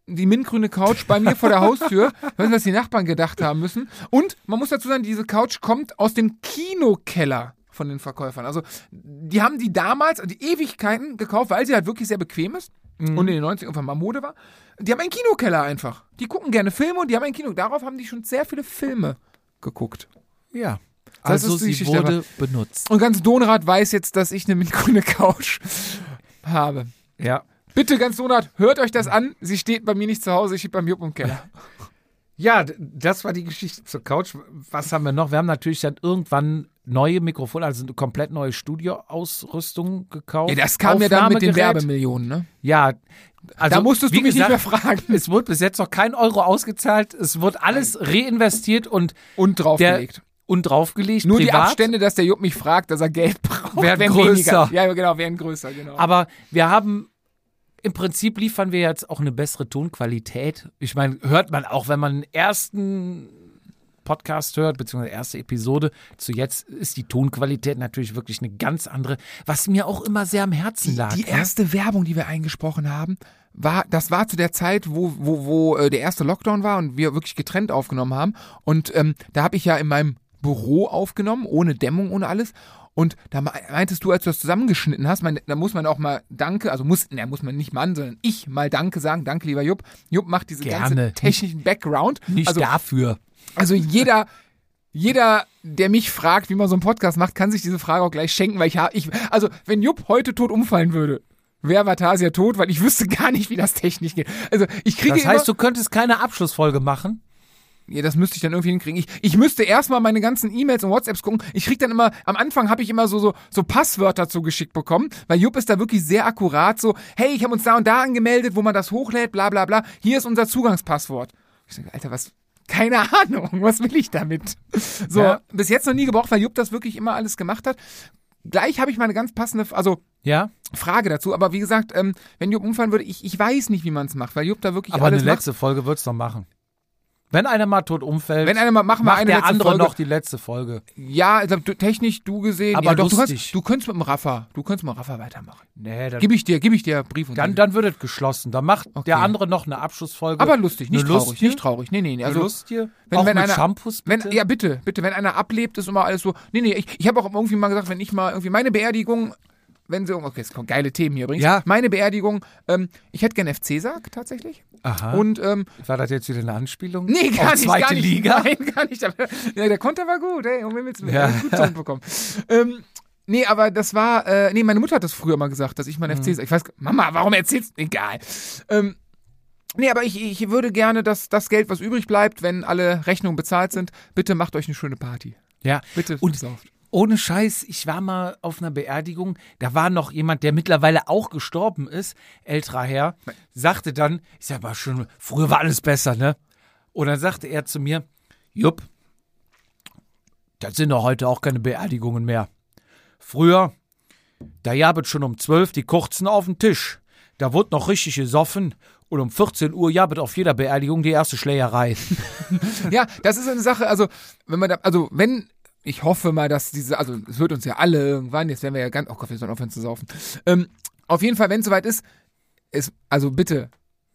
S2: die mintgrüne Couch bei mir vor der Haustür. Ich weiß nicht, was die Nachbarn gedacht haben müssen. Und man muss dazu sagen, diese Couch kommt aus dem Kinokeller von den Verkäufern. Also die haben die damals, die Ewigkeiten gekauft, weil sie halt wirklich sehr bequem ist
S1: Mhm.
S2: und in den 90ern irgendwann mal Mode war. Die haben einen Kinokeller einfach. Die gucken gerne Filme und die haben ein Kino. Darauf haben die schon sehr viele Filme geguckt.
S1: Ja.
S2: Das
S1: Also
S2: ist die
S1: sie
S2: Geschichte
S1: wurde benutzt.
S2: Und ganz Donrad weiß jetzt, dass ich eine mintgrüne Couch (laughs) habe.
S1: Ja.
S2: Bitte, ganz Donrad, hört euch das an. Sie steht bei mir nicht zu Hause, ich steht beim Jupp im Keller.
S1: (laughs) Ja, d- das war die Geschichte zur Couch. Was haben wir noch? Wir haben natürlich dann irgendwann neue Mikrofone, also eine komplett neue Studioausrüstung gekauft.
S2: Ja, das kam ja dann mit den
S1: Aufnahmegerät.
S2: Werbemillionen, ne?
S1: Ja, also
S2: da musstest
S1: wie
S2: du mich
S1: gesagt,
S2: nicht mehr fragen.
S1: Es wurde bis jetzt noch kein Euro ausgezahlt. Es wurde alles reinvestiert und
S2: Und
S1: der
S2: draufgelegt.
S1: und draufgelegt.
S2: Nur die
S1: privat.
S2: Abstände, dass der Jupp mich fragt, dass er Geld braucht.
S1: Werden
S2: werden
S1: größer.
S2: weniger. Ja, genau, werden größer, genau.
S1: Aber wir haben, im Prinzip liefern wir jetzt auch eine bessere Tonqualität. Ich meine, hört man auch, wenn man den ersten Podcast hört, beziehungsweise erste Episode zu jetzt, ist die Tonqualität natürlich wirklich eine ganz andere, was mir auch immer sehr am Herzen lag. ne?
S2: Die erste Werbung, die wir eingesprochen haben, war, das war zu der Zeit, wo, wo, wo äh, der erste Lockdown war und wir wirklich getrennt aufgenommen haben. Und ähm, da habe ich ja in meinem Büro aufgenommen, ohne Dämmung, ohne alles. Und da me- meintest du, als du das zusammengeschnitten hast, man, da muss man auch mal Danke, also muss, na, muss man nicht Mann, sondern ich mal Danke sagen. Danke, lieber Jupp. Jupp macht diese
S1: Gerne.
S2: ganze technischen Background.
S1: Nicht
S2: also
S1: dafür.
S2: also jeder, jeder, der mich fragt, wie man so einen Podcast macht, kann sich diese Frage auch gleich schenken, weil ich habe, ich, also wenn Jupp heute tot umfallen würde, wäre Vatasia tot, weil ich wüsste gar nicht, wie das technisch geht. Also ich kriege
S1: Das heißt,
S2: immer,
S1: du könntest keine Abschlussfolge machen.
S2: ja, das müsste ich dann irgendwie hinkriegen. Ich, ich müsste erstmal meine ganzen E-Mails und WhatsApps gucken. Ich krieg dann immer, am Anfang habe ich immer so, so, so Passwörter zugeschickt bekommen, weil Jupp ist da wirklich sehr akkurat, so, hey, ich habe uns da und da angemeldet, wo man das hochlädt, bla bla bla. Hier ist unser Zugangspasswort. Ich sage, Alter, was? Keine Ahnung, (laughs) was will ich damit? So,
S1: Ja.
S2: bis jetzt noch nie gebraucht, weil Jupp das wirklich immer alles gemacht hat. Gleich habe ich mal eine ganz passende, also
S1: Ja,
S2: Frage dazu, aber wie gesagt, ähm, wenn Jupp umfallen würde, ich, ich weiß nicht, wie man es macht, weil Jupp da wirklich
S1: aber eine
S2: alles macht.
S1: letzte Folge wird's noch machen. Wenn einer mal tot umfällt,
S2: Wenn einer mal, machen wir
S1: macht
S2: eine
S1: der
S2: letzte
S1: andere
S2: Folge.
S1: noch die letzte Folge.
S2: Ja, ich glaube, du- technisch du gesehen.
S1: Aber
S2: ja, doch, du,
S1: lustig.
S2: kannst, du könntest mit dem Raffa, du könntest mit dem Raffa weitermachen.
S1: Nee, dann,
S2: Gib ich dir, gib ich dir Brief und
S1: dann,
S2: Siegel.
S1: dann wird es geschlossen. Dann macht
S2: Mhm. Okay.
S1: der andere noch eine Abschlussfolge.
S2: Aber lustig, nicht
S1: Eine
S2: traurig,
S1: lustige?
S2: nicht traurig. Nee, nee, nee.
S1: also,
S2: Also,
S1: Lust hier?
S2: wenn-
S1: auch
S2: wenn
S1: mit
S2: einer-
S1: Shampoos bitte?
S2: Wenn, ja, bitte, bitte, wenn einer ablebt, ist immer alles so. Nee, nee, ich, ich habe auch irgendwie mal gesagt, wenn ich mal irgendwie meine Beerdigung, wenn sie, okay, es kommen geile Themen hier übrigens.
S1: Ja.
S2: Meine Beerdigung, ähm, ich hätte gern FC-Sarg tatsächlich.
S1: Aha.
S2: Und, ähm,
S1: War das jetzt wieder eine Anspielung?
S2: nee, gar
S1: Auf
S2: nicht.
S1: Zweite
S2: gar nicht.
S1: Liga?
S2: (laughs) Nein, gar nicht. Aber, ja, der Konter war gut, ey, um Himmels Willen.
S1: Ja.
S2: Ja. Gut Ton bekommen. Ähm, Nee, aber das war, äh, nee, meine Mutter hat das früher mal gesagt, dass ich
S1: Mhm.
S2: mein FC, ich weiß, Mama, warum erzählst du, egal. Ähm, nee, aber ich, ich würde gerne, dass das Geld, was übrig bleibt, wenn alle Rechnungen bezahlt sind, bitte macht euch eine schöne Party.
S1: Ja.
S2: Bitte
S1: Und
S2: sauft.
S1: ohne Scheiß, ich war mal auf einer Beerdigung, da war noch jemand, der mittlerweile auch gestorben ist, älterer Herr, sagte dann, ist ja mal schon, früher war alles besser, ne? Und dann sagte er zu mir, Jupp, das sind doch heute auch keine Beerdigungen mehr. Früher, da jabet schon um 12 die Kurzen auf den Tisch. Da wurde noch richtig gesoffen und um 14 Uhr jabet auf jeder Beerdigung die erste Schlägerei.
S2: Ja, das ist eine Sache, also wenn man da, also wenn, ich hoffe mal, dass diese, also es wird uns ja alle irgendwann, jetzt werden wir ja ganz, oh Gott, wir sollen aufhören zu saufen. Ähm, auf jeden Fall, wenn es soweit ist, es, also bitte,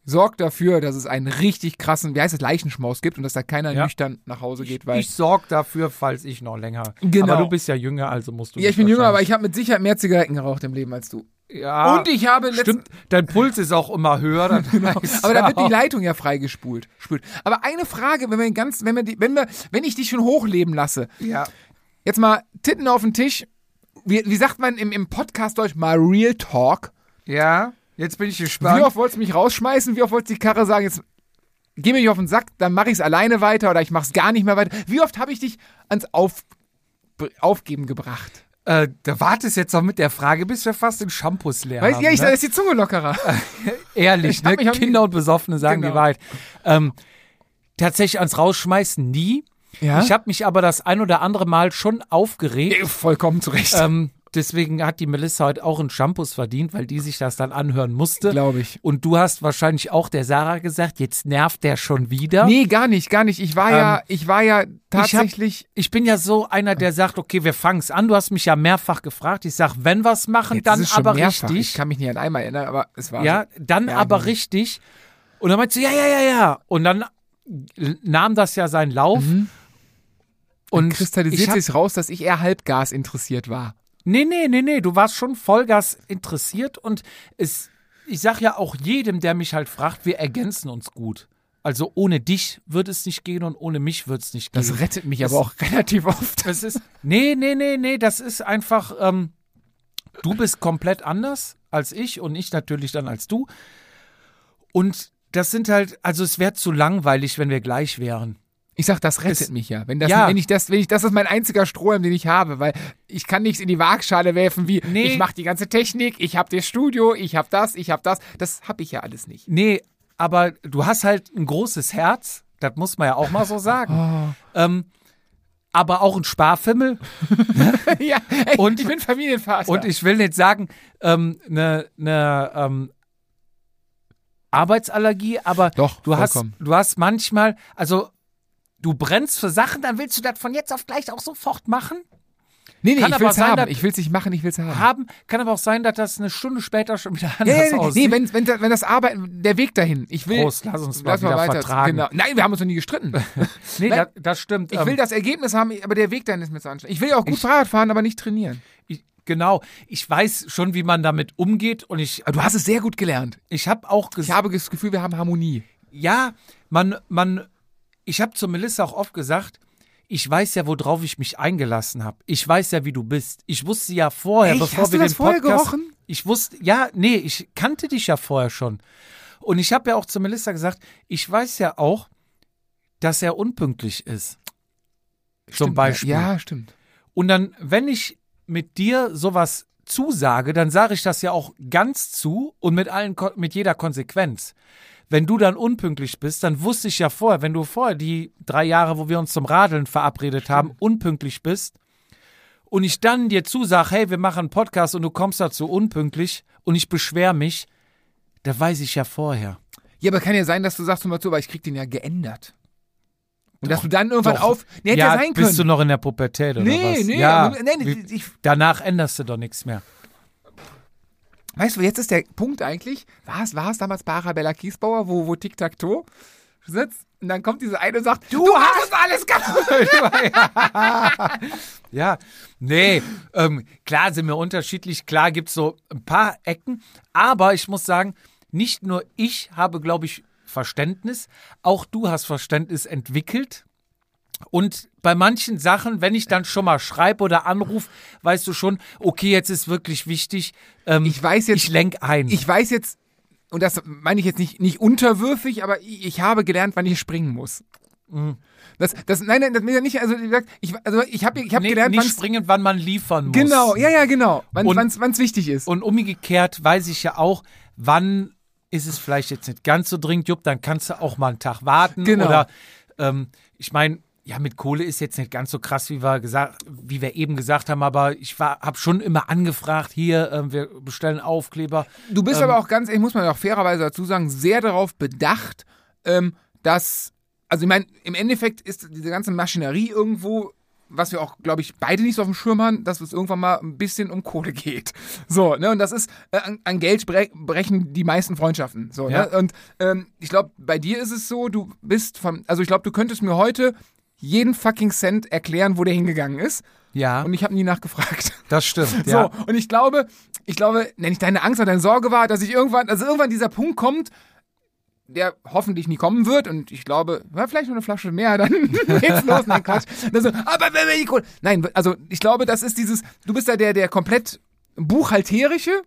S2: sorgt dafür, dass es einen richtig krassen, wie heißt das, Leichenschmaus gibt und dass da keiner
S1: Ja.
S2: nüchtern nach Hause (laughs) geht, weil...
S1: ich sorge dafür, falls ich noch länger.
S2: Genau.
S1: Aber du bist ja jünger, also musst du.
S2: ja, ich
S1: nicht
S2: bin jünger, aber
S1: wahrscheinlich-
S2: ich habe mit Sicherheit mehr Zigaretten geraucht im Leben als du.
S1: Ja,
S2: und ich habe letztens...
S1: Ah, stimmt. Dein Puls ist auch immer höher.
S2: (laughs)
S1: Dann
S2: Aber da
S1: (laughs)
S2: wird die Leitung ja freigespult. Spült. Aber eine Frage, wenn wir ganz, wenn wir, die, wenn wir, wenn ich dich schon hochleben lasse,
S1: Ja.
S2: Jetzt mal Titten auf den Tisch. Wie, wie sagt man im, im Podcast Deutsch mal Real Talk?
S1: Ja. Jetzt bin ich
S2: Wie
S1: gespannt.
S2: oft wolltest du mich rausschmeißen? Wie oft wolltest du die Karre sagen, jetzt geh mir nicht auf den Sack, dann mache ich es alleine weiter oder ich mache es gar nicht mehr weiter. Wie oft habe ich dich ans auf, Aufgeben gebracht?
S1: Äh, da wartest jetzt noch mit der Frage, bis wir fast den Shampoos leer
S2: Weißt
S1: haben.
S2: du, ja, Äh, ich, da
S1: ne?
S2: ist die Zunge lockerer.
S1: Ehrlich,
S2: hab
S1: ne?
S2: mich auch nie-
S1: Kinder und Besoffene sagen die
S2: Genau.
S1: Wahrheit. Ähm, tatsächlich ans Rausschmeißen nie.
S2: Ja?
S1: Ich habe mich aber das ein oder andere Mal schon aufgeregt.
S2: Nee, vollkommen zurecht.
S1: Ähm, deswegen hat die Melissa heute auch einen Shampoos verdient, weil die sich das dann anhören musste.
S2: Glaube ich.
S1: Und du hast wahrscheinlich auch der Sarah gesagt, jetzt nervt der schon wieder.
S2: Nee, gar nicht, gar nicht. Ich war ja, Ähm, ich war ja tatsächlich.
S1: Ich bin ja so einer, der sagt, okay, wir fangen es an. Du hast mich ja mehrfach gefragt. Ich sag, wenn wir's machen,
S2: Jetzt
S1: dann
S2: ist es schon
S1: aber
S2: mehrfach. Ich
S1: richtig.
S2: kann mich nicht an einmal erinnern, aber es war.
S1: Ja,
S2: so.
S1: dann
S2: Ja,
S1: aber
S2: genau.
S1: richtig. Und dann meinst du, ja, ja, ja, ja. Und dann nahm das ja seinen Lauf. Und ich
S2: Mhm. Kristallisiert
S1: hab-
S2: sich raus, dass ich eher Halbgas interessiert war.
S1: Nee, nee, nee, nee, du warst schon Vollgas interessiert und es, ich sag ja auch jedem, der mich halt fragt, wir ergänzen uns gut. Also ohne dich wird es nicht gehen und ohne mich wird es nicht gehen.
S2: Das rettet mich
S1: Es-
S2: aber auch (laughs) relativ oft.
S1: Es ist, nee, nee, nee, nee, das ist einfach, ähm, du bist komplett anders als ich und ich natürlich dann als du. Und das sind halt, also es wäre zu langweilig, wenn wir gleich wären.
S2: Ich sag, das rettet mich ja. Wenn das,
S1: Ja.
S2: wenn ich das, wenn ich, das ist mein einziger Strohhalm, den ich habe, weil ich kann nichts in die Waagschale werfen wie
S1: Nee.
S2: ich mache die ganze Technik, ich habe das Studio, ich habe das, ich habe das. Das habe ich ja alles nicht.
S1: Nee, aber du hast halt ein großes Herz, das muss man ja auch mal so (laughs)
S2: Ah.
S1: sagen. Ähm, aber auch ein
S2: (laughs)
S1: Sparfimmel.
S2: ja, ey,
S1: Und-
S2: und ich bin Familienvater.
S1: Und ich will nicht sagen, ähm, eine ne, ähm, Arbeitsallergie, aber
S2: Doch,
S1: du, hast,
S2: vollkommen.
S1: du hast manchmal, also du brennst für Sachen, dann willst du das von jetzt auf gleich auch sofort machen.
S2: nee, nee,
S1: kann
S2: ich
S1: aber
S2: will's
S1: sein,
S2: haben.
S1: dass-
S2: Ich will's nicht machen, ich will's haben.
S1: Haben kann aber auch sein, dass das eine Stunde später schon wieder
S2: Ja,
S1: anders
S2: ja, ja,
S1: aussieht.
S2: nee, wenn, wenn, wenn das Arbeiten, der Weg dahin. Ich will.
S1: Prost, lass uns mal wieder vertragen.
S2: Genau. Nein, wir haben uns noch
S1: (laughs)
S2: nie gestritten.
S1: Nee,
S2: Nein.
S1: da- das stimmt.
S2: Ich
S1: ähm,
S2: will das Ergebnis haben, aber der Weg dahin ist mir zu anstrengend. Ich will ja auch gut Fahrrad fahren, aber nicht trainieren.
S1: ich, genau. Ich weiß schon, wie man damit umgeht und ich,
S2: Aber du hast es sehr gut gelernt.
S1: ich habe auch gesagt.
S2: Ich habe das Gefühl, wir haben Harmonie.
S1: Ja, man, man, ich habe zu Melissa auch oft gesagt, ich weiß ja, worauf ich mich eingelassen habe. Ich weiß ja, wie du bist. Ich wusste ja vorher,
S2: Echt?
S1: bevor
S2: Hast
S1: wir
S2: du
S1: den
S2: das vorher
S1: Podcast,
S2: gerochen?
S1: Ich wusste, ja, nee, ich kannte dich ja vorher schon. Und ich habe ja auch zu Melissa gesagt, ich weiß ja auch, dass er unpünktlich ist. Zum
S2: Stimmt,
S1: Beispiel.
S2: Ja, stimmt.
S1: Und dann, wenn ich mit dir sowas zusage, dann sage ich das ja auch ganz zu und mit allen Ko- mit jeder Konsequenz. Wenn du dann unpünktlich bist, dann wusste ich ja vorher, wenn du vorher die drei Jahre, wo wir uns zum Radeln verabredet haben, unpünktlich bist und ich dann dir zusage, hey, wir machen einen Podcast und du kommst dazu unpünktlich und ich beschwer mich, da weiß ich ja vorher.
S2: Ja, aber kann ja sein, dass du sagst, hör mal zu, aber ich krieg den ja geändert. Und dass du dann irgendwann
S1: Doch.
S2: auf. Nee, hätte ja,
S1: ja,
S2: sein
S1: bist du
S2: können.
S1: noch in der Pubertät oder
S2: Nee,
S1: was?
S2: nee,
S1: ja.
S2: aber- nee, nee,
S1: Wie-
S2: ich-
S1: Danach änderst du doch nichts mehr.
S2: Weißt du, jetzt ist der Punkt eigentlich, war es, war es damals bei Arabella Kiesbauer, wo, wo Tic-Tac-Toe sitzt und dann kommt diese eine und sagt, du, hast (laughs) alles kaputt.
S1: Ja, nee, ähm, klar sind wir unterschiedlich, klar gibt es so ein paar Ecken, aber ich muss sagen, nicht nur ich habe, glaube ich, Verständnis, auch du hast Verständnis entwickelt. Und bei manchen Sachen, wenn ich dann schon mal schreibe oder anrufe, weißt du schon, okay, jetzt ist wirklich wichtig, ähm,
S2: Ich weiß jetzt-
S1: ich lenk ein.
S2: ich weiß jetzt, und das meine ich jetzt nicht, nicht unterwürfig, aber ich, ich habe gelernt, wann ich springen muss. Mhm. Das, das, nein, nein, das ist ja nicht, also wie gesagt, ich, also ich habe ich hab
S1: nee,
S2: gelernt,
S1: nicht
S2: wann
S1: springend, wann man liefern muss.
S2: Genau, ja, ja, genau.
S1: Und-
S2: Wann es wichtig ist.
S1: Und umgekehrt weiß ich ja auch, wann ist es vielleicht jetzt nicht ganz so dringend, Jupp, dann kannst du auch mal einen Tag warten.
S2: Genau.
S1: Oder ähm, ich meine, ja, mit Kohle ist jetzt nicht ganz so krass, wie wir, gesagt, wie wir eben gesagt haben, aber ich habe schon immer angefragt, hier, ähm, wir bestellen Aufkleber.
S2: Du bist aber auch ganz, ich muss man auch fairerweise dazu sagen, sehr darauf bedacht, ähm, dass, also ich meine, im Endeffekt ist diese ganze Maschinerie irgendwo, was wir auch, glaube ich, beide nicht so auf dem Schirm haben, dass es irgendwann mal ein bisschen um Kohle geht. (laughs) So, ne, und das ist, äh, an, an Geld bre brechen die meisten Freundschaften. So,
S1: Ja.
S2: ne? Und ähm, ich glaube, bei dir ist es so, du bist von, also ich glaube, du könntest mir heute jeden fucking Cent erklären, wo der hingegangen ist.
S1: Ja,
S2: Und ich habe nie nachgefragt.
S1: das stimmt.
S2: So,
S1: Ja.
S2: und ich glaube, ich glaube, wenn ich deine Angst oder deine Sorge war, dass ich irgendwann, also irgendwann dieser Punkt kommt, der hoffentlich nie kommen wird und ich glaube, ja, vielleicht noch eine Flasche mehr, (laughs) dann geht's los, nein, Quatsch. Und dann so, aber wenn wir die Kohle, nein, also ich glaube, das ist dieses, du bist da der, der komplett buchhalterische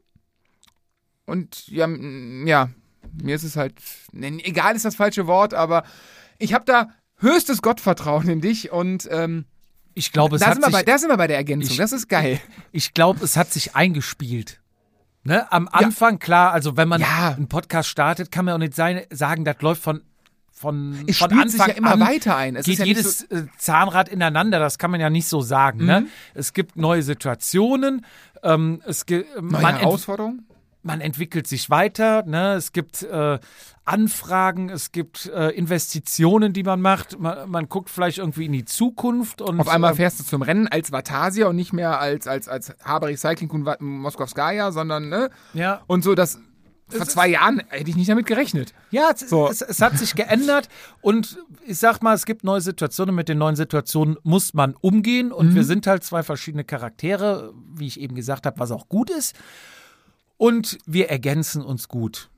S2: und ja, mm, ja, mir ist es halt, nee, egal ist das falsche Wort, aber ich habe da höchstes Gottvertrauen in dich und ähm,
S1: Ich glaube, es
S2: da,
S1: hat
S2: sind wir
S1: sich
S2: bei, da sind wir bei der Ergänzung,
S1: Ich-
S2: das ist geil.
S1: ich glaube, es hat sich eingespielt. Ne? Am Anfang, klar, also wenn man
S2: Ja.
S1: einen Podcast startet, kann man auch nicht sein, sagen, das läuft von, von,
S2: Es
S1: von
S2: spielt
S1: Anfang
S2: sich ja immer
S1: an,
S2: weiter ein. Es
S1: geht
S2: ist ja nicht
S1: jedes äh, Zahnrad ineinander, das kann man ja nicht so sagen.
S2: Mhm.
S1: Ne? Es gibt neue Situationen, ähm, es ge- man, ent
S2: Herausforderung?
S1: man entwickelt sich weiter, ne? es gibt äh, Anfragen, es gibt äh, Investitionen, die man macht, man, man guckt vielleicht irgendwie in die Zukunft und
S2: Auf einmal
S1: ähm,
S2: fährst du zum Rennen als Vatasia und nicht mehr als, als, als Haber Recycling und Wa- Moskowskaja, sondern, ne?
S1: ja.
S2: Und so, das. Vor zwei Jahren hätte ich nicht damit gerechnet.
S1: Ja, es,
S2: So.
S1: es, es hat sich geändert und ich sag mal, es gibt neue Situationen. Mit den neuen Situationen muss man umgehen und
S2: Mhm.
S1: wir sind halt zwei verschiedene Charaktere, wie ich eben gesagt habe, was auch gut ist. Und wir ergänzen uns gut.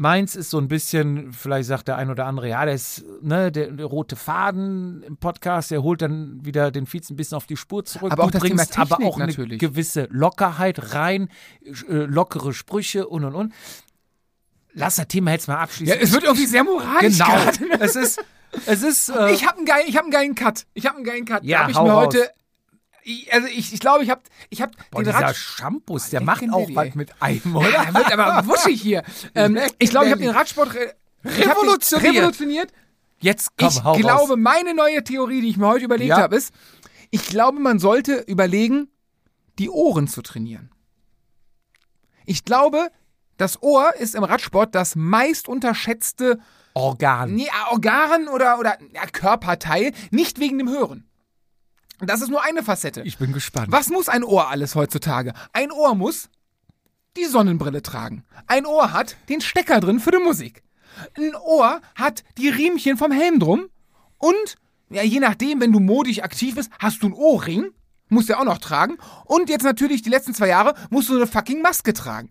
S1: Meins ist so ein bisschen, vielleicht sagt der ein oder andere, ja, der ist ne, der, der rote Faden im Podcast, der holt dann wieder den Fietz ein bisschen auf die Spur zurück.
S2: Aber auch
S1: du
S2: das
S1: bringst
S2: Thema
S1: aber
S2: Technik
S1: auch eine
S2: natürlich.
S1: gewisse Lockerheit rein, äh, lockere Sprüche und und und. Lass das Thema jetzt mal abschließen.
S2: Ja, es wird irgendwie sehr moralisch.
S1: Genau.
S2: gerade.
S1: Es ist, es ist, äh,
S2: Ich habe einen, geil- ich hab einen geilen Cut. Ich habe einen geilen Cut.
S1: Ja,
S2: Da hab ich
S1: hau
S2: mir
S1: raus.
S2: heute. Ich, also, ich, ich glaube, ich habe ich hab
S1: boah,
S2: den
S1: dieser
S2: Ratsch.
S1: Shampoos, der
S2: Leck
S1: macht
S2: den
S1: auch
S2: Diddy, ey.
S1: was mit einem, oder?
S2: Er wird aber wuschig (laughs) hier. Ähm, ich glaube, ich habe den Radsport re ich hab den
S1: Revolutioniert.
S2: revolutioniert.
S1: Jetzt komm,
S2: ich
S1: hau
S2: glaube,
S1: raus.
S2: meine neue Theorie, die ich mir heute überlegt
S1: Ja.
S2: habe, ist, ich glaube, man sollte überlegen, die Ohren zu trainieren. Ich glaube, das Ohr ist im Radsport das meist unterschätzte
S1: Organ.
S2: nee, Organ oder, oder ja, Körperteil, nicht wegen dem Hören. Und Das ist nur eine Facette.
S1: Ich bin gespannt.
S2: Was muss ein Ohr alles heutzutage? Ein Ohr muss die Sonnenbrille tragen. Ein Ohr hat den Stecker drin für die Musik. Ein Ohr hat die Riemchen vom Helm drum. Und, ja, je nachdem, wenn du modisch aktiv bist, hast du einen Ohrring. Musst du ja auch noch tragen. Und jetzt natürlich die letzten zwei Jahre musst du eine fucking Maske tragen.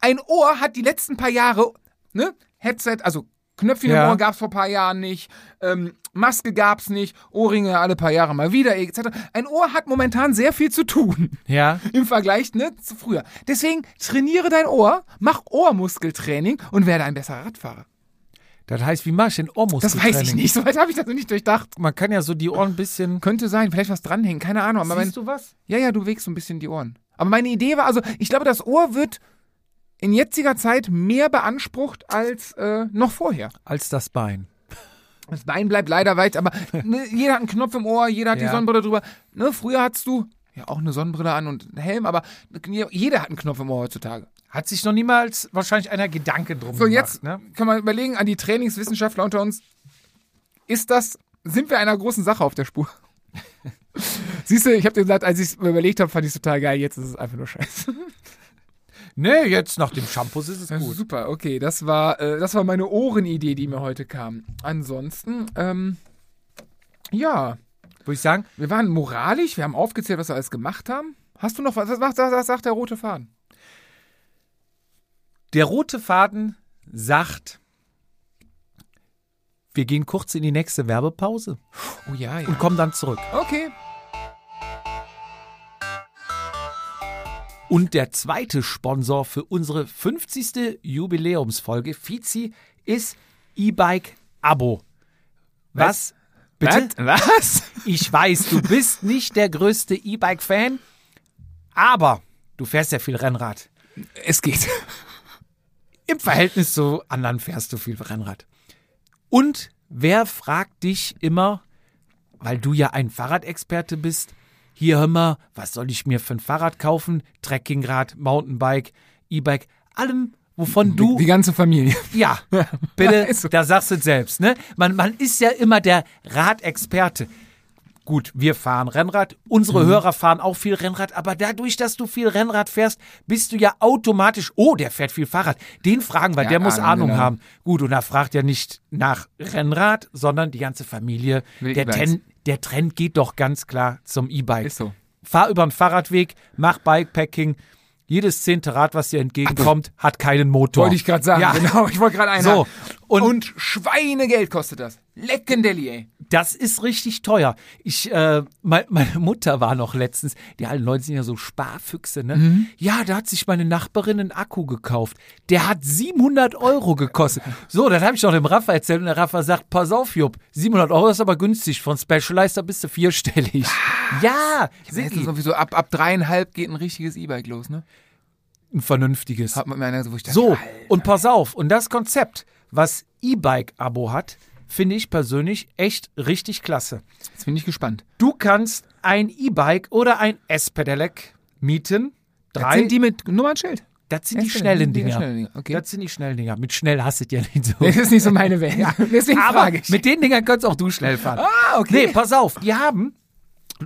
S2: Ein Ohr hat die letzten paar Jahre, ne? Headset, also Knöpfchen
S1: Ja.
S2: im Ohr gab's vor paar Jahren nicht, ähm, Maske gab's nicht, Ohrringe alle paar Jahre mal wieder, etc. Ein Ohr hat momentan sehr viel zu tun (laughs)
S1: Ja.
S2: im Vergleich ne, zu früher. Deswegen trainiere dein Ohr, mach Ohrmuskeltraining und werde ein besserer Radfahrer.
S1: Das heißt, wie mach ich den
S2: Das
S1: Ohrmuskeltraining?
S2: weiß ich nicht, (laughs) soweit habe ich das noch nicht durchdacht.
S1: Man kann ja so die Ohren ein bisschen.
S2: Könnte sein, vielleicht was dranhängen, keine Ahnung. Aber mein,
S1: Siehst du was?
S2: ja, ja, du bewegst so ein bisschen die Ohren. Aber meine Idee war, also ich glaube, das Ohr wird in jetziger Zeit mehr beansprucht als äh, noch vorher.
S1: Als das Bein.
S2: Das Bein bleibt leider
S1: (laughs)
S2: weit, aber ne, jeder hat einen Knopf im Ohr, jeder hat
S1: Ja.
S2: die Sonnenbrille drüber. Ne, früher hattest du ja auch eine Sonnenbrille an und einen Helm, aber jeder hat einen Knopf im Ohr heutzutage.
S1: Hat sich noch niemals wahrscheinlich einer Gedanke drum
S2: So,
S1: gemacht.
S2: jetzt
S1: ne?
S2: kann man überlegen an die Trainingswissenschaftler unter uns, ist das sind wir einer großen Sache auf der (laughs) Spur. Siehst du, ich habe dir gesagt, als ich es mir überlegt habe, fand ich es total geil. Jetzt ist es einfach nur scheiße.
S1: Nee, jetzt nach dem Shampoo ist es
S2: Ja,
S1: gut.
S2: Super, okay. Das war, äh, das war meine Ohrenidee, die mir heute kam. Ansonsten, ähm, ja,
S1: Würde ich sagen,
S2: wir waren moralisch, wir haben aufgezählt, was wir alles gemacht haben. Hast du noch was? Was, was, was sagt der rote Faden?
S1: der rote Faden sagt, wir gehen kurz in die nächste Werbepause
S2: Oh ja, ja.
S1: und kommen dann zurück.
S2: Okay.
S1: Und der zweite Sponsor für unsere 50. Jubiläumsfolge, Fizi, ist E-Bike Abo. Was? Bitte?
S2: Was?
S1: Ich weiß, du bist nicht der größte E-Bike-Fan, aber du fährst ja viel Rennrad.
S2: Es geht.
S1: Im Verhältnis zu anderen fährst du viel Rennrad. Und wer fragt dich immer, weil du ja ein Fahrradexperte bist, hier hör mal, was soll ich mir für ein Fahrrad kaufen? Trekkingrad, Mountainbike, E-Bike, allem, wovon du
S2: Die ganze Familie. (laughs)
S1: ja, bitte,
S2: ist so.
S1: da sagst du es selbst. Ne? Man, man ist ja immer der Radexperte. Gut, wir fahren Rennrad,
S2: Mhm.
S1: unsere Hörer fahren auch viel Rennrad, aber dadurch, dass du viel Rennrad fährst, bist du ja automatisch, oh, der fährt viel Fahrrad. Den fragen wir,
S2: Ja,
S1: der muss
S2: Ahnung,
S1: Ahnung
S2: genau.
S1: haben. Gut, und da fragt ja nicht nach Rennrad, sondern die ganze Familie.
S2: Will
S1: Der
S2: gleich.
S1: Trend, der Trend geht doch ganz klar zum E-Bike.
S2: Ist so.
S1: Fahr über den Fahrradweg, mach Bikepacking. Jedes zehnte Rad, was dir entgegenkommt, hat keinen Motor.
S2: Wollte ich gerade sagen.
S1: Ja.
S2: Genau, ich wollte gerade einen.
S1: So,
S2: Und,
S1: und-
S2: und Schweinegeld kostet das. Leckendelli, ey.
S1: Das ist richtig teuer. Ich, äh, mein, meine Mutter war noch letztens, die alten Leute sind ja so Sparfüchse, ne? Ja, da hat sich meine Nachbarin einen Akku gekauft. Der hat 700 Euro gekostet. So, das habe ich noch dem Rafa erzählt und der Rafa sagt, pass auf, Jupp, 700 Euro ist aber günstig. Von Specializer bist du vierstellig. Ja, sind
S2: Letztens
S1: die.
S2: sowieso ab, ab dreieinhalb geht ein richtiges E-Bike los, ne?
S1: ein vernünftiges.
S2: Hat man mir einer, so, wo ich dachte,
S1: So,
S2: Alter.
S1: und pass auf, und das Konzept, was E-Bike-Abo hat, finde ich persönlich echt richtig klasse.
S2: jetzt bin ich gespannt.
S1: Du kannst ein E-Bike oder ein S-Pedelec mieten. Drei,
S2: Das sind die mit Nummernschild.
S1: das sind die
S2: S-Pedelec,
S1: schnellen
S2: die
S1: Dinger.
S2: schnellen Dinger, okay.
S1: Das sind die schnellen Dinger. Mit schnell hasset ja nicht so.
S2: (laughs) Das ist nicht so meine Welt. Deswegen
S1: Aber
S2: frage ich.
S1: mit den Dingern kannst auch du schnell fahren.
S2: ah,
S1: Nee, pass auf, die haben,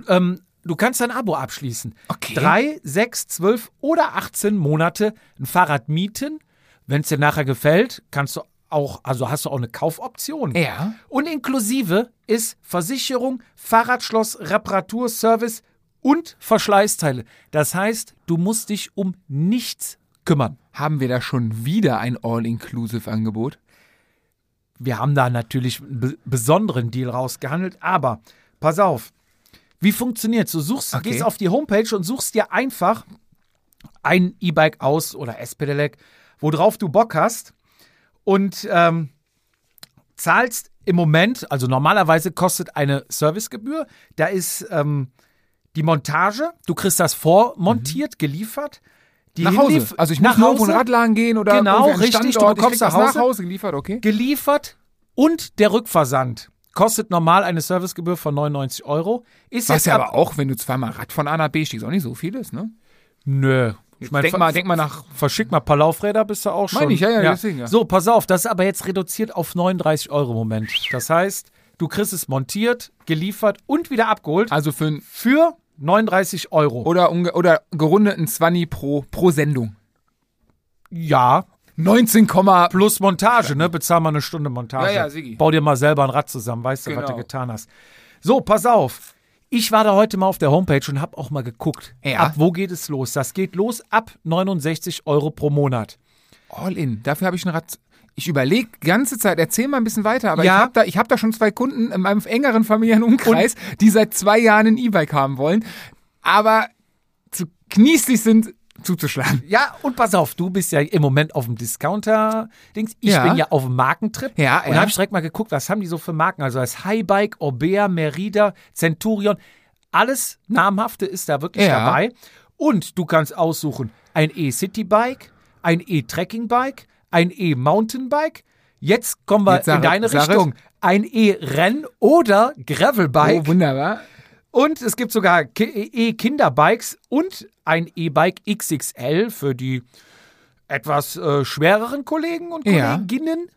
S1: ähm, du kannst ein Abo abschließen.
S2: Okay.
S1: Drei, sechs, zwölf oder 18 Monate ein Fahrrad mieten. Wenn es dir nachher gefällt, kannst du auch, also hast du auch eine Kaufoption.
S2: Ja.
S1: Und inklusive ist Versicherung, Fahrradschloss, Reparatur, Service und Verschleißteile. Das heißt, du musst dich um nichts kümmern.
S2: Haben wir da schon wieder ein All-Inclusive-Angebot?
S1: wir haben da natürlich einen be- besonderen Deal rausgehandelt, aber pass auf. Wie funktioniert's? Du suchst,
S2: Okay.
S1: gehst auf die Homepage und suchst dir einfach ein E-Bike aus oder S-Pedelec, worauf du Bock hast und ähm, zahlst im Moment, also normalerweise kostet eine Servicegebühr, da ist ähm, die Montage, du kriegst das vormontiert, geliefert. Die
S2: Mhm. Nach Hause.
S1: Hinlief-
S2: Also ich
S1: nach
S2: muss nur auf
S1: Hause
S2: einen Radladen gehen oder
S1: Genau,
S2: irgendwie an den
S1: richtig, du
S2: Standort. Ich
S1: bekommst
S2: krieg
S1: nach
S2: das
S1: Hause.
S2: nach Hause geliefert, okay?
S1: geliefert und der Rückversand kostet normal eine Servicegebühr von 99 Euro. Ist
S2: Was
S1: jetzt
S2: ja
S1: ab,
S2: aber auch, wenn du zweimal Rad von A nach B stiegst, auch nicht so viel ist, ne?
S1: Nö. Ich mein,
S2: denk
S1: ver-
S2: mal, denk mal nach.
S1: Verschick mal ein paar Laufräder, bist du auch schon.
S2: Meine ich, ja, ja, deswegen, ja.
S1: So, pass auf, das ist aber jetzt reduziert auf 39 Euro im Moment. Das heißt, du kriegst es montiert, geliefert und wieder abgeholt
S2: Also für ein,
S1: für 39 Euro.
S2: oder, unge- oder gerundeten 20 pro, pro Sendung.
S1: ja,
S2: 19, Komma-
S1: plus Montage, ne? Bezahl mal eine Stunde Montage.
S2: Ja, ja, Siggi.
S1: Bau dir mal selber ein Rad zusammen, weißt du, was du
S2: Genau.
S1: getan hast. So, pass auf. Ich war da heute mal auf der Homepage und habe auch mal geguckt,
S2: Ja.
S1: ab wo geht es los? Das geht los ab 69 Euro pro Monat.
S2: All in. Dafür habe ich ein Rad. Ich überlege die ganze Zeit, erzähl mal ein bisschen weiter, aber
S1: Ja.
S2: ich habe da, ich hab da schon zwei Kunden in meinem engeren familiären Umkreis, die seit zwei Jahren ein E-Bike haben wollen, aber zu knieslich sind, zuzuschlagen.
S1: Ja, und pass auf, du bist ja im Moment auf dem Discounter-Dings. Ich
S2: Ja.
S1: bin ja auf dem Markentrip.
S2: Ja,
S1: und
S2: ja.
S1: da habe ich direkt mal geguckt, was haben die so für Marken? Also das Highbike, Orbea, Merida, Centurion. Alles Namhafte ist da wirklich
S2: Ja.
S1: dabei. Und du kannst aussuchen ein E-City-Bike, ein E-Trekking-Bike, ein E-Mountain-Bike. Jetzt kommen wir
S2: Jetzt sag-
S1: in deine
S2: sag es.
S1: Richtung. Ein E-Renn- oder Gravel-Bike.
S2: Oh, wunderbar.
S1: Und es gibt sogar Ki- E-, E-Kinderbikes und ein E-Bike XXL für die etwas äh, schwereren Kollegen und
S2: Ja.
S1: Kolleginnen.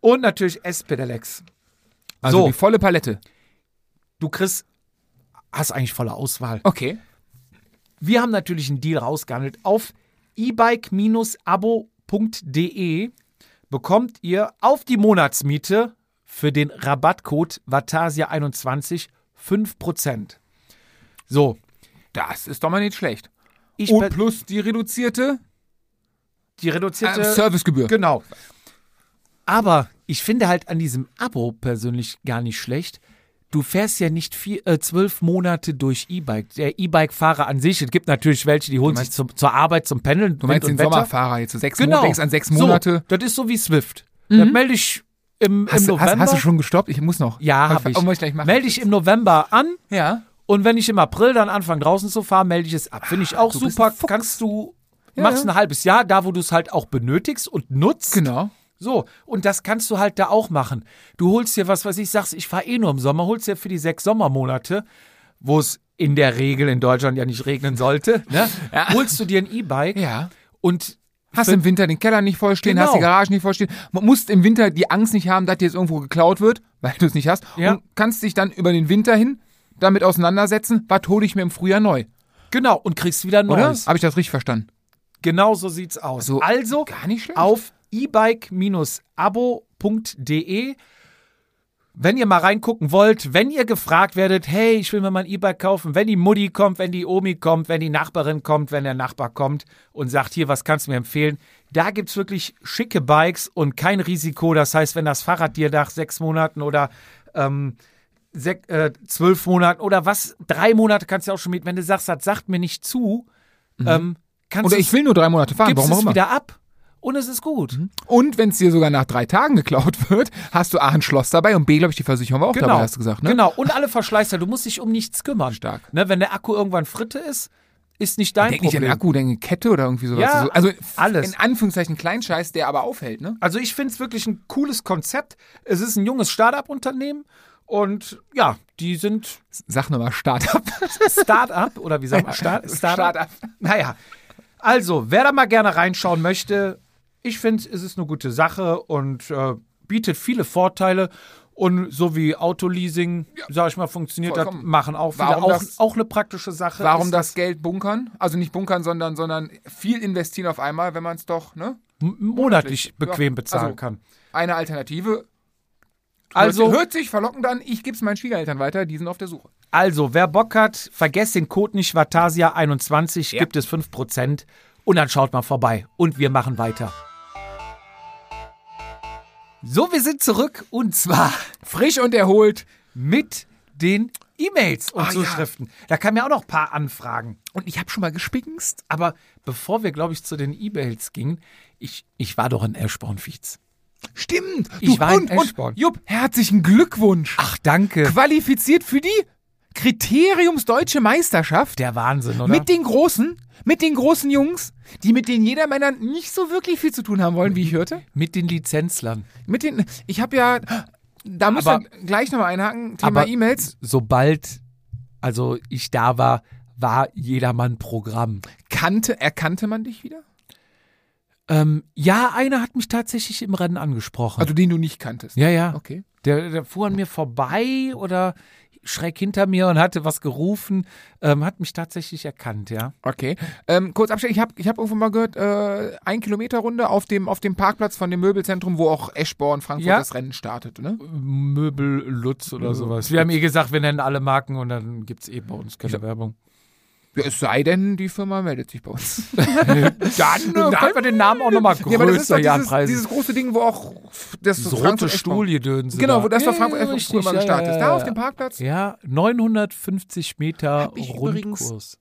S1: Und natürlich S-Pedelecs.
S2: Also
S1: So.
S2: die volle Palette.
S1: Du kriegst, hast eigentlich volle Auswahl.
S2: Okay.
S1: Wir haben natürlich einen Deal rausgehandelt. Auf ebike-abo.de bekommt ihr auf die Monatsmiete für den Rabattcode Vatasia21 5%. So,
S2: Das ist doch mal nicht schlecht.
S1: ich
S2: Und
S1: per-
S2: plus die reduzierte
S1: die
S2: äh,
S1: reduzierte
S2: Servicegebühr.
S1: Genau. Aber ich finde halt an diesem Abo persönlich gar nicht schlecht. Du fährst ja nicht vier, äh, zwölf Monate durch E-Bike. Der E-Bike-Fahrer an sich, es gibt natürlich welche, die holen sich zum, zur Arbeit, zum Pendeln.
S2: Du meinst den
S1: Wind und Wetter.
S2: Sommerfahrer jetzt, so sechs
S1: Genau.
S2: Monate, denkst an sechs Monate. Mhm.
S1: So, das ist so wie Swift. Dann melde ich im, im
S2: Hast, du-
S1: November.
S2: hast, hast du schon gestoppt? Ich muss noch.
S1: Ja, habe
S2: Oh, muss ich
S1: ich.
S2: gleich machen.
S1: Melde ich im November an
S2: Ja.
S1: und wenn ich im April dann anfange draußen zu fahren, melde ich es ab. Finde ich auch
S2: Ah, bist
S1: super.
S2: ein Fuchs.
S1: Kannst du, machst ein halbes Jahr da, wo du es halt auch benötigst und nutzt.
S2: Genau.
S1: So, und das kannst du halt da auch machen. Du holst dir was, was ich sag's, ich fahre eh nur im Sommer, holst dir für die sechs Sommermonate, wo es in der Regel in Deutschland ja nicht regnen
S2: (laughs)
S1: sollte, ne? holst du dir ein E-Bike
S2: Ja.
S1: und
S2: Hast im Winter den Keller nicht voll stehen,
S1: Genau.
S2: hast die Garage nicht voll stehen. Man musst im Winter die Angst nicht haben, dass dir jetzt irgendwo geklaut wird, weil du es nicht hast.
S1: Ja.
S2: Und kannst dich dann über den Winter hin damit auseinandersetzen, was hole ich mir im Frühjahr neu.
S1: genau, und kriegst wieder ein
S2: Oder?
S1: neues.
S2: Habe ich das richtig verstanden?
S1: Genau so sieht's aus.
S2: So,
S1: also
S2: gar nicht schlecht.
S1: auf e-bike-abo.de. Wenn ihr mal reingucken wollt, wenn ihr gefragt werdet, hey, ich will mir mal ein E-Bike kaufen, wenn die Mutti kommt, wenn die Omi kommt, wenn die Nachbarin kommt, wenn der Nachbar kommt und sagt, hier, was kannst du mir empfehlen? Da gibt's wirklich schicke Bikes und kein Risiko. Das heißt, wenn das Fahrrad dir nach sechs Monaten oder ähm, sech, äh, zwölf Monaten oder was, drei Monate kannst du ja auch schon mit, wenn du sagst, das sagt mir nicht zu, ähm, kannst
S2: Mhm. Oder
S1: du
S2: ich will nur drei Monate fahren,
S1: gibst
S2: warum auch
S1: es
S2: immer. Mhm.
S1: wieder ab und es ist gut.
S2: Und wenn es dir sogar nach drei Tagen geklaut wird, hast du A, ein Schloss dabei und B, glaube ich, die Versicherung war auch dabei, hast du gesagt, ne?
S1: Genau. Und alle Verschleißer, du musst dich um nichts kümmern.
S2: Stark.
S1: Ne, wenn der Akku irgendwann fritte ist, ist nicht dein
S2: Denk nicht an
S1: Problem.
S2: den Akku, denk an Kette oder irgendwie sowas.
S1: Ja,
S2: So- also
S1: alles.
S2: in Anführungszeichen Kleinscheiß, der aber aufhält, ne?
S1: Also ich finde es wirklich ein cooles Konzept. Es ist ein junges Start-up-Unternehmen und ja, die sind
S2: Sag nochmal Startup.
S1: Start-up oder wie sagt man? Start- Start-up.
S2: (laughs) Startup.
S1: Naja, also wer da mal gerne reinschauen möchte, ich finde, es ist eine gute Sache und äh, bietet viele Vorteile. Und so wie Autoleasing, sag ich mal, funktioniert das,
S2: vollkommen.
S1: machen auch viele.
S2: Warum
S1: Auch,
S2: das-
S1: auch eine praktische Sache.
S2: Warum
S1: ist,
S2: das Geld bunkern? Also nicht bunkern, sondern, sondern viel investieren auf einmal, wenn man es doch, ne?
S1: m- monatlich
S2: Ja,
S1: bequem bezahlen
S2: also-
S1: kann.
S2: Eine Alternative.
S1: Also,
S2: hört, hört sich verlockend an, ich gebe es meinen Schwiegereltern weiter, die sind auf der Suche.
S1: also, wer Bock hat, vergesst den Code nicht, Vatasia21, gibt es 5% und dann schaut mal vorbei und wir machen weiter. So, wir sind zurück und zwar (laughs)
S2: Frisch und erholt.
S1: mit den E-Mails und
S2: Ah, ja.
S1: Zuschriften. Da kamen ja auch noch ein paar Anfragen.
S2: Und ich habe schon mal gespingst.
S1: Aber bevor wir, glaube ich, zu den E-Mails gingen, ich, ich war doch in Eschborn-Fietz.
S2: Stimmt.
S1: Ich war in
S2: und,
S1: Eschborn.
S2: und, Jupp, herzlichen Glückwunsch.
S1: Ach, danke.
S2: Qualifiziert für die Kriteriumsdeutsche Meisterschaft.
S1: Der Wahnsinn, oder?
S2: Mit den Großen, mit den großen Jungs, die mit den Jedermännern nicht so wirklich viel zu tun haben wollen, wie ich hörte.
S1: mit den Lizenzlern.
S2: Mit den, ich habe ja, da muss
S1: Aber-
S2: man gleich nochmal einhaken, Thema
S1: aber-
S2: E-Mails.
S1: sobald also ich da war, war jedermann Programm.
S2: Kannte, erkannte man dich wieder?
S1: Ähm, ja, einer hat mich tatsächlich im Rennen angesprochen.
S2: Also den du nicht kanntest.
S1: ja, ja.
S2: Okay.
S1: Der, der fuhr an mir vorbei oder schräg hinter mir und hatte was gerufen, ähm, hat mich tatsächlich erkannt, ja.
S2: Okay. Ähm, kurz abstellen, ich habe ich hab irgendwo mal gehört, äh, ein Kilometer Runde auf dem, auf dem Parkplatz von dem Möbelzentrum, wo auch Eschborn Frankfurt
S1: Ja.
S2: das Rennen startet, ne?
S1: Möbel Lutz oder sowas. Wir haben eh gesagt, wir nennen alle Marken und dann gibt es eh bei uns keine Werbung.
S2: Ja, es sei denn, die Firma meldet sich bei
S1: (laughs)
S2: uns.
S1: Dann, dann können wir den Namen auch nochmal
S2: ja, aber das ist
S1: größer
S2: doch
S1: ja,
S2: dieses,
S1: anpreisen.
S2: dieses große Ding, wo auch das
S1: Dieses rote
S2: Frankfurt Eschborn-
S1: Stuhldöns.
S2: Genau, wo das war Frankfurt Eschborn
S1: richtig,
S2: früher mal
S1: ja,
S2: gestartet
S1: ja,
S2: ist.
S1: ja,
S2: Da auf
S1: ja.
S2: dem Parkplatz
S1: Ja, 950 Meter
S2: Hab ich übrigens-
S1: Rundkurs.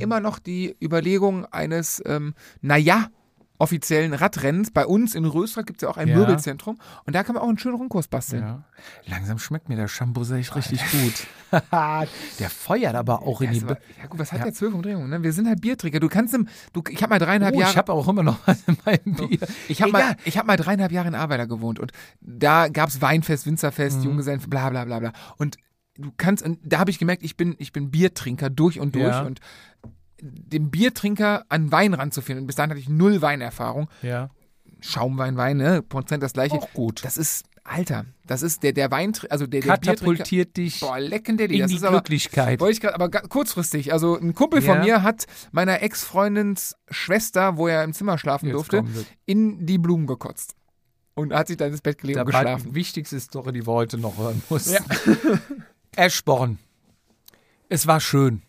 S2: immer noch die Überlegung eines, ähm, naja, offiziellen Radrennens. Bei uns in Rösrath gibt es ja auch ein
S1: Ja.
S2: Möbelzentrum und da kann man auch einen schönen Rundkurs basteln.
S1: Ja. Langsam schmeckt mir der Shampoo echt richtig gut.
S2: (laughs)
S1: der feuert aber auch in die.
S2: Ja,
S1: Be
S2: aber, ja gut, was hat der zwölf Umdrehungen? Ne? Wir sind halt Biertrinker. Du kannst im, du, ich habe mal dreieinhalb
S1: oh,
S2: Jahre,
S1: ich habe auch immer noch was in meinem Bier.
S2: ich hab mal,
S1: Egal.
S2: ich habe mal dreieinhalb Jahre in Arbeiter gewohnt und da gab's Weinfest,
S1: Mhm.
S2: Winzerfest, Junggesellen, bla bla bla bla. Und du kannst, und da habe ich gemerkt, ich bin, ich bin Biertrinker durch und durch
S1: Ja.
S2: und dem Biertrinker an Wein ranzuführen. Und bis dahin hatte ich null Weinerfahrung.
S1: Ja.
S2: Schaumwein, Wein, ne? Prozent das gleiche.
S1: Auch gut.
S2: Das ist Alter, das ist der, der Wein, also der, der Biertrinker.
S1: Katapultiert dich
S2: Boah, lecken Daddy,
S1: in
S2: das
S1: die
S2: ist aber,
S1: Glücklichkeit.
S2: Wollte ich gerade, aber ga- kurzfristig. Also ein Kumpel
S1: Ja.
S2: von mir hat meiner Ex-Freundins Schwester, wo er im Zimmer schlafen
S1: Jetzt
S2: durfte,
S1: kommen wir.
S2: in die Blumen gekotzt. Und hat sich dann ins Bett gelegt und
S1: Dabei
S2: geschlafen.
S1: die wichtigste Story, die wir heute noch hören mussten.
S2: Ja.
S1: (laughs) Eschborn. Es war schön.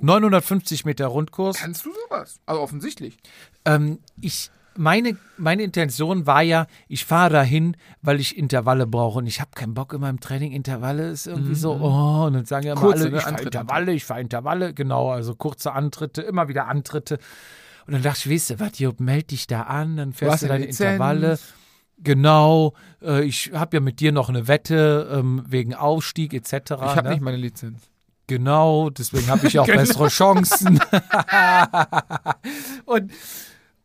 S1: 950 Meter Rundkurs.
S2: Kannst du sowas? Also offensichtlich.
S1: Ähm, ich, meine, meine Intention war ja, ich fahre dahin, weil ich Intervalle brauche. Und ich habe keinen Bock in meinem Training. Intervalle ist irgendwie so, oh, und dann sagen ja immer
S2: Mhm, Kurze,
S1: alle,
S2: ne?
S1: ich fahre
S2: Antritte.
S1: Intervalle, ich fahre Intervalle. Genau, also kurze Antritte, immer wieder Antritte. Und dann dachte ich, weißt du was, Job, meld dich da an, dann fährst
S2: hast
S1: du
S2: eine
S1: deine
S2: Lizenz.
S1: Intervalle. Genau, äh, ich habe ja mit dir noch eine Wette ähm, wegen Aufstieg etc.
S2: Ich habe
S1: ne?
S2: nicht meine Lizenz.
S1: Genau, deswegen habe
S2: (laughs)
S1: ich ja auch bessere Chancen. und,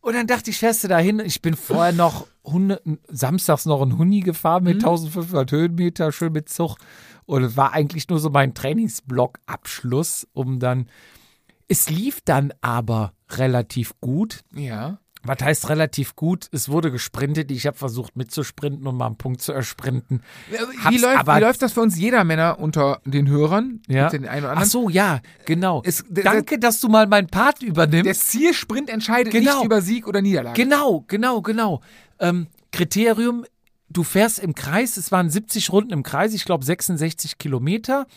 S1: und dann dachte ich, fährst du da hin? Ich bin vorher noch 100, samstags noch ein Huni gefahren
S2: Mhm.
S1: mit 1500 Höhenmeter, schön mit Zug. Und es war eigentlich nur so mein Trainingsblock-Abschluss, um dann. Es lief dann aber relativ gut.
S2: Ja.
S1: Was heißt relativ gut? Es wurde gesprintet. Ich habe versucht mitzusprinten und mal einen Punkt zu ersprinten.
S2: Also, Wie
S1: Hab's
S2: läuft,
S1: aber-
S2: wie läuft das für uns jeder Männer unter den Hörern?
S1: Ja.
S2: Mit den einen oder
S1: Ach
S2: anderen?
S1: so, ja, genau.
S2: Es- der-
S1: Danke, dass du mal meinen Part übernimmst.
S2: Der Zielsprint entscheidet
S1: Genau.
S2: nicht über Sieg oder Niederlage.
S1: Genau, genau, genau. Ähm, Kriterium, du fährst im Kreis, es waren 70 Runden im Kreis, ich glaube 66 Kilometer,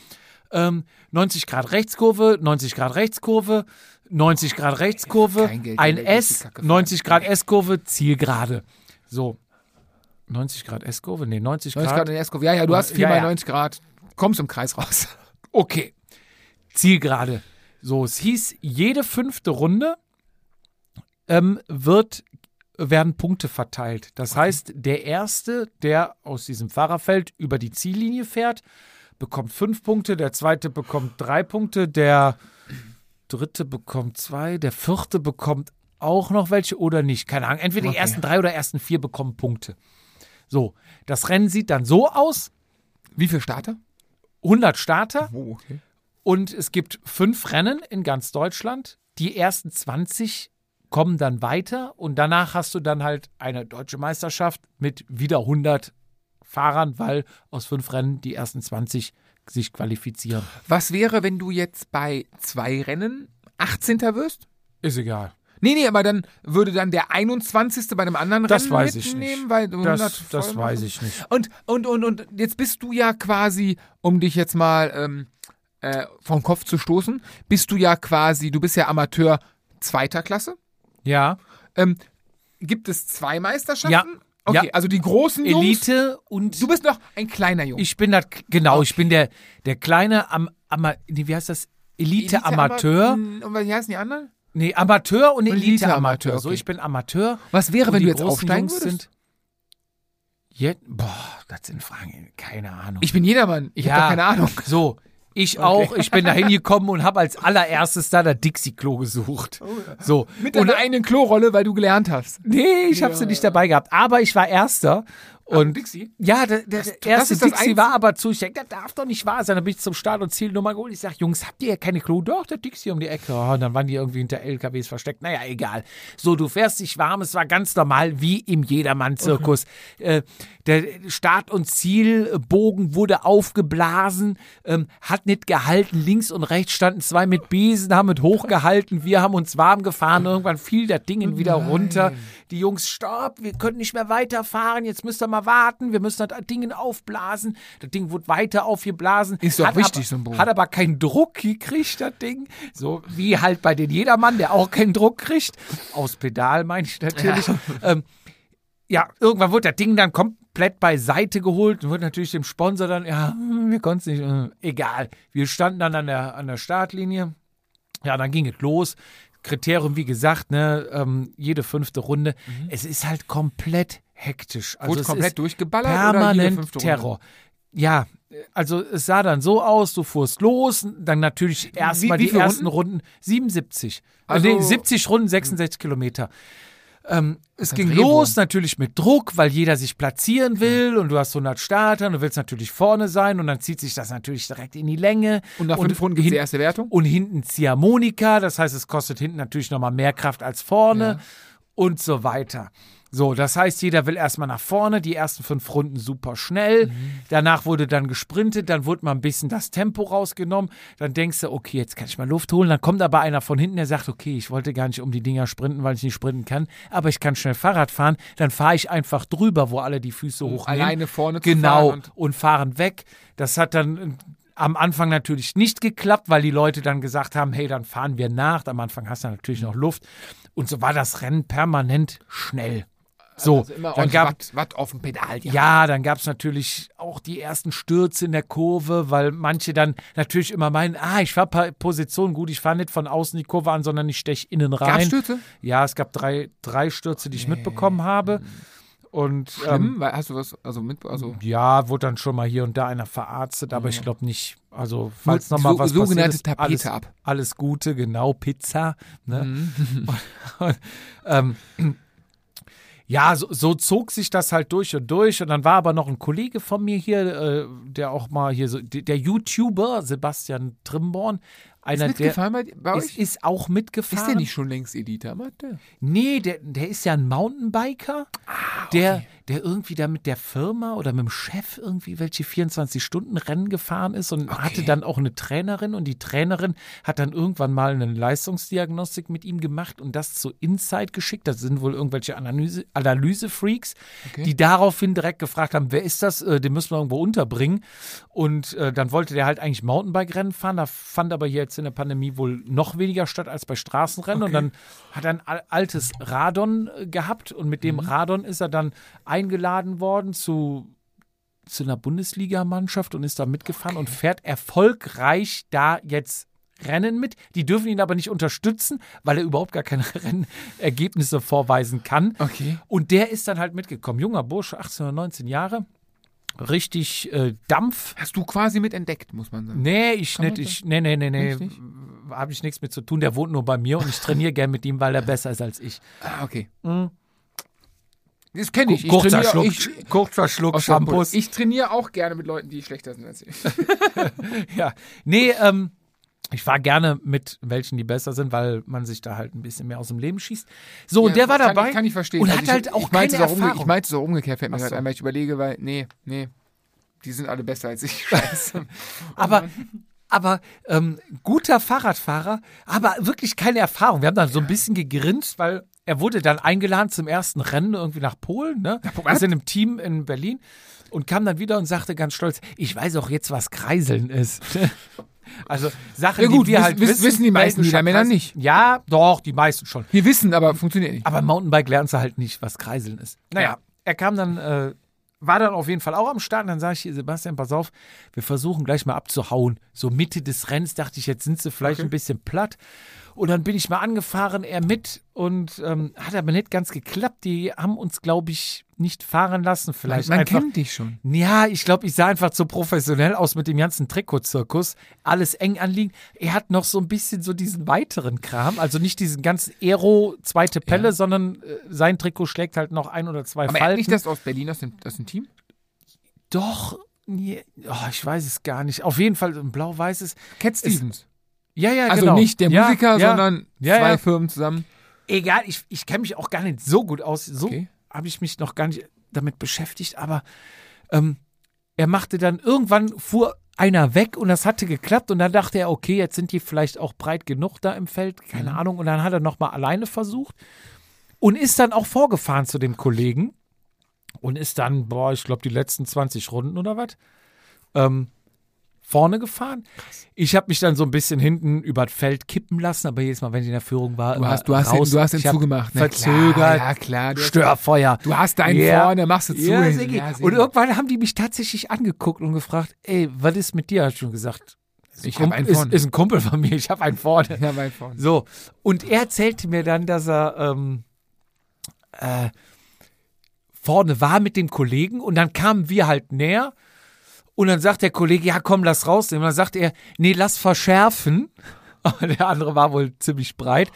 S1: ähm, 90 Grad Rechtskurve, 90 Grad Rechtskurve, 90 Grad Rechtskurve,
S2: Kein Geld,
S1: ein
S2: wenn wir durch die
S1: S,
S2: Kacke fahren.
S1: 90 Grad S-Kurve, Zielgerade. So, 90 Grad S-Kurve? Nee, 90 Grad.
S2: 90 Grad in Esco. Ja, ja, du hast 4
S1: Ja,
S2: mal
S1: ja.
S2: 90 Grad. Kommst im Kreis raus. (laughs)
S1: Okay, Zielgerade. So, es hieß, jede fünfte Runde ähm, wird, werden Punkte verteilt. Das heißt, der Erste, der aus diesem Fahrerfeld über die Ziellinie fährt, bekommt fünf Punkte, der Zweite bekommt drei Punkte, der Dritte bekommt zwei, der Vierte bekommt auch noch welche oder nicht. Keine Ahnung, entweder die
S2: Okay.
S1: ersten drei oder ersten vier bekommen Punkte. So, das Rennen sieht dann so aus,
S2: Wie viele Starter?
S1: 100 Starter,
S2: Oh, okay.
S1: und es gibt fünf Rennen in ganz Deutschland. Die ersten 20 kommen dann weiter und danach hast du dann halt eine deutsche Meisterschaft mit wieder 100 Fahrern, weil aus fünf Rennen die ersten 20 sich qualifizieren.
S2: Was wäre, wenn du jetzt bei zwei Rennen 18. wirst?
S1: Ist egal.
S2: Nee, nee, aber dann würde dann der 21. bei einem anderen
S1: Das
S2: Rennen
S1: weiß ich
S2: mitnehmen,
S1: nicht.
S2: weil du 100
S1: Das,
S2: voll
S1: das
S2: machen.
S1: weiß ich nicht.
S2: Und, und, und, und jetzt bist du ja quasi, um dich jetzt mal ähm, äh, vom Kopf zu stoßen, bist du ja quasi, du bist ja Amateur zweiter Klasse.
S1: Ja,
S2: Ähm, gibt es zwei Meisterschaften?
S1: Ja.
S2: Okay,
S1: Ja.
S2: also die großen Jungs.
S1: Elite und
S2: Du bist noch ein kleiner Junge.
S1: ich bin das genau, ich bin der der kleine am, Ama- nee, wie heißt das? Elite, Amateur.
S2: Hm, Und wie heißen die anderen?
S1: Nee, Amateur und Elite,
S2: Elite-Amateur,
S1: Amateur. So,
S2: okay.
S1: ich bin Amateur.
S2: Was wäre,
S1: Und
S2: wenn
S1: die
S2: du jetzt
S1: großen
S2: aufsteigen
S1: Jungs
S2: würdest?
S1: Jetzt, boah, das sind Fragen, keine Ahnung.
S2: Ich bin jedermann. Ich
S1: Ja.
S2: habe keine (laughs) Ahnung.
S1: so, ich auch, ich bin da hingekommen und habe als allererstes da das Dixie-Klo gesucht. So,
S2: Oh Mit
S1: und,
S2: deiner eigenen Klorolle, weil du gelernt hast.
S1: nee, ich habe sie nicht dabei gehabt, aber ich war Erster. Und
S2: Dixie?
S1: ja, der, der der
S2: das
S1: erste
S2: ist das
S1: Dixie
S2: Einzige-
S1: war aber zu. Ich denke, das darf doch nicht wahr sein. Dann bin ich zum Start und Zielnummer geholt. Ich sage, Jungs, habt ihr ja keine Klo? Doch, der Dixie um die Ecke. Oh, und dann waren die irgendwie hinter LKWs versteckt. Naja, egal. So, du fährst dich warm. Es war ganz normal, wie im Jedermann-Zirkus. Äh, der Start- und Zielbogen wurde aufgeblasen, ähm, hat nicht gehalten. Links und rechts standen zwei mit Besen, haben mit hochgehalten. Wir haben uns warm gefahren. Irgendwann fiel das Ding
S2: Oh
S1: wieder runter. Die Jungs, stopp, wir können nicht mehr weiterfahren. Jetzt müsst ihr mal warten. Wir müssen das Ding aufblasen. Das Ding wurde weiter aufgeblasen.
S2: Ist doch
S1: Hat
S2: wichtig,
S1: aber,
S2: so ein Boot.
S1: Hat aber keinen Druck gekriegt, das Ding. So wie halt bei den Jedermann, der auch keinen Druck kriegt. Aus Pedal meine ich natürlich. Ja. Ähm, ja, irgendwann wurde das Ding dann komplett beiseite geholt und wurde natürlich dem Sponsor dann, ja, hm, wir konnten es nicht, hm, egal. Wir standen dann an der, an der Startlinie. Ja, dann ging es los. Kriterium, wie gesagt, ne, ähm, jede fünfte Runde. Es ist halt komplett hektisch. Also
S2: Mhm. Wurde
S1: es
S2: komplett
S1: ist
S2: durchgeballert oder jede
S1: permanent
S2: fünfte Runde?
S1: Terror. Ja, also es sah dann so aus, du fuhrst los, dann natürlich erstmal
S2: wie
S1: die
S2: viele
S1: ersten Runden, 77. Also
S2: Also-
S1: nee, 70 Runden, 66 Kilometer. Ähm, es
S2: ein
S1: ging
S2: Drehwurm.
S1: los natürlich mit Druck, weil jeder sich platzieren will und du hast 100 Starter und du willst natürlich vorne sein und dann zieht sich das natürlich direkt in die Länge.
S2: Und nach fünf Runden gibt es
S1: hin-
S2: die erste Wertung?
S1: und hinten Ziehharmonika, das heißt, es kostet hinten natürlich nochmal mehr Kraft als vorne. und so weiter. So, das heißt, jeder will erstmal nach vorne, die ersten fünf Runden super schnell.
S2: Mhm.
S1: Danach wurde dann gesprintet, dann wurde mal ein bisschen das Tempo rausgenommen. Dann denkst du, okay, jetzt kann ich mal Luft holen. Dann kommt aber einer von hinten, der sagt, okay, ich wollte gar nicht um die Dinger sprinten, weil ich nicht sprinten kann, aber ich kann schnell Fahrrad fahren. Dann fahre ich einfach drüber, wo alle die Füße hochnehmen.
S2: Um alleine vorne zu
S1: Genau,
S2: fahren und-
S1: und fahren weg. Das hat dann äh, am Anfang natürlich nicht geklappt, weil die Leute dann gesagt haben, hey, dann fahren wir nach. Am Anfang hast du natürlich noch Luft. Und so war das Rennen permanent schnell. So,
S2: also immer
S1: dann gab,
S2: Watt, Watt auf dem Pedal. Ja.
S1: ja, dann gab es natürlich auch die ersten Stürze in der Kurve, weil manche dann natürlich immer meinen, ah, ich war pa- Position gut, ich fahre nicht von außen die Kurve an, sondern ich steche innen rein.
S2: Gab's Stürze?
S1: Ja, es gab drei, drei Stürze, die ich mitbekommen habe. Und ähm,
S2: Schlimm, weil hast du was, also mit, also
S1: ja, wurde dann schon mal hier und da einer verarztet, aber ich glaube nicht. Also, falls
S2: Nur
S1: nochmal
S2: so-
S1: was passiert
S2: sogenannte
S1: ist,
S2: Tapete
S1: alles,
S2: ab. Mhm.
S1: alles Gute, genau, Pizza. Ne? (laughs) und, und, ähm, ja, so, so zog sich das halt durch und durch. Und dann war aber noch ein Kollege von mir hier, äh, der auch mal hier so, der, der YouTuber Sebastian Trimborn, einer
S2: ist
S1: der
S2: mitgefahren bei, bei
S1: ist,
S2: euch?
S1: ist auch mitgefahren.
S2: Ist der nicht schon längst Elite Amateur?
S1: Nee, der, der ist ja ein Mountainbiker, der, der irgendwie da mit der Firma oder mit dem Chef irgendwie welche 24-Stunden-Rennen gefahren ist und hatte dann auch eine Trainerin und die Trainerin hat dann irgendwann mal eine Leistungsdiagnostik mit ihm gemacht und das zu Insight geschickt. Das sind wohl irgendwelche Analyse, Analyse-Freaks, die daraufhin direkt gefragt haben, wer ist das? Äh, Den müssen wir irgendwo unterbringen. Und äh, dann wollte der halt eigentlich Mountainbike-Rennen fahren. Da fand aber jetzt in der Pandemie wohl noch weniger statt als bei Straßenrennen. Und dann hat er ein al- altes Radon äh, gehabt. Und mit dem Radon ist er dann eingeladen worden zu, zu einer Bundesligamannschaft und ist da mitgefahren und fährt erfolgreich da jetzt Rennen mit. Die dürfen ihn aber nicht unterstützen, weil er überhaupt gar keine (laughs) Rennergebnisse vorweisen kann.
S2: Okay.
S1: Und der ist dann halt mitgekommen. Junger Bursche, 18 oder 19 Jahre. Richtig äh, Dampf.
S2: Hast du quasi mit entdeckt, muss man sagen.
S1: Nee, ich
S2: Kann
S1: nicht.
S2: man
S1: Ich, nee, nee, nee, nee.
S2: Echt nicht?
S1: Habe ich nichts mit zu tun. Der wohnt nur bei mir und ich trainiere (laughs) gern mit ihm, weil er besser ist als ich.
S2: Ah, okay. Das kenne ich. ich
S1: Kurzer
S2: trainiere-
S1: Schluck,
S2: Ich,
S1: kurzer Schluck
S2: aus Shampoo.
S1: Shampoos.
S2: ich trainiere auch gerne mit Leuten, die schlechter sind als ich.
S1: (laughs) ja. Nee, ähm, ich fahre gerne mit welchen, die besser sind, weil man sich da halt ein bisschen mehr aus dem Leben schießt. So, und
S2: Ja,
S1: der war
S2: kann,
S1: dabei.
S2: Kann ich verstehen.
S1: Und
S2: Also
S1: hat
S2: ich,
S1: halt auch
S2: ich meinte
S1: keine
S2: es auch umge-
S1: Erfahrung.
S2: Ich meinte es auch umgekehrt, fällt mir
S1: Ach
S2: gerade
S1: so.
S2: ein, weil ich überlege, weil, nee, nee, die sind alle besser als ich. (laughs) Scheiße.
S1: aber
S2: Mhm.
S1: aber ähm, guter Fahrradfahrer, aber wirklich keine Erfahrung. Wir haben dann so ein bisschen gegrinst, weil er wurde dann eingeladen zum ersten Rennen irgendwie nach Polen. Ne? Wir sind im Team in Berlin und kam dann wieder und sagte ganz stolz, ich weiß auch jetzt, was Kreiseln ist. (laughs) Also Sachen,
S2: Ja gut,
S1: die wir
S2: wiss-
S1: halt
S2: wiss-
S1: wissen.
S2: wissen die meisten
S1: Belgischer
S2: Niedermänner
S1: Kreisel-
S2: nicht.
S1: Ja, doch, die meisten schon.
S2: Wir wissen, aber funktioniert nicht.
S1: Aber Mountainbike lernst du halt nicht, was Kreiseln ist. Naja,
S2: Hm. Ja.
S1: er kam dann, äh, war dann auf jeden Fall auch am Start. Und dann sage ich, hier, Sebastian, pass auf, wir versuchen gleich mal abzuhauen. So Mitte des Rennens dachte ich, jetzt sind sie vielleicht ein bisschen platt. Und dann bin ich mal angefahren, er mit und ähm, hat aber nicht ganz geklappt. Die haben uns, glaube ich, nicht fahren lassen. Vielleicht
S2: Man
S1: einfach.
S2: kennt dich schon.
S1: Ja, ich glaube, ich sah einfach zu professionell aus mit dem ganzen Trikotzirkus. Alles eng anliegen. Er hat noch so ein bisschen so diesen weiteren Kram. Also nicht diesen ganzen Aero, zweite Pelle, sondern äh, sein Trikot schlägt halt noch ein oder zwei
S2: Aber er hat
S1: Falten.
S2: nicht das aus Berlin, aus dem, aus dem Team?
S1: Doch, nee, oh, ich weiß es gar nicht. Auf jeden Fall ein blau-weißes.
S2: Cat Stevens.
S1: Ja, ja,
S2: also
S1: genau.
S2: nicht der
S1: ja,
S2: Musiker,
S1: ja.
S2: sondern
S1: Ja,
S2: zwei
S1: ja.
S2: Firmen zusammen.
S1: Egal, ich, ich kenne mich auch gar nicht so gut aus. So
S2: Okay.
S1: habe ich mich noch gar nicht damit beschäftigt, aber ähm, er machte dann irgendwann fuhr einer weg und das hatte geklappt und dann dachte er, okay, jetzt sind die vielleicht auch breit genug da im Feld, keine Ahnung. Und dann hat er nochmal alleine versucht und ist dann auch vorgefahren zu dem Kollegen und ist dann, boah, ich glaube, die letzten 20 Runden oder was, ähm, vorne gefahren. Ich habe mich dann so ein bisschen hinten über das Feld kippen lassen, aber jedes Mal, wenn ich in der Führung war,
S2: Du
S1: immer
S2: hast, du hast,
S1: raus.
S2: ihn, du hast ihn
S1: Ich hab
S2: zugemacht. Na klar,
S1: Verzögert,
S2: Ja, klar. Du hast,
S1: Störfeuer.
S2: du hast deinen
S1: Ja.
S2: vorne, machst du zu.
S1: Ja,
S2: hin.
S1: Sigi.
S2: Ja, Sigi.
S1: und irgendwann haben die mich tatsächlich angeguckt und gefragt, ey, was ist mit dir? Hat schon gesagt, ist ein
S2: Ich hab
S1: Kump-
S2: einen
S1: ist,
S2: vorne.
S1: ist ein Kumpel von mir, ich habe einen
S2: (laughs)
S1: vorne.
S2: Ja, weit vorne.
S1: So, und er erzählte mir dann, dass er ähm, äh, vorne war mit dem Kollegen und dann kamen wir halt näher und dann sagt der Kollege, ja komm, lass rausnehmen. Und dann sagt er, nee, lass verschärfen. (laughs) Aber der andere war wohl ziemlich breit.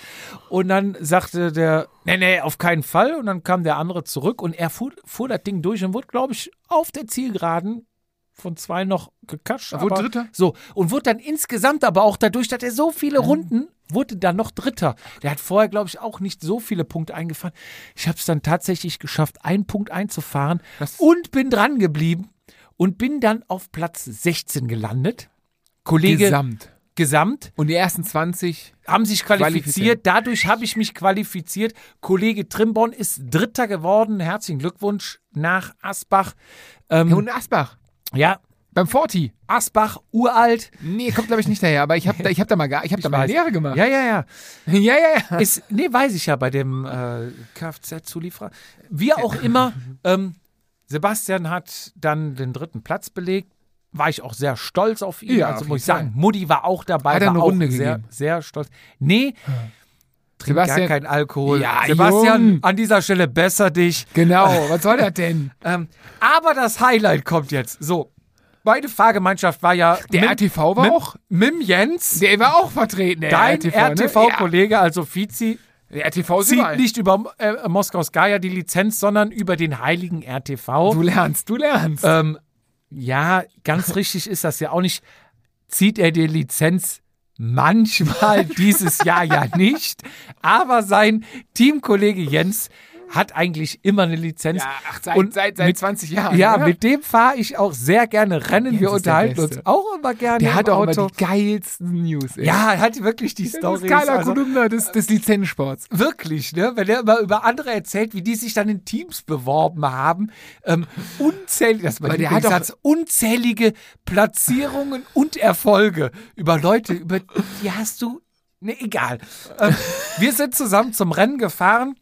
S1: Und dann sagte der, nee, nee, auf keinen Fall. Und dann kam der andere zurück und er fuhr, fuhr das Ding durch und wurde, glaube ich, auf der Zielgeraden von zwei noch gekascht.
S2: Er wurde
S1: aber-
S2: Dritter.
S1: So, und wurde dann insgesamt aber auch dadurch, dass er so viele Runden, wurde dann noch Dritter. Der hat vorher, glaube ich, auch nicht so viele Punkte eingefahren. Ich habe es dann tatsächlich geschafft, einen Punkt einzufahren
S2: Das-
S1: und bin dran geblieben und bin dann auf Platz 16 gelandet. Kollege
S2: Gesamt.
S1: gesamt
S2: Und die ersten 20
S1: haben sich qualifiziert. Dadurch habe ich mich qualifiziert. Kollege Trimborn ist Dritter geworden. Herzlichen Glückwunsch nach Asbach. Ähm,
S2: Ja, und Asbach.
S1: Ja,
S2: Beim Forti.
S1: Asbach, uralt.
S2: Nee, kommt glaube ich nicht daher, aber ich habe da, ich hab da mal, ge- ich hab da mal
S1: weiß.
S2: Lehre gemacht.
S1: Ja, ja, ja.
S2: ja, ja. ja.
S1: Ist, nee, weiß ich ja bei dem äh, Kfz-Zulieferer. Wie auch immer, ähm, Sebastian hat dann den dritten Platz belegt. War ich auch sehr stolz auf ihn.
S2: Ja,
S1: also
S2: auf
S1: muss ich
S2: jeden
S1: sagen, Mutti war auch dabei.
S2: Hat er
S1: war
S2: eine
S1: auch
S2: Runde
S1: sehr,
S2: gegeben?
S1: sehr stolz. Nee, trinkt
S2: Sebastian-
S1: gar kein Alkohol.
S2: Ja,
S1: Sebastian,
S2: Jung.
S1: an dieser Stelle besser dich.
S2: Genau, was soll das denn?
S1: Ähm, aber das Highlight kommt jetzt. So, meine Fahrgemeinschaft war ja
S2: Der
S1: Mim-
S2: RTV war
S1: Mim-
S2: auch-
S1: Mim Jens,
S2: Der war auch vertreten, der
S1: dein
S2: ne?
S1: RTV-Kollege, also Fizi,
S2: Ja, der RTV ist
S1: zieht
S2: überall.
S1: nicht über äh, Moskau Skya die Lizenz, sondern über den heiligen
S2: Du
S1: RTV.
S2: lernst, du lernst.
S1: Ähm, ja, ganz richtig ist das ja auch nicht. Zieht er die Lizenz manchmal
S2: (laughs)
S1: dieses Jahr ja nicht, aber sein Teamkollege Jens hat eigentlich immer eine Lizenz.
S2: ja, ach, seit,
S1: und
S2: seit, seit
S1: mit-
S2: 20 Jahren.
S1: Ja,
S2: oder?
S1: mit dem fahre ich auch sehr gerne Rennen.
S2: Jens
S1: Wir
S2: ist der
S1: unterhalten
S2: Beste.
S1: uns auch immer gerne
S2: der hat
S1: im
S2: auch
S1: Auto.
S2: immer die geilsten News. Ey.
S1: ja, also- er hat wirklich die
S2: das
S1: Story.
S2: ist geiler Kolumna des, des Lizenzsports.
S1: Wirklich, ne? Wenn er immer über andere erzählt, wie die sich dann in Teams beworben haben. Ähm, unzählige, das ist mein
S2: Aber der hat doch-
S1: Lieblingssatz, unzählige Platzierungen und Erfolge über Leute, über die hast du. Ne, egal. Ähm, wir sind zusammen zum Rennen gefahren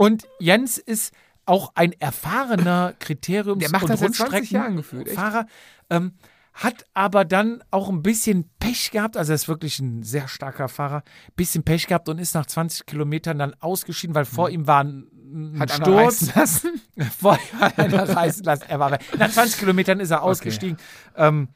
S1: und Jens ist auch ein erfahrener Kriteriums-
S2: Der macht
S1: und
S2: das seit 20 Jahren gefühlt, echt.
S1: Rundstreckenfahrer. Ähm, hat aber dann auch ein bisschen Pech gehabt, also er ist wirklich ein sehr starker Fahrer, bisschen Pech gehabt und ist nach 20 Kilometern dann ausgeschieden, weil vor ihm war ein, ein
S2: Mhm. Hat einer
S1: Sturz.
S2: reißen lassen.
S1: (laughs) Vor ihm hat einer reißen lassen. Er war, weg. nach 20 Kilometern ist er ausgestiegen. Ähm,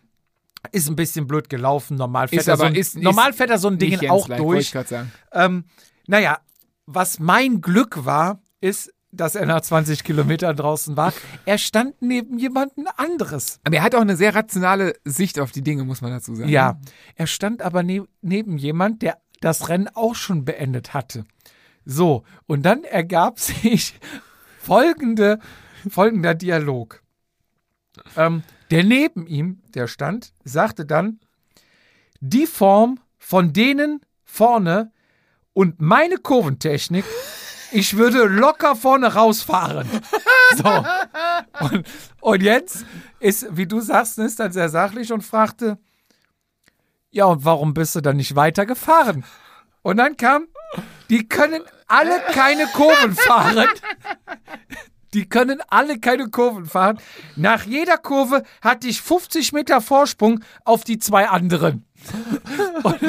S1: ist ein bisschen blöd gelaufen. Normal fährt,
S2: Ist
S1: er,
S2: aber-
S1: so ein,
S2: ist- ist
S1: normal fährt er so ein Ding
S2: Nicht Jens
S1: auch
S2: Leif, wollte ich
S1: durch.
S2: grad sagen.
S1: Ähm, naja, was mein Glück war, ist, dass er nach 20 Kilometern draußen war. Er stand neben jemandem anderes.
S2: Aber er hat auch eine sehr rationale Sicht auf die Dinge, muss man dazu sagen.
S1: Ja, er stand aber ne neben jemand, der das Rennen auch schon beendet hatte. So, und dann ergab (laughs) sich folgende, folgender Dialog. Ähm, der neben ihm, der stand, sagte dann, die Form von denen vorne und meine Kurventechnik, ich würde locker vorne rausfahren. (laughs) So. Und, und jetzt ist, wie du sagst, ist dann sehr sachlich und fragte, ja, und warum bist du dann nicht weitergefahren? Und dann kam, die können alle keine Kurven fahren. Die können alle keine Kurven fahren. Nach jeder Kurve hatte ich 50 Meter Vorsprung auf die zwei anderen. Und,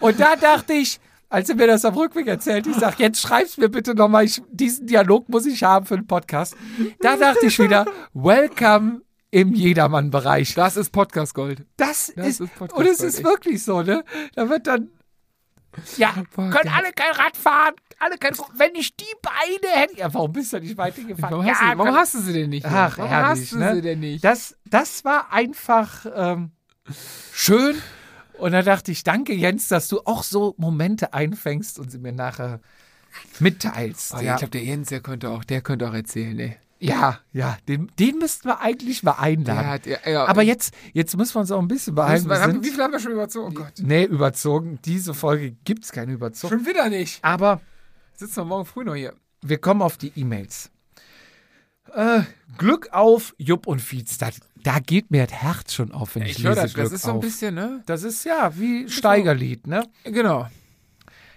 S1: und da dachte ich, als er mir das am Rückweg erzählt, ich sag, jetzt schreib's mir bitte nochmal, ich, diesen Dialog muss ich haben für den Podcast. Da dachte ich wieder, welcome im Jedermann-Bereich.
S2: Das ist Podcast Gold.
S1: Das, ist,
S2: ist Podcast
S1: und es
S2: Gold,
S1: ist
S2: echt. Oh,
S1: wirklich so, ne? Da wird dann, ja,
S2: Boah,
S1: können
S2: geil.
S1: alle kein Rad fahren, alle kein, wenn ich die Beine hätte, ja, warum bist du nicht weitergefahren?
S2: Warum,
S1: ja,
S2: hast, du, warum
S1: können-
S2: hast du sie denn nicht?
S1: Ach,
S2: warum
S1: herrlich,
S2: hast du
S1: ne?
S2: sie denn nicht?
S1: Das, das war einfach ähm, schön. Und da dachte ich, danke Jens, dass du auch so Momente einfängst und sie mir nachher mitteilst.
S2: Oh,
S1: ja.
S2: Ich glaube, der Jens, der könnte auch, der könnte auch erzählen, ey.
S1: ja, ja, den, den müssten wir eigentlich mal einladen.
S2: Der hat, ja, ja,
S1: Aber jetzt, jetzt müssen wir uns auch ein bisschen
S2: Müssen
S1: beeilen.
S2: wir-
S1: Wir
S2: haben-
S1: sind-
S2: wie viel haben wir schon überzogen? Oh Gott.
S1: Nee, überzogen. Diese Folge gibt es keine überzogen.
S2: Schon wieder nicht.
S1: Aber
S2: Sitzen wir morgen früh noch hier.
S1: wir kommen auf die E-Mails. Äh, Glück auf, Jupp und Fietz. Da, da geht mir das Herz schon auf, wenn ich,
S2: Ich höre
S1: lese
S2: das.
S1: Glück
S2: Das ist so ein
S1: auf.
S2: bisschen, ne?
S1: Das ist ja wie Steigerlied, ne?
S2: Genau.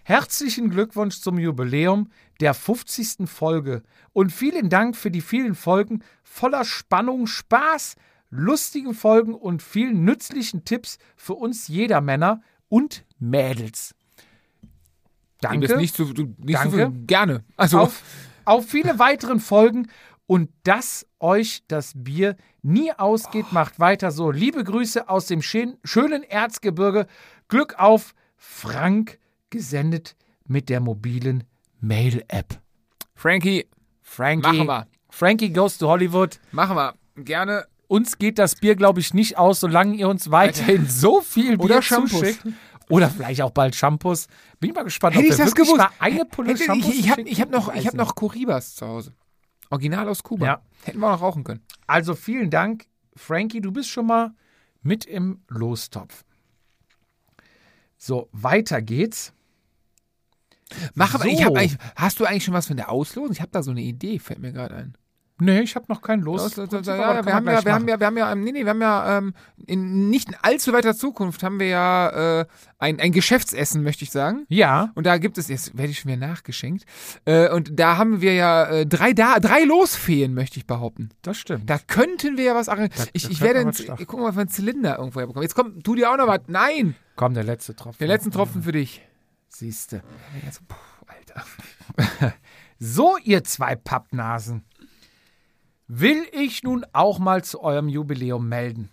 S1: Herzlichen Glückwunsch zum Jubiläum der 50. Folge und vielen Dank für die vielen Folgen voller Spannung, Spaß, lustigen Folgen und vielen nützlichen Tipps für uns jeder Männer und Mädels.
S2: Danke.
S1: Danke.
S2: nicht so, du, nicht
S1: Danke.
S2: So viel, gerne. Also,
S1: auf, auf viele weiteren Folgen und dass euch das Bier nie ausgeht, macht weiter so. Liebe Grüße aus dem schön, schönen Erzgebirge. Glück auf Frank, gesendet mit der mobilen Mail-App.
S2: Frankie,
S1: Frankie,
S2: Machen wir.
S1: Frankie goes to Hollywood
S2: machen wir. Gerne.
S1: Uns geht das Bier, glaube ich, nicht aus, solange ihr uns weiterhin so viel Bier
S2: Oder Shampoos.
S1: zuschickt. Oder vielleicht auch bald Shampoos. Bin ich mal gespannt,
S2: Hätte
S1: ob
S2: ich
S1: wir
S2: das
S1: wirklich
S2: gewusst.
S1: mal eine Pulle
S2: Hätte,
S1: Shampoos
S2: ich ich habe
S1: geschickt
S2: ich hab noch,
S1: wird,
S2: ich
S1: weiß
S2: hab noch Curibas zu Hause. Original aus Kuba.
S1: Ja.
S2: Hätten wir auch noch rauchen können.
S1: nicht. Also vielen Dank, Frankie. Du bist schon mal mit im Lostopf. So, weiter geht's.
S2: Mach aber,
S1: So.
S2: ich hab eigentlich, hast du eigentlich schon was von der Auslosung? Ich habe da so eine Idee, fällt mir gerade ein.
S1: Nee, ich habe noch keinen Los.
S2: Auslosung, ja, ja, wir, haben ja, wir haben ja, wir haben ja, ähm, nee, nee, wir haben ja ähm, in nicht allzu weiter Zukunft haben wir ja äh, ein, ein Geschäftsessen, möchte ich sagen.
S1: Ja,
S2: Und da gibt es, jetzt werde ich schon wieder nachgeschenkt, äh, und da haben wir ja äh, drei, da, drei Losfeen, möchte ich behaupten.
S1: das stimmt.
S2: Da könnten wir ja was arrangieren. Ich,
S1: da
S2: ich
S1: könnte
S2: werde
S1: man
S2: einen,
S1: was schaffen.
S2: ich guck mal, ob wir einen Zylinder irgendwo herbekommen. Jetzt komm, tu dir auch noch was. Nein!
S1: Komm, der letzte Tropfen.
S2: Den letzten Tropfen für dich.
S1: Siehste.
S2: Also, puh, Alter.
S1: (laughs) So, ihr zwei Pappnasen, will ich nun auch mal zu eurem Jubiläum melden.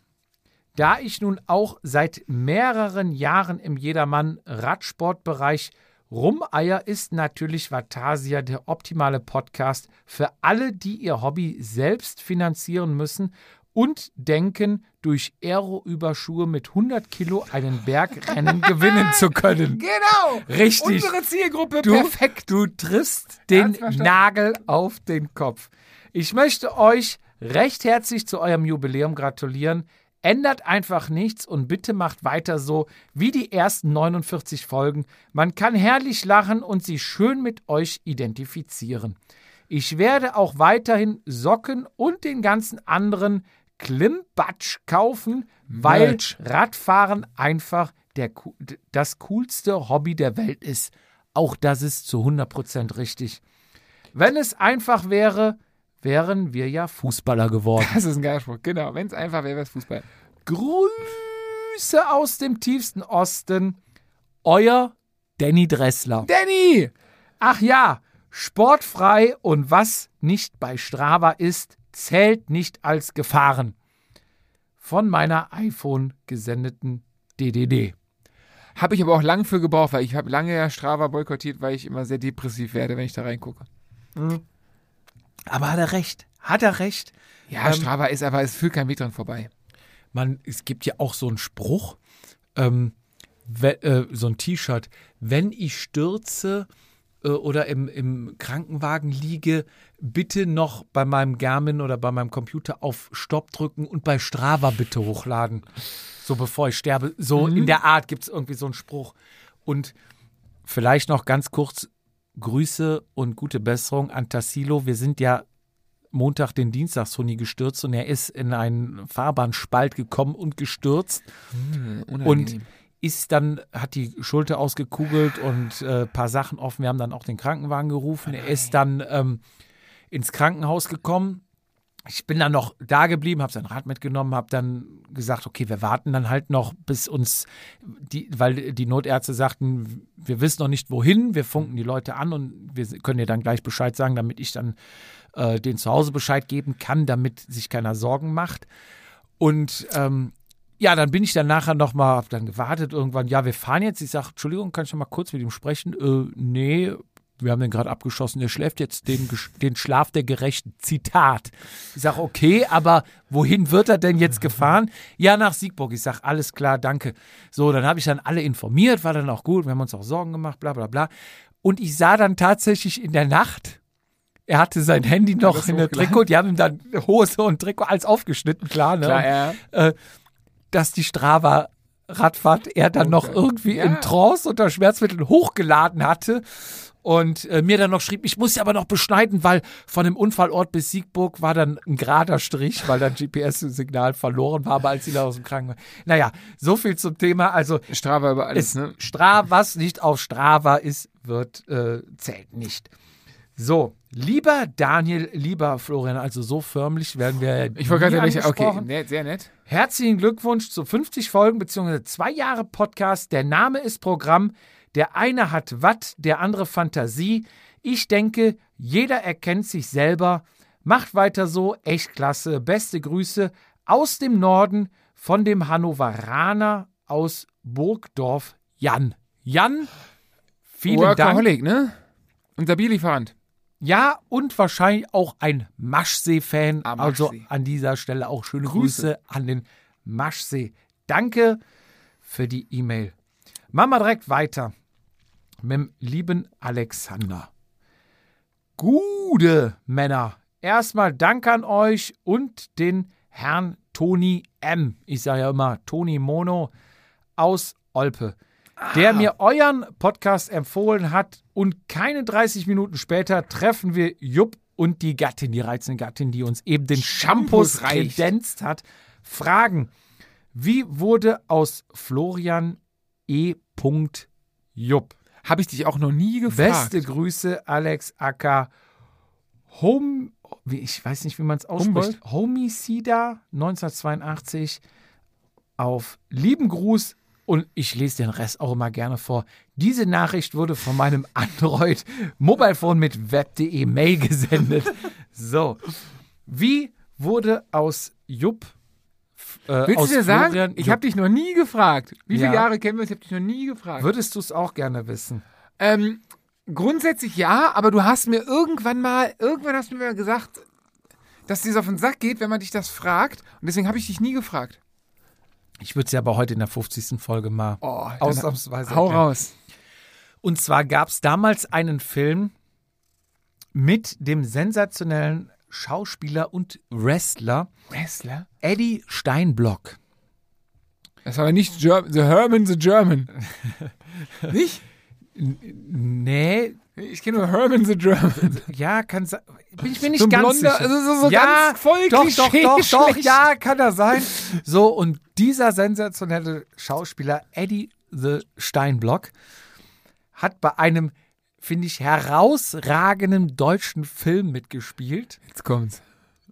S1: Da ich nun auch seit mehreren Jahren im Jedermann Radsportbereich rumeier, ist natürlich Vatasia der optimale Podcast für alle, die ihr Hobby selbst finanzieren müssen und denken, durch Aero-Überschuhe mit 100 Kilo einen Bergrennen gewinnen zu können.
S2: Genau!
S1: Richtig.
S2: Unsere Zielgruppe,
S1: Du-
S2: perfekt. Du
S1: triffst den
S2: Ernst verstanden?
S1: Nagel auf den Kopf. Ich möchte euch recht herzlich zu eurem Jubiläum gratulieren. Ändert einfach nichts und bitte macht weiter so wie die ersten 49 Folgen. Man kann herrlich lachen und sich schön mit euch identifizieren. Ich werde auch weiterhin Socken und den ganzen anderen Klimbatsch kaufen, weil
S2: Merch.
S1: Radfahren einfach der, co- d- das coolste Hobby der Welt ist. Auch das ist zu 100% richtig. Wenn es einfach wäre, wären wir ja Fußballer geworden.
S2: (laughs) Das ist ein geiler Spruch. Genau, wenn es einfach wäre, wäre es Fußball.
S1: (laughs) Grüße aus dem tiefsten Osten. Euer Danny Dressler.
S2: Danny!
S1: Ach ja, sportfrei und was nicht bei Strava ist, zählt nicht als gefahren. Von meiner iPhone gesendeten DDD.
S2: Habe ich aber auch lang für gebraucht, weil ich habe lange ja Strava boykottiert, weil ich immer sehr depressiv werde, wenn ich da reingucke.
S1: Aber hat er recht? Hat er recht?
S2: Ja,
S1: Ähm,
S2: Strava ist aber, es führt kein Weg dran vorbei.
S1: Man, es gibt ja auch so einen Spruch, ähm, we, äh, so ein T-Shirt. Wenn ich stürze äh, oder im, im Krankenwagen liege, bitte noch bei meinem Garmin oder bei meinem Computer auf Stopp drücken und bei Strava bitte hochladen. So bevor ich sterbe. So in der Art gibt es irgendwie so einen Spruch. Und vielleicht noch ganz kurz Grüße und gute Besserung an Tassilo. Wir sind ja Montag den Dienstagshuni gestürzt und er ist in einen Fahrbahnspalt gekommen und gestürzt und
S2: Unangenehm.
S1: ist dann, hat die Schulter ausgekugelt und äh, paar Sachen offen. Wir haben dann auch den Krankenwagen gerufen. Er ist dann ähm, ins Krankenhaus gekommen. Ich bin dann noch da geblieben, habe sein Rad mitgenommen, habe dann gesagt, okay, wir warten dann halt noch, bis uns die, weil die Notärzte sagten, wir wissen noch nicht wohin, wir funken die Leute an und wir können dir dann gleich Bescheid sagen, damit ich dann äh, den zu Hause Bescheid geben kann, damit sich keiner Sorgen macht. Und ähm, ja, dann bin ich dann nachher nochmal, hab dann gewartet irgendwann, ja, wir fahren jetzt. Ich sage, Entschuldigung, kann ich noch mal kurz mit ihm sprechen? Äh, nee, wir haben den gerade abgeschossen, der schläft jetzt den, Gesch- den Schlaf der Gerechten. Zitat. Ich sage, okay, aber wohin wird er denn jetzt gefahren? Ja, nach Siegburg. Ich sage, alles klar, danke. So, dann habe ich dann alle informiert, war dann auch gut, wir haben uns auch Sorgen gemacht, bla bla bla. Und ich sah dann tatsächlich in der Nacht, er hatte sein Handy noch
S2: das
S1: in der
S2: hochgeladen?
S1: Trikot, die haben ihm dann Hose und Trikot, alles aufgeschnitten, klar, ne?
S2: Klar, ja.
S1: dass die Strava Radfahrt er dann noch irgendwie
S2: Ja.
S1: in Trance unter Schmerzmitteln hochgeladen hatte und äh, mir dann noch schrieb, ich muss sie aber noch beschneiden, weil von dem Unfallort bis Siegburg war dann ein gerader Strich, weil dann (laughs) GPS-Signal verloren war, aber als sie da aus dem Krankenhaus. Naja, so viel zum Thema. Also
S2: Strava über alles,
S1: es,
S2: ne?
S1: Stra was nicht auf Strava ist, wird äh, zählt nicht. So, lieber Daniel, lieber Florian, also so förmlich werden wir.
S2: Ich wollte
S1: nie
S2: gerade nicht, okay,
S1: angesprochen.
S2: nett, sehr nett.
S1: Herzlichen Glückwunsch zu 50 Folgen bzw. zwei Jahre Podcast. Der Name ist Programm. Der eine hat Watt, der andere Fantasie. Ich denke, jeder erkennt sich selber. Macht weiter so, echt klasse. Beste Grüße aus dem Norden von dem Hannoveraner aus Burgdorf, Jan. Jan, vielen Dank.
S2: Workaholic, ne? Unser Bielieferant.
S1: Ja, und wahrscheinlich auch ein Maschsee-Fan.
S2: Ah,
S1: also
S2: Maschsee.
S1: an dieser Stelle auch schöne
S2: Grüße.
S1: Grüße, an den Maschsee. Danke für die E-Mail. Machen wir direkt weiter mit dem lieben Alexander. Gute Männer. Erstmal Dank an euch und den Herrn Toni M. Ich sage ja immer Toni Mono aus Olpe
S2: Ah.
S1: der mir euren Podcast empfohlen hat. Und keine 30 Minuten später treffen wir Jupp und die Gattin, die reizende Gattin, die uns eben den Shampoos
S2: Shampoos reicht.
S1: kredenzt hat, fragen, wie wurde aus Florian E. Jupp?
S2: Habe ich dich auch noch nie gefragt.
S1: Beste Grüße, Alex Acker. Hom wie, ich weiß nicht, wie man es ausspricht. Homicida 1982 auf lieben Gruß und ich lese den Rest auch immer gerne vor. Diese Nachricht wurde von meinem (laughs) Android Mobilephone mit web.de Mail (laughs) gesendet. So, wie wurde aus Jupp äh, aus
S2: Willst du dir sagen,
S1: Florian
S2: ich
S1: Jupp?
S2: habe dich noch nie gefragt. Wie
S1: Ja.
S2: viele Jahre kennen wir uns? Ich habe dich noch nie gefragt.
S1: würdest du es auch gerne wissen?
S2: Ähm, grundsätzlich ja, aber du hast mir irgendwann mal, irgendwann hast du mir gesagt, dass dir das auf den Sack geht, wenn man dich das fragt. Und deswegen habe ich dich nie gefragt.
S1: Ich würde es ja aber heute in der 50. Folge mal
S2: Oh, dann-
S1: ausnahmsweise
S2: Hau
S1: erklären.
S2: raus.
S1: Und zwar gab es damals einen Film mit dem sensationellen Schauspieler und Wrestler
S2: Wrestler?
S1: Eddie Steinblock.
S2: Das war aber nicht Ger The Herman
S1: (laughs)
S2: the German. nicht?
S1: Nee,
S2: Ich kenne nur Herman the German.
S1: ja, kann sein. Bin ich mir nicht
S2: So ein
S1: ganz
S2: blonder-
S1: sicher.
S2: also so- so
S1: ja,
S2: ganz voll
S1: doch, doch,
S2: Klischee
S1: doch, doch,
S2: schlecht.
S1: ja, kann das sein. So, und dieser sensationelle Schauspieler Eddie the Steinblock hat bei einem, finde ich, herausragenden deutschen Film mitgespielt.
S2: Jetzt kommt's.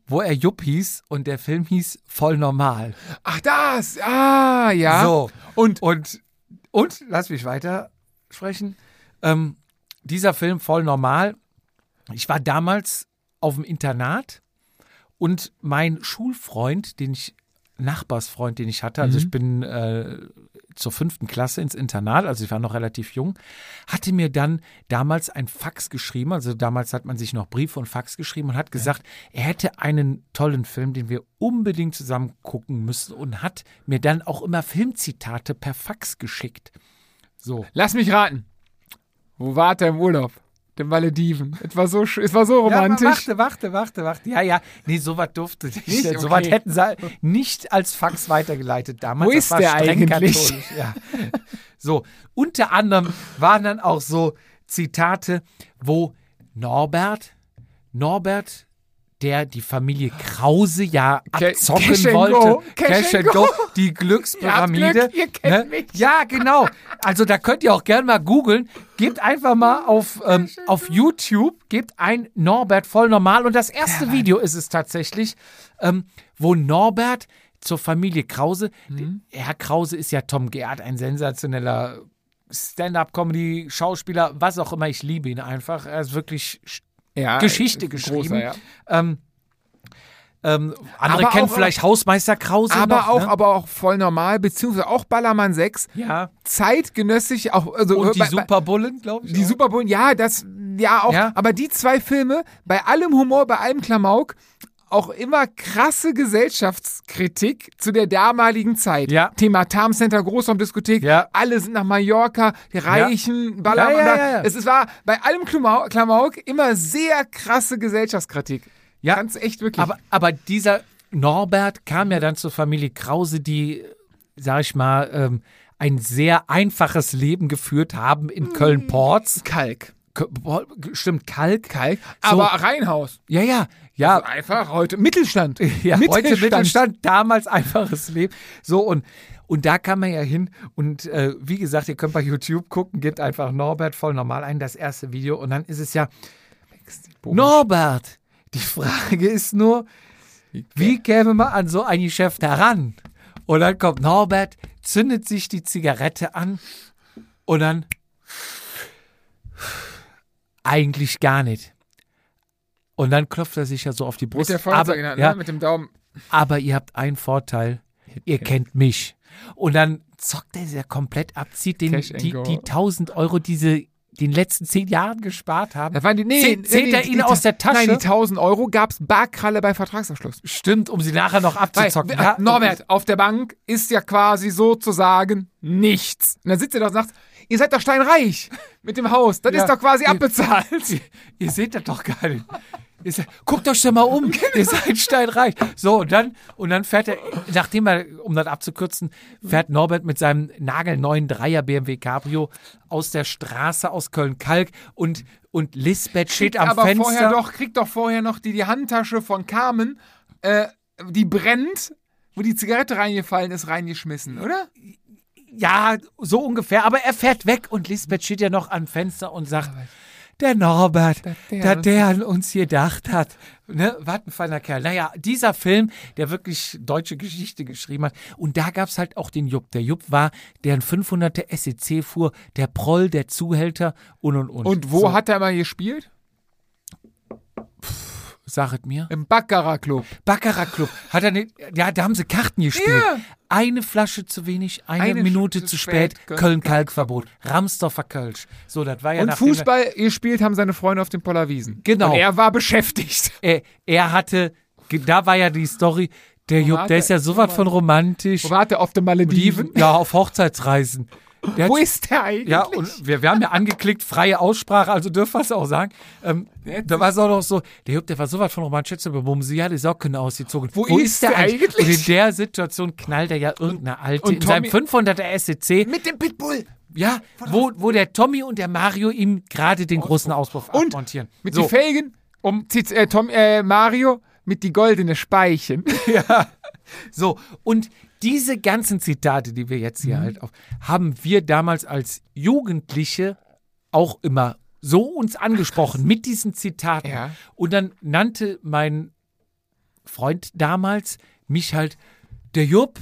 S1: wo er Jupp hieß und der Film hieß Voll Normal.
S2: Ach, das! Ah, ja.
S1: So.
S2: Und
S1: Und, und, lass mich weiter sprechen. Ähm, dieser Film Voll Normal, ich war damals auf dem Internat und mein Schulfreund, den ich, Nachbarsfreund, den ich hatte, also ich bin äh, zur fünften Klasse ins Internat, also ich war noch relativ jung, hatte mir dann damals ein Fax geschrieben, also damals hat man sich noch Briefe und Fax geschrieben und hat gesagt, er hätte einen tollen Film, den wir unbedingt zusammen gucken müssen und hat mir dann auch immer Filmzitate per Fax geschickt. So.
S2: lass mich raten. Wo wart er im Urlaub? Den Malediven. Es war so, sch- es war so
S1: Ja,
S2: romantisch.
S1: warte, warte, warte, warte. Ja, ja. Nee, sowas durfte nicht.
S2: Nicht?
S1: nicht Sowas
S2: Okay.
S1: hätten sie nicht als Fax weitergeleitet damals.
S2: Wo
S1: Das
S2: ist
S1: war
S2: der
S1: streng
S2: eigentlich?
S1: katholisch, Ja. (laughs) So, unter anderem waren dann auch so Zitate, wo Norbert, Norbert, der die Familie Krause ja
S2: Ca-
S1: abzocken
S2: Cash and
S1: wollte.
S2: Go, Cash and Go.
S1: die
S2: Ihr
S1: Glückspyramide.
S2: habt Glück, ihr kennt mich.
S1: Ja, genau. Also da könnt ihr auch gerne mal googeln. Gebt einfach mal auf, ähm, auf YouTube, gebt ein Norbert voll normal. Und das erste Video ist es tatsächlich, ähm, wo Norbert zur Familie Krause,
S2: Mhm.
S1: Herr Krause ist ja Tom Gerhardt, ein sensationeller Stand-up-Comedy, Schauspieler, was auch immer. Ich liebe ihn einfach. Er ist wirklich
S2: Ja,
S1: Geschichte
S2: ist ein
S1: geschrieben.
S2: Großer, ja.
S1: Ähm, ähm, andere
S2: Aber
S1: kennen
S2: auch- äh,
S1: vielleicht Hausmeister Krause.
S2: aber
S1: noch,
S2: auch,
S1: ne?
S2: aber auch voll normal, beziehungsweise auch Ballermann 6,
S1: ja.
S2: zeitgenössig, auch, also,
S1: Und die
S2: bei- bei-
S1: Superbullen, glaube ich.
S2: die
S1: auch.
S2: Super Bowl, ja, das, ja, auch,
S1: Ja.
S2: aber die zwei Filme, bei allem Humor, bei allem Klamauk, auch immer krasse Gesellschaftskritik zu der damaligen Zeit.
S1: Ja.
S2: Thema Tarm Center, Großraumdiskothek,
S1: Ja.
S2: alle sind nach Mallorca, die Reichen, Ballermann.
S1: Ja, ja,
S2: da-
S1: ja, ja.
S2: Es, es war bei allem Klumau- Klamauk immer sehr krasse Gesellschaftskritik.
S1: Ja.
S2: Ganz echt wirklich.
S1: aber, aber dieser Norbert kam ja dann zur Familie Krause, die, sag ich mal, ähm, ein sehr einfaches Leben geführt haben in Köln-Porz.
S2: Hm. Kalk.
S1: K- Pol- Stimmt, Kalk.
S2: Kalk.
S1: So.
S2: Aber Also Reinhaus.
S1: Ja, ja, ja.
S2: Einfach heute Mittelstand.
S1: (laughs) Ja, heute Mittelstand, damals einfaches Leben. So und und da kann man ja hin und äh, wie gesagt, ihr könnt bei YouTube gucken, gebt einfach Norbert voll normal ein das erste Video und dann ist es ja Norbert. Die Frage ist nur, wie käme man an so ein Geschäft heran? Und dann kommt Norbert, zündet sich die Zigarette an und dann eigentlich gar nicht. Und dann klopft er sich ja so auf die
S2: Mit
S1: Brust.
S2: der Feuerzeug in
S1: aber,
S2: der Hand,
S1: ja,
S2: ne? mit dem Daumen.
S1: aber ihr habt einen Vorteil, ihr kennt mich. Und dann zockt er sie ja komplett ab, zieht den,
S2: Cash and
S1: die,
S2: go.
S1: die 1000 Euro, diese den letzten zehn Jahren gespart haben.
S2: Da waren die, nee,
S1: Zäh-
S2: nee,
S1: zählt
S2: nee,
S1: er
S2: die-
S1: Ihnen
S2: die-
S1: aus der Tasche?
S2: Nein, die 1000 Euro gab's Barkralle bei Vertragsabschluss.
S1: Stimmt, um sie nachher noch
S2: Weil,
S1: abzuzocken.
S2: äh,
S1: ja?
S2: Norbert, auf der Bank ist ja quasi sozusagen nichts. Und dann sitzt ihr da und sagt, ihr seid doch (laughs) steinreich mit dem Haus. Das
S1: Ja.
S2: ist doch quasi
S1: Ihr- (laughs)
S2: abbezahlt.
S1: Ihr, ihr seht das doch gar nicht. Ihr seid, guckt euch doch mal
S2: (laughs)
S1: um,
S2: Genau.
S1: ihr seid steinreich. So, und dann, und dann fährt er, nachdem er, um das abzukürzen, fährt Norbert mit seinem nagelneuen Dreier BMW Cabrio aus der Straße aus Köln-Kalk und, und Lisbeth steht am
S2: aber
S1: Fenster.
S2: vorher doch, kriegt doch vorher noch die, die Handtasche von Carmen, äh, die brennt, wo die Zigarette reingefallen ist, reingeschmissen, oder?
S1: Ja, so ungefähr. Aber er fährt weg und Lisbeth steht ja noch am Fenster und sagt, der Norbert,
S2: der
S1: da
S2: an
S1: der an uns gedacht hat. Ne? Was ein feiner Kerl. Naja, dieser Film, der wirklich deutsche Geschichte geschrieben hat. Und da gab's halt auch den Jupp. Der Jupp war, der ein 500er SEC fuhr, der Proll, der Zuhälter und und und.
S2: Und wo
S1: so,
S2: hat er mal gespielt?
S1: Saget mir.
S2: Im Baccarat Club.
S1: Baccarat Club. Hat er nicht, ja, da haben sie Karten gespielt.
S2: Ja.
S1: Eine Flasche zu wenig, eine,
S2: Eine
S1: Minute
S2: Sch-
S1: zu spät,
S2: spät.
S1: Köln-Kalk-Verbot, Ramsdorfer Kölsch. So, das war ja
S2: Und
S1: nachdem er-
S2: Fußball gespielt haben seine Freunde auf den Pollerwiesen.
S1: Genau.
S2: Und er war beschäftigt. (laughs)
S1: er, Äh, er hatte, ge- da war ja die Story, der Jupp,
S2: hat
S1: der ist
S2: er-
S1: ja sowas von romantisch.
S2: Wo war der auf den Malediven?
S1: Die, ja, auf Hochzeitsreisen. Der
S2: Wo
S1: hat,
S2: ist der eigentlich?
S1: ja, und wir, wir haben ja angeklickt, freie Aussprache, also dürfen wir es auch sagen. Ähm, da war es auch noch so, der Jupp, der war sowas von romantisch, aber warum sie ja die Socken ausgezogen.
S2: Wo ist der
S1: Und
S2: eigentlich?
S1: in der Situation knallt er ja irgendeine Alte
S2: und
S1: in seinem
S2: Tommy-
S1: 500er SEC,
S2: mit dem Pitbull.
S1: ja, wo, wo der Tommy und der Mario ihm gerade den großen Auspuff
S2: Und
S1: abmontieren.
S2: mit
S1: so.
S2: die Felgen um zieht äh, Tom äh, Mario mit die goldene Speichen.
S1: So, und diese ganzen Zitate, die wir jetzt hier halt auf, haben wir damals als Jugendliche auch immer so uns angesprochen mit diesen Zitaten.
S2: Ja.
S1: Und dann nannte mein Freund damals mich halt der Jupp.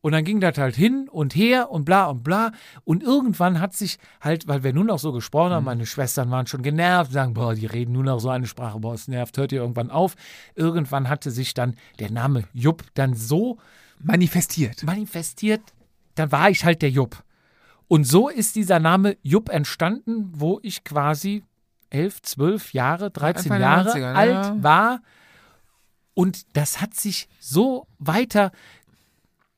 S1: Und dann ging das halt hin und her und bla und bla. Und irgendwann hat sich halt, weil wir nun auch so gesprochen haben, meine Schwestern waren schon genervt, sagen, boah, die reden nur noch so eine Sprache, boah, es nervt, hört ihr irgendwann auf. Irgendwann hatte sich dann der Name Jupp dann so
S2: (laughs) Manifestiert.
S1: manifestiert, dann war ich halt der Jupp. Und so ist dieser Name Jupp entstanden, wo ich quasi elf, zwölf Jahre, 13
S2: Anfang der
S1: Jahre
S2: 90er, ne?
S1: alt war. Und das hat sich so weiter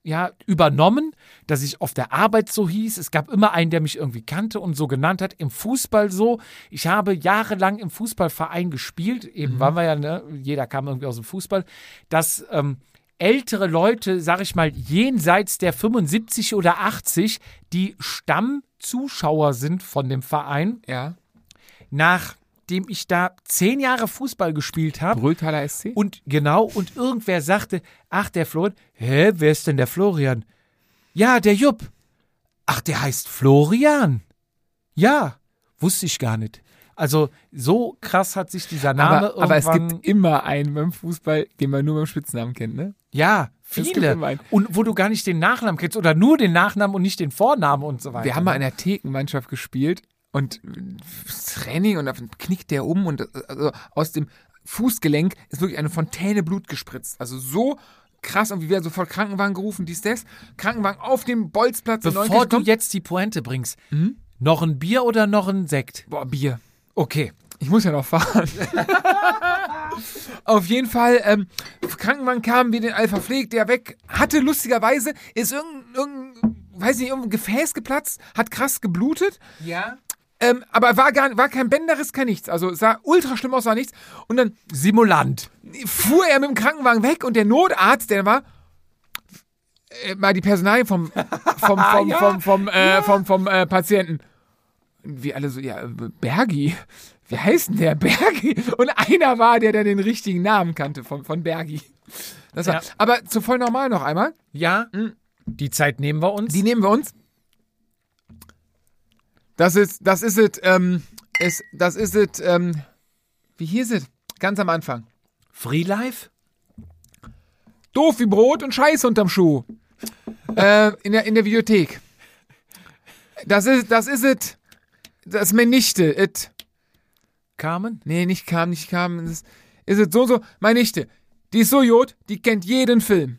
S1: ja, übernommen, dass ich auf der Arbeit so hieß. Es gab immer einen, der mich irgendwie kannte und so genannt hat. Im Fußball so. Ich habe jahrelang im Fußballverein gespielt. Eben
S2: Mhm.
S1: waren wir ja, ne? jeder kam irgendwie aus dem Fußball. Dass ähm, ältere Leute, sag ich mal, jenseits der 75 oder 80, die Stammzuschauer sind von dem Verein,
S2: Ja.
S1: nachdem ich da zehn Jahre Fußball gespielt habe.
S2: Brülltaler SC.
S1: Und genau, und irgendwer sagte, ach, der Florian, hä, wer ist denn der Florian? Ja, der Jupp. Ach, der heißt Florian. Ja, wusste ich gar nicht. Also so krass hat sich dieser Name
S2: aber, aber es
S1: irgendwann...
S2: gibt immer einen beim Fußball, den man nur beim Spitznamen kennt, ne?
S1: ja,
S2: gibt
S1: viele.
S2: immer einen.
S1: Und wo du gar nicht den Nachnamen kennst oder nur den Nachnamen und nicht den Vornamen und so weiter.
S2: Wir haben mal in der Thekenmannschaft gespielt und Training und dann knickt der um und äh, also aus dem Fußgelenk ist wirklich eine Fontäne Blut gespritzt. Also so krass und wir werden sofort Krankenwagen gerufen, dies, das. Krankenwagen auf dem Bolzplatz. in
S1: Bevor
S2: Neunkirch
S1: du
S2: kommt.
S1: jetzt die Pointe bringst,
S2: Mhm.
S1: noch ein Bier oder noch ein Sekt?
S2: Boah, Bier.
S1: Okay.
S2: Ich muss ja noch fahren. Auf jeden Fall, ähm, Krankenwagen kam, wir den Alpha pflegt, der weg, hatte lustigerweise, ist irgendein, irgendein, weiß nicht, irgendein Gefäß geplatzt, hat krass geblutet,
S1: Ja.
S2: ähm, aber war gar war kein Bänderriss, kein nichts. Also sah ultra schlimm aus, war nichts. Und dann
S1: Simulant.
S2: fuhr er mit dem Krankenwagen weg und der Notarzt, der war äh, mal die Personalien vom vom
S1: (laughs)
S2: vom
S1: Ja,
S2: vom vom, äh, vom, vom äh, Patienten. Und wir alle so ja äh, Bergi. Wie heißt denn der Bergi? Und einer war, der der den richtigen Namen kannte von von Bergi. Das war,
S1: Ja.
S2: aber zu voll normal noch einmal.
S1: Ja. Die Zeit nehmen wir uns.
S2: Hm. Die nehmen wir uns. Das ist das ist es ähm, ist, das ist es ähm, wie hieß es ganz am Anfang.
S1: Free Life?
S2: Doof wie Brot und Scheiße unterm Schuh. äh, in, der, in der Videothek. Das ist, das ist it. Das ist meine Nichte. It.
S1: Carmen?
S2: Nee, nicht kam, nicht kam. Das ist, ist it so, so. Meine Nichte. Die ist so jod, die kennt jeden Film.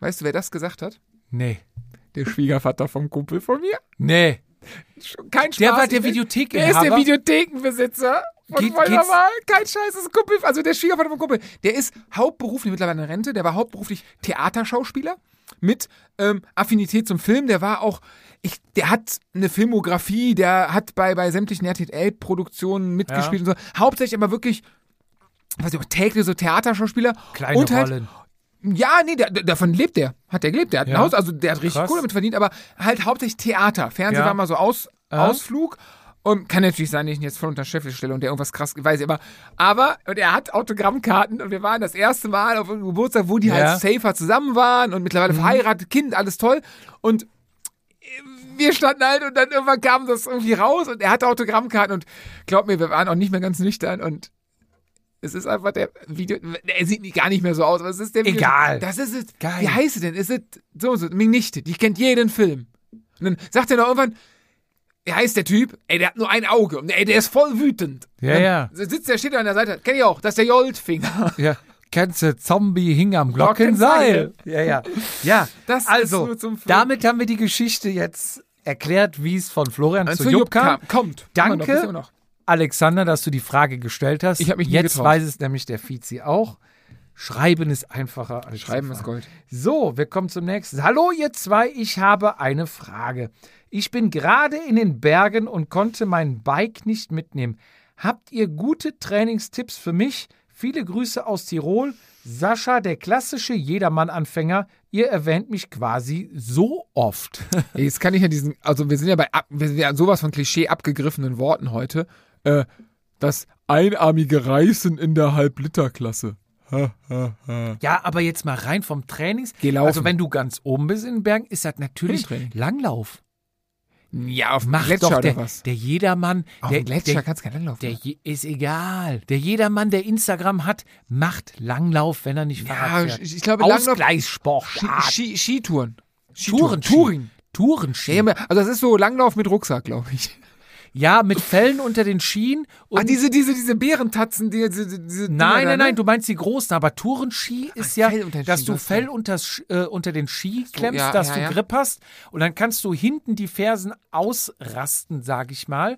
S2: Weißt du, wer das gesagt hat?
S1: Nee.
S2: Der Schwiegervater vom Kumpel von mir.
S1: Nee.
S2: Kein Spaß.
S1: Der war
S2: Ich
S1: der
S2: bin- Der
S1: Videothekeninhaber.
S2: ist der Videothekenbesitzer. Von
S1: Geht-
S2: meiner
S1: geht's-
S2: Wahl. Kein scheißes Kumpel. Also der Schwiegervater von Kumpel. Der ist hauptberuflich mittlerweile in Rente. Der war hauptberuflich Theaterschauspieler mit ähm, Affinität zum Film. Der war auch. Ich, der hat eine Filmografie, der hat bei, bei sämtlichen RTL-Produktionen mitgespielt und so. Hauptsächlich aber wirklich, weiß ich auch, täglich so Theaterschauspieler.
S1: Kleine
S2: und halt
S1: Rollen.
S2: ja, nee, der, der- davon lebt der. Hat der gelebt. Der hat
S1: Ja.
S2: ein Haus, also der hat richtig
S1: Krass.
S2: Kohle damit verdient, aber halt hauptsächlich Theater. Fernsehen
S1: Ja. Äh?
S2: war mal so aus, Ausflug. Und kann natürlich sein, dass ich ihn jetzt voll unter den Scheffel stelle und der irgendwas krass, weiß ich aber. Aber, und er hat Autogrammkarten und wir waren das erste Mal auf einem Geburtstag, wo die
S1: Ja. Mhm.
S2: halt safer zusammen waren und mittlerweile verheiratet, Kind, alles toll. Und wir standen halt und dann irgendwann kam das irgendwie raus und er hatte Autogrammkarten und glaub mir, wir waren auch nicht mehr ganz nüchtern und es ist einfach der Video, er sieht nie- gar nicht mehr so aus, aber es ist der Video.
S1: Egal.
S2: Das ist es.
S1: Geil.
S2: Wie heißt sie denn? Ist es so und so, meine Nichte, die kennt jeden Film. Und dann sagt er noch irgendwann, er heißt der Typ, ey, der hat nur ein Auge und ey, der ist voll wütend.
S1: Ja,
S2: dann
S1: ja.
S2: Sitzt der, steht da an der Seite, kenn ich auch, das ist der Joldfinger.
S1: Ja. Kennst du Zombie hing am Glockenseil? Ja, ja. Ja,
S2: (laughs) Das ist
S1: also,
S2: nur zum Film.
S1: damit haben wir die Geschichte jetzt erklärt, wie es von Florian
S2: Also
S1: zu Jupp kam.
S2: Kommt.
S1: Danke.
S2: Immer noch, ist immer noch.
S1: Alexander, dass du die Frage gestellt hast.
S2: Ich hab mich nie
S1: Jetzt
S2: getraut.
S1: weiß es nämlich der Vizi auch. Schreiben ist einfacher als
S2: Schreiben
S1: zu
S2: ist
S1: fragen.
S2: Gold.
S1: So, wir kommen zum nächsten. Hallo ihr zwei, ich habe eine Frage. Ich bin gerade in den Bergen und konnte mein Bike nicht mitnehmen. Habt ihr gute Trainingstipps für mich? Viele Grüße aus Tirol. Sascha, der klassische Jedermann-Anfänger. Ihr erwähnt mich quasi so
S2: (laughs)
S1: oft.
S2: Ey, Jetzt kann ich ja diesen, also wir sind ja bei ab, wir sind ja an sowas von Klischee abgegriffenen Worten heute. Äh, das einarmige Reißen in der Halbliterklasse. Ha, ha, ha.
S1: Ja, aber jetzt mal rein vom Trainings.
S2: Geh laufen.
S1: Also wenn du ganz oben bist in den Bergen, ist das natürlich
S2: Himmeltraining.
S1: Langlauf.
S2: Ja, auf
S1: Macht
S2: Gletscher
S1: doch der,
S2: oder was?
S1: der Jedermann.
S2: Auf
S1: der,
S2: dem Gletscher
S1: der,
S2: kannst du keinen Langlauf
S1: der
S2: machen.
S1: je, ist egal. Der Jedermann, der Instagram hat, macht Langlauf, wenn er nicht Fahrrad
S2: Ja,
S1: fährt.
S2: ich, ich glaube, Langlauf...
S1: Ausgleichssport. Ah,
S2: Ski, Ski, Ah, Skitouren.
S1: Touren,
S2: Touren.
S1: Tourenski.
S2: Ja, also das ist so Langlauf mit Rucksack, glaube (laughs) ich.
S1: Ja, mit Fellen unter den Schienen. Und
S2: Ach, Ah, diese, diese, diese Bärentatzen, die, diese, diese
S1: nein,
S2: Dinger da,
S1: nein, nein,
S2: ne?
S1: du meinst die großen, aber Tourenski ist ja,
S2: Ah, Fell unter den
S1: dass
S2: Ski,
S1: du
S2: das ist
S1: Fell unters, äh, unter den Ski klemmst,
S2: ja,
S1: dass
S2: ja,
S1: du
S2: ja.
S1: Grip hast und dann kannst du hinten die Fersen ausrasten, sag ich mal.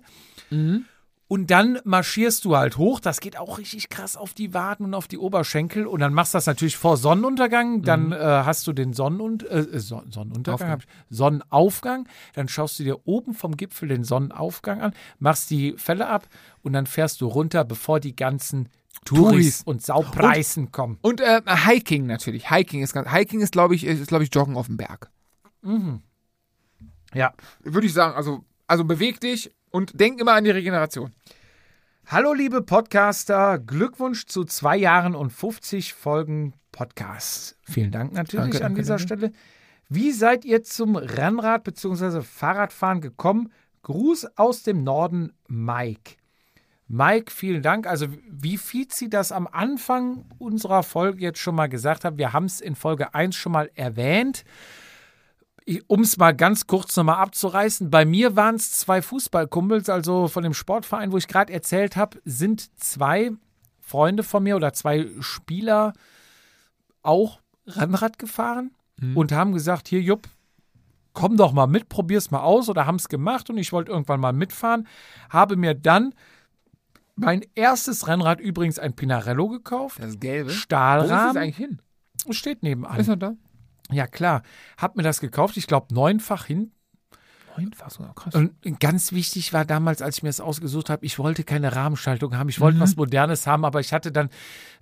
S1: Und dann marschierst du halt hoch, das geht auch richtig krass auf die Waden und auf die Oberschenkel und dann machst du das natürlich vor Sonnenuntergang, dann äh, hast du den Sonnenund äh, äh, Son Sonnenuntergang, hab ich- Sonnenaufgang, dann schaust du dir oben vom Gipfel den Sonnenaufgang an, machst die Felle ab und dann fährst du runter, bevor die ganzen Touris
S2: Touris.
S1: und Saupreisen kommen.
S2: Und äh, Hiking natürlich. Hiking ist ganz... Hiking ist, glaube ich, ist, glaube ich, Joggen auf dem Berg.
S1: Ja.
S2: Würde ich sagen, also, also beweg dich und denk immer an die Regeneration.
S1: Hallo liebe Podcaster, Glückwunsch zu zwei Jahren und 50 Folgen Podcast. Vielen Dank natürlich
S2: Danke,
S1: an
S2: danke,
S1: dieser
S2: danke.
S1: Stelle. Wie seid ihr zum Rennrad bzw. Fahrradfahren gekommen? Gruß aus dem Norden, Mike. Mike, vielen Dank. Also wie Fizi das am Anfang unserer Folge jetzt schon mal gesagt hat, wir haben es in Folge 1 schon mal erwähnt. Um es mal ganz kurz nochmal abzureißen, bei mir waren es zwei Fußballkumpels, also von dem Sportverein, wo ich gerade erzählt habe, sind zwei Freunde von mir oder zwei Spieler auch Rennrad gefahren und haben gesagt, hier Jupp, komm doch mal mit, probier's mal aus oder haben es gemacht und ich wollte irgendwann mal mitfahren, habe mir dann mein erstes Rennrad übrigens ein Pinarello gekauft,
S2: Das Gelbe. Wo ist es
S1: Stahlrahmen,
S2: eigentlich hin?
S1: steht nebenan.
S2: Ist er da?
S1: Ja, klar. Hab mir das gekauft, ich glaube neunfach hinten.
S2: Neunfach sogar, krass.
S1: Und ganz wichtig war damals, als ich mir das ausgesucht habe, ich wollte keine Rahmenschaltung haben, ich
S2: Mhm.
S1: wollte was Modernes haben, aber ich hatte dann,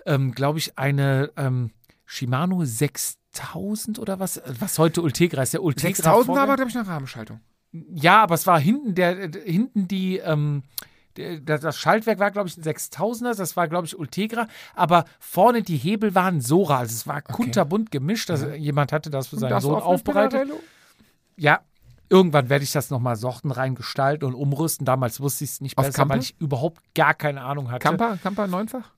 S1: ähm, glaube ich, eine ähm, Shimano 6000 oder was, äh, was heute Ultegra ist. Der Ultegra
S2: 6000 war
S1: Vorgänger-
S2: aber, glaube ich, eine Rahmenschaltung.
S1: Ja, aber es war hinten der, äh, hinten die, ähm, der, das das Schaltwerk war, glaube ich, ein 6000er, das war, glaube ich, Ultegra, aber vorne die Hebel waren Sora, also es war kunterbunt gemischt, also jemand hatte das für seinen
S2: Darfst du
S1: Sohn
S2: auch eine
S1: aufbereitet.
S2: Pinarello?
S1: Ja, irgendwann werde ich das nochmal sortenrein gestalten und umrüsten. Damals wusste ich es nicht
S2: Auf
S1: besser,
S2: Kampa?
S1: weil ich überhaupt gar keine Ahnung hatte.
S2: Kamper, Kamper neunfach?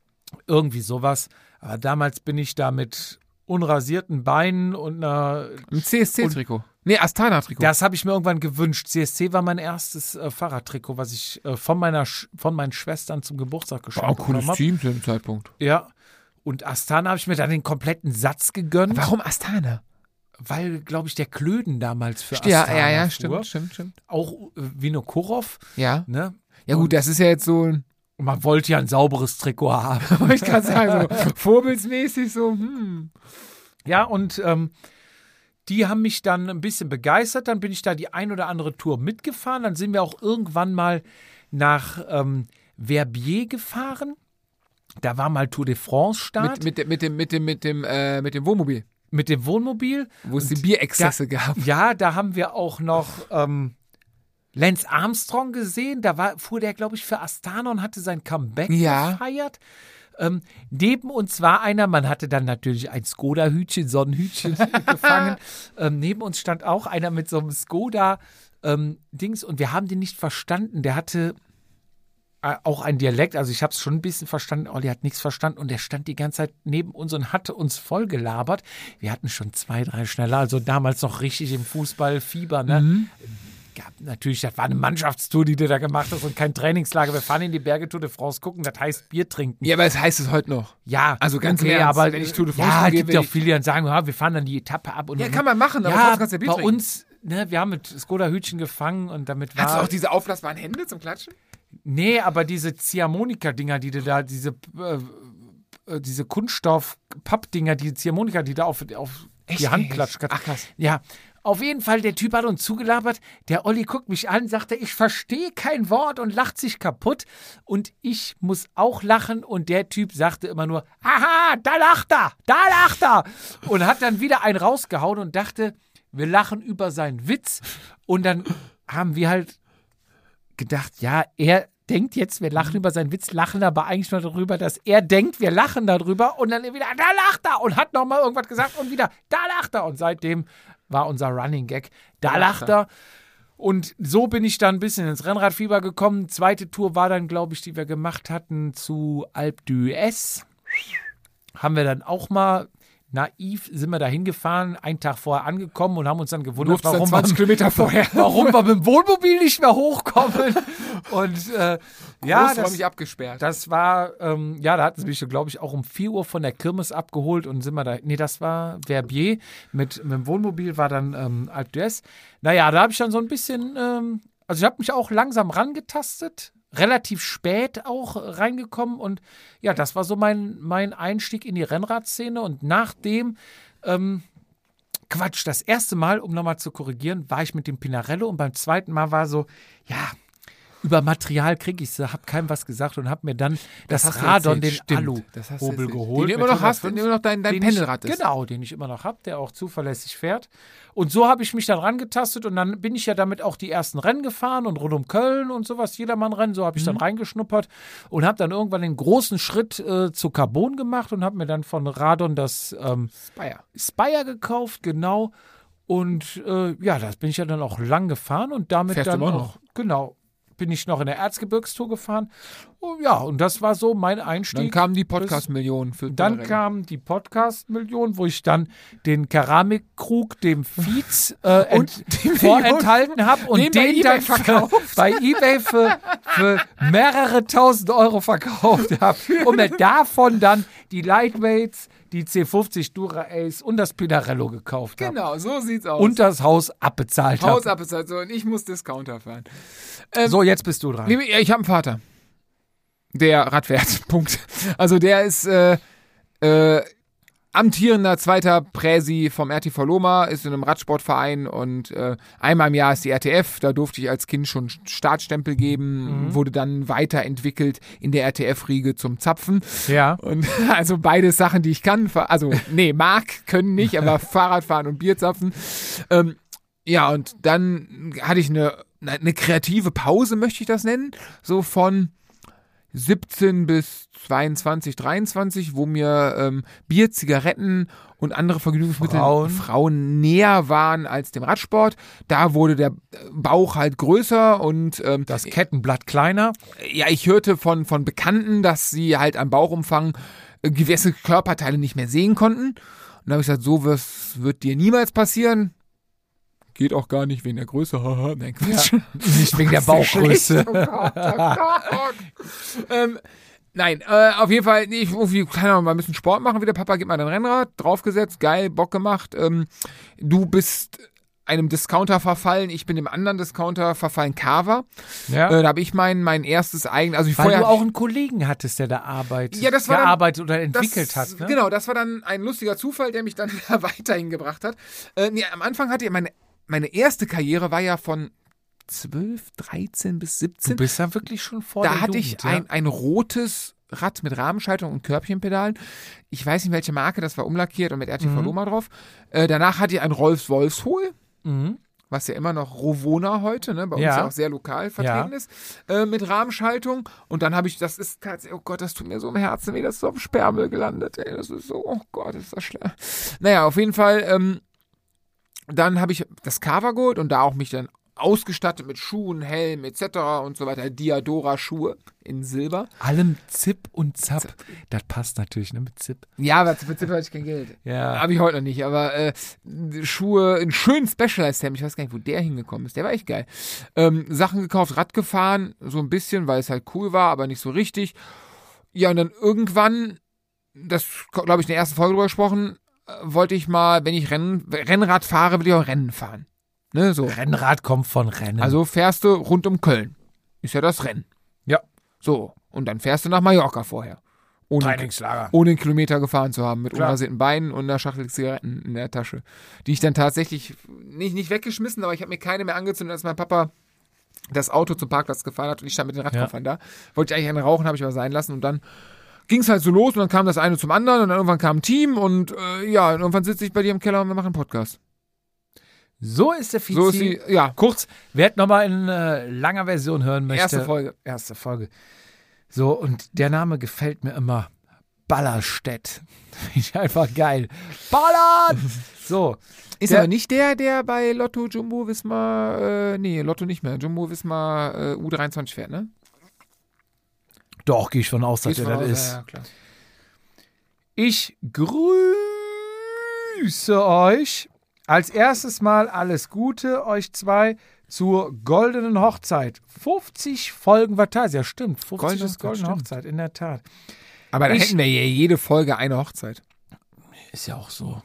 S1: Irgendwie sowas. Aber damals bin ich da mit unrasierten Beinen und einer.
S2: Ein CSC-Trikot. Nee, Astana-Trikot.
S1: Das habe ich mir irgendwann gewünscht. CSC war mein erstes äh, Fahrradtrikot, was ich äh, von, meiner Sch von meinen Schwestern zum Geburtstag
S2: war ein
S1: geschenkt
S2: cooles
S1: bekommen habe.
S2: Team zu dem Zeitpunkt.
S1: Ja. Und Astana habe ich mir dann den kompletten Satz gegönnt.
S2: Warum Astana?
S1: weil, glaube ich, der Klöden damals für
S2: Ja,
S1: Astana
S2: ja, ja,
S1: fuhr.
S2: stimmt, stimmt, stimmt.
S1: Auch äh, Vinokurov,
S2: Ja.
S1: ne?
S2: Ja, gut, das ist ja jetzt so,
S1: Und man wollte ja ein sauberes Trikot haben.
S2: (laughs) wollte ich gerade sagen, so
S1: (laughs)
S2: vorbildsmäßig so, hm.
S1: Ja, und ähm, die haben mich dann ein bisschen begeistert. Dann bin ich da die ein oder andere Tour mitgefahren. Dann sind wir auch irgendwann mal nach ähm, Verbier gefahren. Da war mal Tour de France Start
S2: Mit, mit, dem- mit dem, mit dem, mit dem, äh, mit dem Wohnmobil,
S1: mit dem Wohnmobil.
S2: wo es die Bierexzesse gab.
S1: Ja, da haben wir auch noch ähm, Lance Armstrong gesehen. Da war, fuhr der, glaube ich, für Astana und hatte sein Comeback
S2: Ja.
S1: gefeiert. Ähm, neben uns war einer, man hatte dann natürlich ein Skoda-Hütchen, Sonnenhütchen (laughs) gefangen. Ähm, neben uns stand auch einer mit so einem Skoda-Dings und wir haben den nicht verstanden. Der hatte äh, auch einen Dialekt, also ich habe es schon ein bisschen verstanden. Olli hat nichts verstanden und der stand die ganze Zeit neben uns und hatte uns voll gelabert. Wir hatten schon zwei, drei Schneller, also damals noch richtig im Fußballfieber. Ne?
S2: Mhm.
S1: Gab natürlich, das war eine Mannschaftstour, die du da gemacht hast und kein Trainingslager. Wir fahren in die Berge Tour de France gucken, das heißt Bier trinken.
S2: Ja, aber es heißt es heute noch.
S1: Ja,
S2: Also ganz im
S1: okay,
S2: Ernst,
S1: aber
S2: wenn ich Tour de France
S1: Ja,
S2: gehe,
S1: gibt
S2: will
S1: ja auch
S2: ich-
S1: viele, die dann sagen, ja, wir fahren dann die Etappe ab. Und
S2: Ja,
S1: und-
S2: kann man machen, aber
S1: ja,
S2: trotzdem kannst du ja Bier
S1: bei
S2: trinken.
S1: uns, ne, wir haben mit Skoda Hütchen gefangen und damit war...
S2: Hast du auch diese auflassbaren Hände zum Klatschen?
S1: Nee, aber diese Ziehharmonika-Dinger, die du da, diese, äh, äh, diese Kunststoff-Pappdinger, diese Ziehharmonika, die da auf, auf die
S2: Echt?
S1: Hand klatscht.
S2: Ach, krass.
S1: Ja. Auf jeden Fall, der Typ hat uns zugelabert. Der Olli guckt mich an, sagte, ich verstehe kein Wort und lacht sich kaputt. Und ich muss auch lachen. Und der Typ sagte immer nur, aha, da lacht er, da lacht er. Und hat dann wieder einen rausgehauen und dachte, wir lachen über seinen Witz. Und dann haben wir halt gedacht, ja, er denkt jetzt, wir
S2: Mhm.
S1: lachen über seinen Witz, lachen aber eigentlich nur darüber, dass er denkt, wir lachen darüber und dann wieder, da lacht er und hat nochmal irgendwas gesagt und wieder, da lacht er. Und seitdem war unser Running Gag, da lacht er. Und so bin ich dann ein bisschen ins Rennradfieber gekommen. Zweite Tour war dann, glaube ich, die wir gemacht hatten zu Alpe d'Huez. Haben wir dann auch mal naiv sind wir da hingefahren, einen Tag vorher angekommen und haben uns dann gewundert,
S2: Durftest dann
S1: warum man (laughs)
S2: 20 Kilometer vorher.
S1: warum wir mit dem Wohnmobil nicht mehr hochkommen. Und äh, ja, das,
S2: Großräumig abgesperrt.
S1: das war, ähm, ja, da hatten sie mich, glaube ich, auch um 4 Uhr von der Kirmes abgeholt und sind wir da, nee, das war Verbier mit, mit dem Wohnmobil, war dann ähm, Alpe d'Huez. Naja, da habe ich dann so ein bisschen, ähm, also ich habe mich auch langsam rangetastet, relativ spät auch reingekommen und ja, das war so mein, mein Einstieg in die Rennradszene und nachdem ähm, Quatsch, das erste Mal, um nochmal zu korrigieren, war ich mit dem Pinarello und beim zweiten Mal war so, ja, über Material kriege ich sie, hab keinem was gesagt und hab mir dann das,
S2: hast du
S1: Radon, den
S2: erzählt, stimmt. Das hast du
S1: Alu-Hobel
S2: erzählt.
S1: geholt.
S2: Den du immer
S1: mit
S2: noch hast, den
S1: 105,
S2: du immer noch dein- dein
S1: den ich-
S2: Pendelrad ist.
S1: Genau, den ich immer noch hab, der auch zuverlässig fährt. Und so habe ich mich dann rangetastet und dann bin ich ja damit auch die ersten Rennen gefahren und rund um Köln und sowas, Jedermann-Rennen, so habe ich
S2: Mhm.
S1: dann reingeschnuppert und habe dann irgendwann den großen Schritt äh, zu Carbon gemacht und habe mir dann von Radon das ähm,
S2: Speyer.
S1: Speyer gekauft, genau. Und äh, ja, das bin ich ja dann auch lang gefahren und damit
S2: Fährst du
S1: dann
S2: immer
S1: auch, genau bin ich noch in der Erzgebirgstour gefahren. Und ja, und das war so mein Einstieg.
S2: Dann kamen die Podcast-Millionen für
S1: Dann
S2: Pinarello.
S1: kam die Podcast-Million, wo ich dann den Keramikkrug dem Fietz äh,
S2: (laughs)
S1: ent vorenthalten habe und
S2: den
S1: den,
S2: bei eBay
S1: dann für, bei Ebay für, für mehrere tausend Euro verkauft habe. Und mir davon dann die Lightweights, die C50 Dura Ace und das Pinarello gekauft habe.
S2: Genau, so sieht's aus.
S1: Und das Haus abbezahlt Ähm,
S2: Haus
S1: habe.
S2: ab ist halt so und ich muss Discounter fahren.
S1: So, jetzt bist du dran.
S2: Nee, nee, ich habe einen Vater. Der Rad fährt. (laughs) Punkt. Also der ist äh, äh, amtierender zweiter Präsi vom RTV Loma, ist in einem Radsportverein und äh, einmal im Jahr ist die RTF. Da durfte ich als Kind schon Startstempel geben, wurde dann weiterentwickelt in der RTF-Riege zum Zapfen.
S1: Ja.
S2: Und (laughs) also beide Sachen, die ich kann, fa- also nee, mag, können nicht, aber Fahrradfahren und Bierzapfen. Ähm, ja, und dann hatte ich eine, eine kreative Pause, möchte ich das nennen, so von 17 bis 22, 23, wo mir ähm, Bier, Zigaretten und andere Vergnügungsmittel
S1: Frauen.
S2: Frauen näher waren als dem Radsport. Da wurde der Bauch halt größer und ähm,
S1: Das Kettenblatt kleiner.
S2: ja, ich hörte von, von Bekannten, dass sie halt am Bauchumfang äh, gewisse Körperteile nicht mehr sehen konnten. Und da habe ich gesagt, so was wird dir niemals passieren. Geht auch gar nicht wegen der Größe. haha. Nein, (laughs) Quatsch.
S1: Nicht wegen der
S2: Das ist so
S1: Bauchgröße.
S2: schlecht. Oh Gott, oh Gott. (laughs) ähm, Nein, äh, auf jeden Fall, nee, ich irgendwie, keine Ahnung, mal ein bisschen Sport machen wieder. Papa, gib mal dein Rennrad. Draufgesetzt, geil, Bock gemacht. Ähm, du bist einem Discounter verfallen, ich bin dem anderen Discounter verfallen, Carver. Äh,
S1: Ja.
S2: da habe ich mein, mein erstes eigenes, also ich
S1: Weil
S2: vorher...
S1: du auch einen Kollegen hattest, der da arbeitet,
S2: Ja, das war dann-
S1: gearbeitet oder
S2: das,
S1: entwickelt hat. Ne?
S2: Genau, das war dann ein lustiger Zufall, der mich dann (laughs) da weiterhin gebracht hat. Äh, nee, am Anfang hatte ich meine, meine erste Karriere war ja von 12, 13 bis 17.
S1: Du bist ja wirklich schon vor
S2: Da
S1: der
S2: hatte
S1: Jugend,
S2: ich ein,
S1: ja.
S2: ein rotes Rad mit Rahmenschaltung und Körbchenpedalen. Ich weiß nicht, welche Marke, das war umlackiert und mit RTV Loma drauf. Äh, danach hatte ich ein Rolfs Wolfshol,
S1: Mhm.
S2: was ja immer noch Rovona heute, ne, bei uns
S1: Ja.
S2: ja auch sehr lokal vertreten
S1: Ja.
S2: ist, äh, mit Rahmenschaltung. Und dann habe ich, das ist tatsächlich, oh Gott, das tut mir so im Herzen weh, das ist auf dem Sperrmüll gelandet. Ey, das ist so, oh Gott, ist das schlimm. Naja, auf jeden Fall, ähm, dann habe ich das Cover geholt und da auch mich dann ausgestattet mit Schuhen, Helm etc. und so weiter. Diadora-Schuhe in Silber.
S1: Allem Zip und Zap. Das passt natürlich, ne, mit Zip.
S2: Ja, aber für Zipper hatte ich kein Geld.
S1: Ja.
S2: Habe ich heute noch nicht, aber äh, Schuhe, einen schönen Specialized-Hemd, ich weiß gar nicht, wo der hingekommen ist, der war echt geil. Ähm, Sachen gekauft, Rad gefahren, so ein bisschen, weil es halt cool war, aber nicht so richtig. Ja, und dann irgendwann, das glaube ich in der ersten Folge drüber gesprochen, äh, wollte ich mal, wenn ich Rennen, Rennrad fahre, will ich auch Rennen fahren. Ne, so.
S1: Rennrad kommt von Rennen.
S2: Also fährst du rund um Köln. Ist ja das Rennen.
S1: Ja.
S2: So, und dann fährst du nach Mallorca vorher. Ohne,
S1: Trainingslager.
S2: ohne einen Kilometer gefahren zu haben, mit
S1: Klar.
S2: unrasierten Beinen und einer Schachtel Zigaretten in der Tasche. Die ich dann tatsächlich nicht, nicht weggeschmissen, aber ich habe mir keine mehr angezündet, als mein Papa das Auto zum Parkplatz gefahren hat und ich stand mit den Radkoffern da. Wollte ich eigentlich einen rauchen, habe ich aber sein lassen und dann ging es halt so los und dann kam das eine zum anderen und dann irgendwann kam ein Team und äh, ja, und irgendwann sitze ich bei dir im Keller und wir machen einen Podcast.
S1: So ist der Fizi.
S2: So ist die, ja,
S1: Kurz, wer hat nochmal in äh, langer Version hören möchte.
S2: erste Folge.
S1: Erste Folge. So, und der Name gefällt mir immer. Ballerstedt. (laughs) Finde ich einfach geil. Ballern!
S2: (laughs)
S1: So,
S2: Ist
S1: Der-
S2: aber nicht der, der bei Lotto Jumbo Wismar, äh, nee, Lotto nicht mehr, Jumbo Wismar äh, U23 fährt, ne?
S1: doch, gehe ich von aus, dass
S2: Geht
S1: der
S2: von
S1: das
S2: aus,
S1: ist.
S2: Ja, klar.
S1: Ich grüße euch. Als erstes mal alles Gute euch zwei zur goldenen Hochzeit. 50 Folgen Vatas. Ja, stimmt. 50
S2: Goldene
S1: ist
S2: Hochzeit,
S1: goldene
S2: stimmt.
S1: Hochzeit, in der Tat.
S2: Aber da
S1: Ich-
S2: hätten wir ja jede Folge eine Hochzeit.
S1: Ist ja auch so.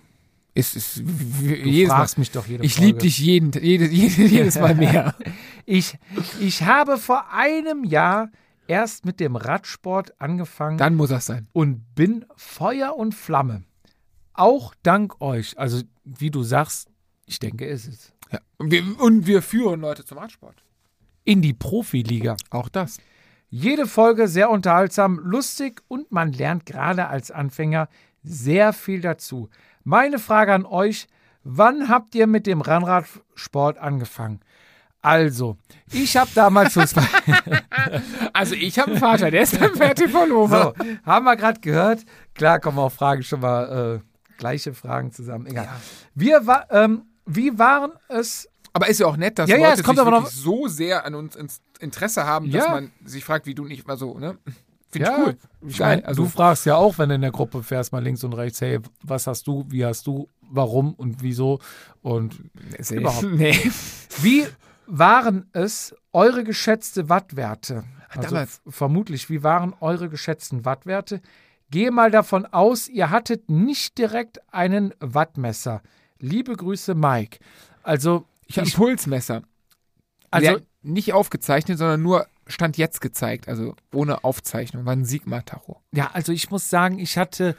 S2: Ist, ist w- w-
S1: Du
S2: jedes Mal.
S1: fragst mich doch jede
S2: Ich
S1: Folge.
S2: liebe dich jeden, jede, jede, jedes (laughs) Mal (laughs) mehr.
S1: Ich, ich habe vor einem Jahr erst mit dem Radsport angefangen
S2: Dann muss das sein.
S1: und bin Feuer und Flamme. Auch dank euch. Also, wie du sagst, ich denke, es ist.
S2: Ja. Und, wir, und wir führen Leute zum Radsport.
S1: In die Profiliga.
S2: Auch das.
S1: Jede Folge sehr unterhaltsam, lustig und man lernt gerade als Anfänger sehr viel dazu. Meine Frage an euch, wann habt ihr mit dem Rennradsport angefangen? Also, ich habe damals Fußball.
S2: (laughs) Also ich habe einen Vater, der ist beim RTV Loma.
S1: So, haben wir gerade gehört. Klar kommen auch Fragen schon mal, äh, gleiche Fragen zusammen. Egal. Wir wa ähm, wie waren es?
S2: Aber ist ja auch nett, dass
S1: Ja, ja,
S2: Leute
S1: es kommt
S2: sich
S1: aber noch-
S2: wirklich so sehr an uns ins Interesse haben, dass
S1: Ja.
S2: man sich fragt, wie du nicht mal so, ne? Finde ich cool.
S1: Ich
S2: Geil, Also
S1: meine, du fragst ja auch, wenn du in der Gruppe fährst, mal links und rechts, hey, was hast du, wie hast du, warum und wieso und
S2: Ist ja
S1: Überhaupt.
S2: (laughs) Nee.
S1: Wie waren es eure geschätzte Wattwerte? Also
S2: damals.
S1: f- vermutlich, wie waren eure geschätzten Wattwerte? Gehe mal davon aus, ihr hattet nicht direkt einen Wattmesser. Liebe Grüße, Mike. Also,
S2: Ich habe ein Pulsmesser.
S1: also
S2: Also nicht aufgezeichnet, sondern nur Stand jetzt gezeigt, also ohne Aufzeichnung, war ein Sigma-Tacho.
S1: Ja, also ich muss sagen, ich hatte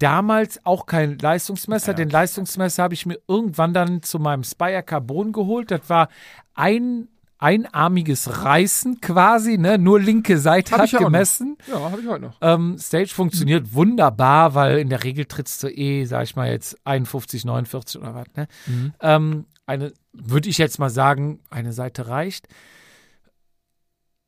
S1: damals auch kein Leistungsmesser. Den Leistungsmesser habe ich mir irgendwann dann zu meinem Spire Carbon geholt. Das war ein einarmiges Reißen quasi, ne? Nur linke Seite
S2: Hab
S1: hat
S2: ich ja auch noch.
S1: gemessen.
S2: Ja, habe ich heute noch.
S1: Ähm, Stage
S2: Mhm.
S1: funktioniert wunderbar, weil in der Regel trittst du eh, sag ich mal jetzt 51, 49 oder was. Ne?
S2: Mhm.
S1: Ähm, eine, würde ich jetzt mal sagen, eine Seite reicht.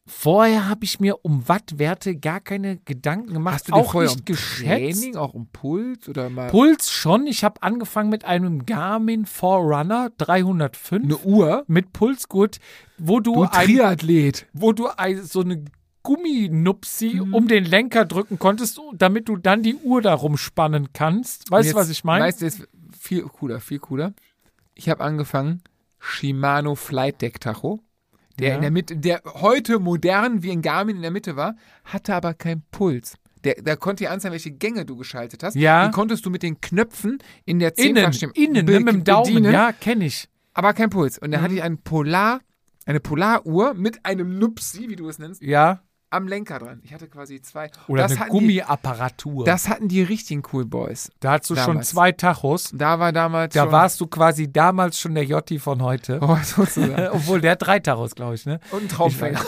S1: Vorher habe ich mir um Wattwerte gar keine Gedanken gemacht,
S2: Hast du dir
S1: auch
S2: vorher
S1: nicht
S2: um
S1: geschätzt.
S2: Training, auch um Puls oder mal
S1: Puls schon. Ich habe angefangen mit einem Garmin Forerunner 305
S2: eine Uhr?
S1: mit Pulsgurt, wo du,
S2: Du
S1: ein
S2: Triathlet.
S1: wo du ein, so eine Gumminupsi
S2: Mhm.
S1: um den Lenker drücken konntest, damit du dann die Uhr darum spannen kannst. Weißt du,
S2: Jetzt-
S1: was ich meine?
S2: Weißt du, jetzt viel cooler, viel cooler. Ich habe angefangen Shimano Flight Deck Tacho. der
S1: Ja.
S2: in der Mitte, der heute modern wie in Garmin in der Mitte war, hatte aber keinen Puls. Der, da konnte dir anzeigen, welche Gänge du geschaltet hast.
S1: Ja.
S2: Die konntest du mit den Knöpfen in der
S1: Innen,
S2: Zehnfachstimme
S1: innen, ne, mit dem Daumen,
S2: bedienen,
S1: ja, Mhm. kenne ich.
S2: aber kein Puls. Und da hatte ich einen Polar, eine Polaruhr mit einem Nupsi, wie du es nennst,
S1: Ja.
S2: am Lenker dran. Ich hatte quasi zwei.
S1: Oder
S2: das
S1: eine
S2: hatten
S1: Gummiapparatur.
S2: Die, das hatten die richtigen Cool Boys.
S1: da hattest du schon
S2: damals.
S1: zwei Tachos.
S2: Da war damals
S1: Da
S2: schon,
S1: warst du quasi damals schon der Jotti von heute.
S2: (laughs) oh,
S1: (laughs)
S2: sozusagen.
S1: Obwohl, der hat drei Tachos, glaube ich, ne?
S2: Und ein Traumfänger.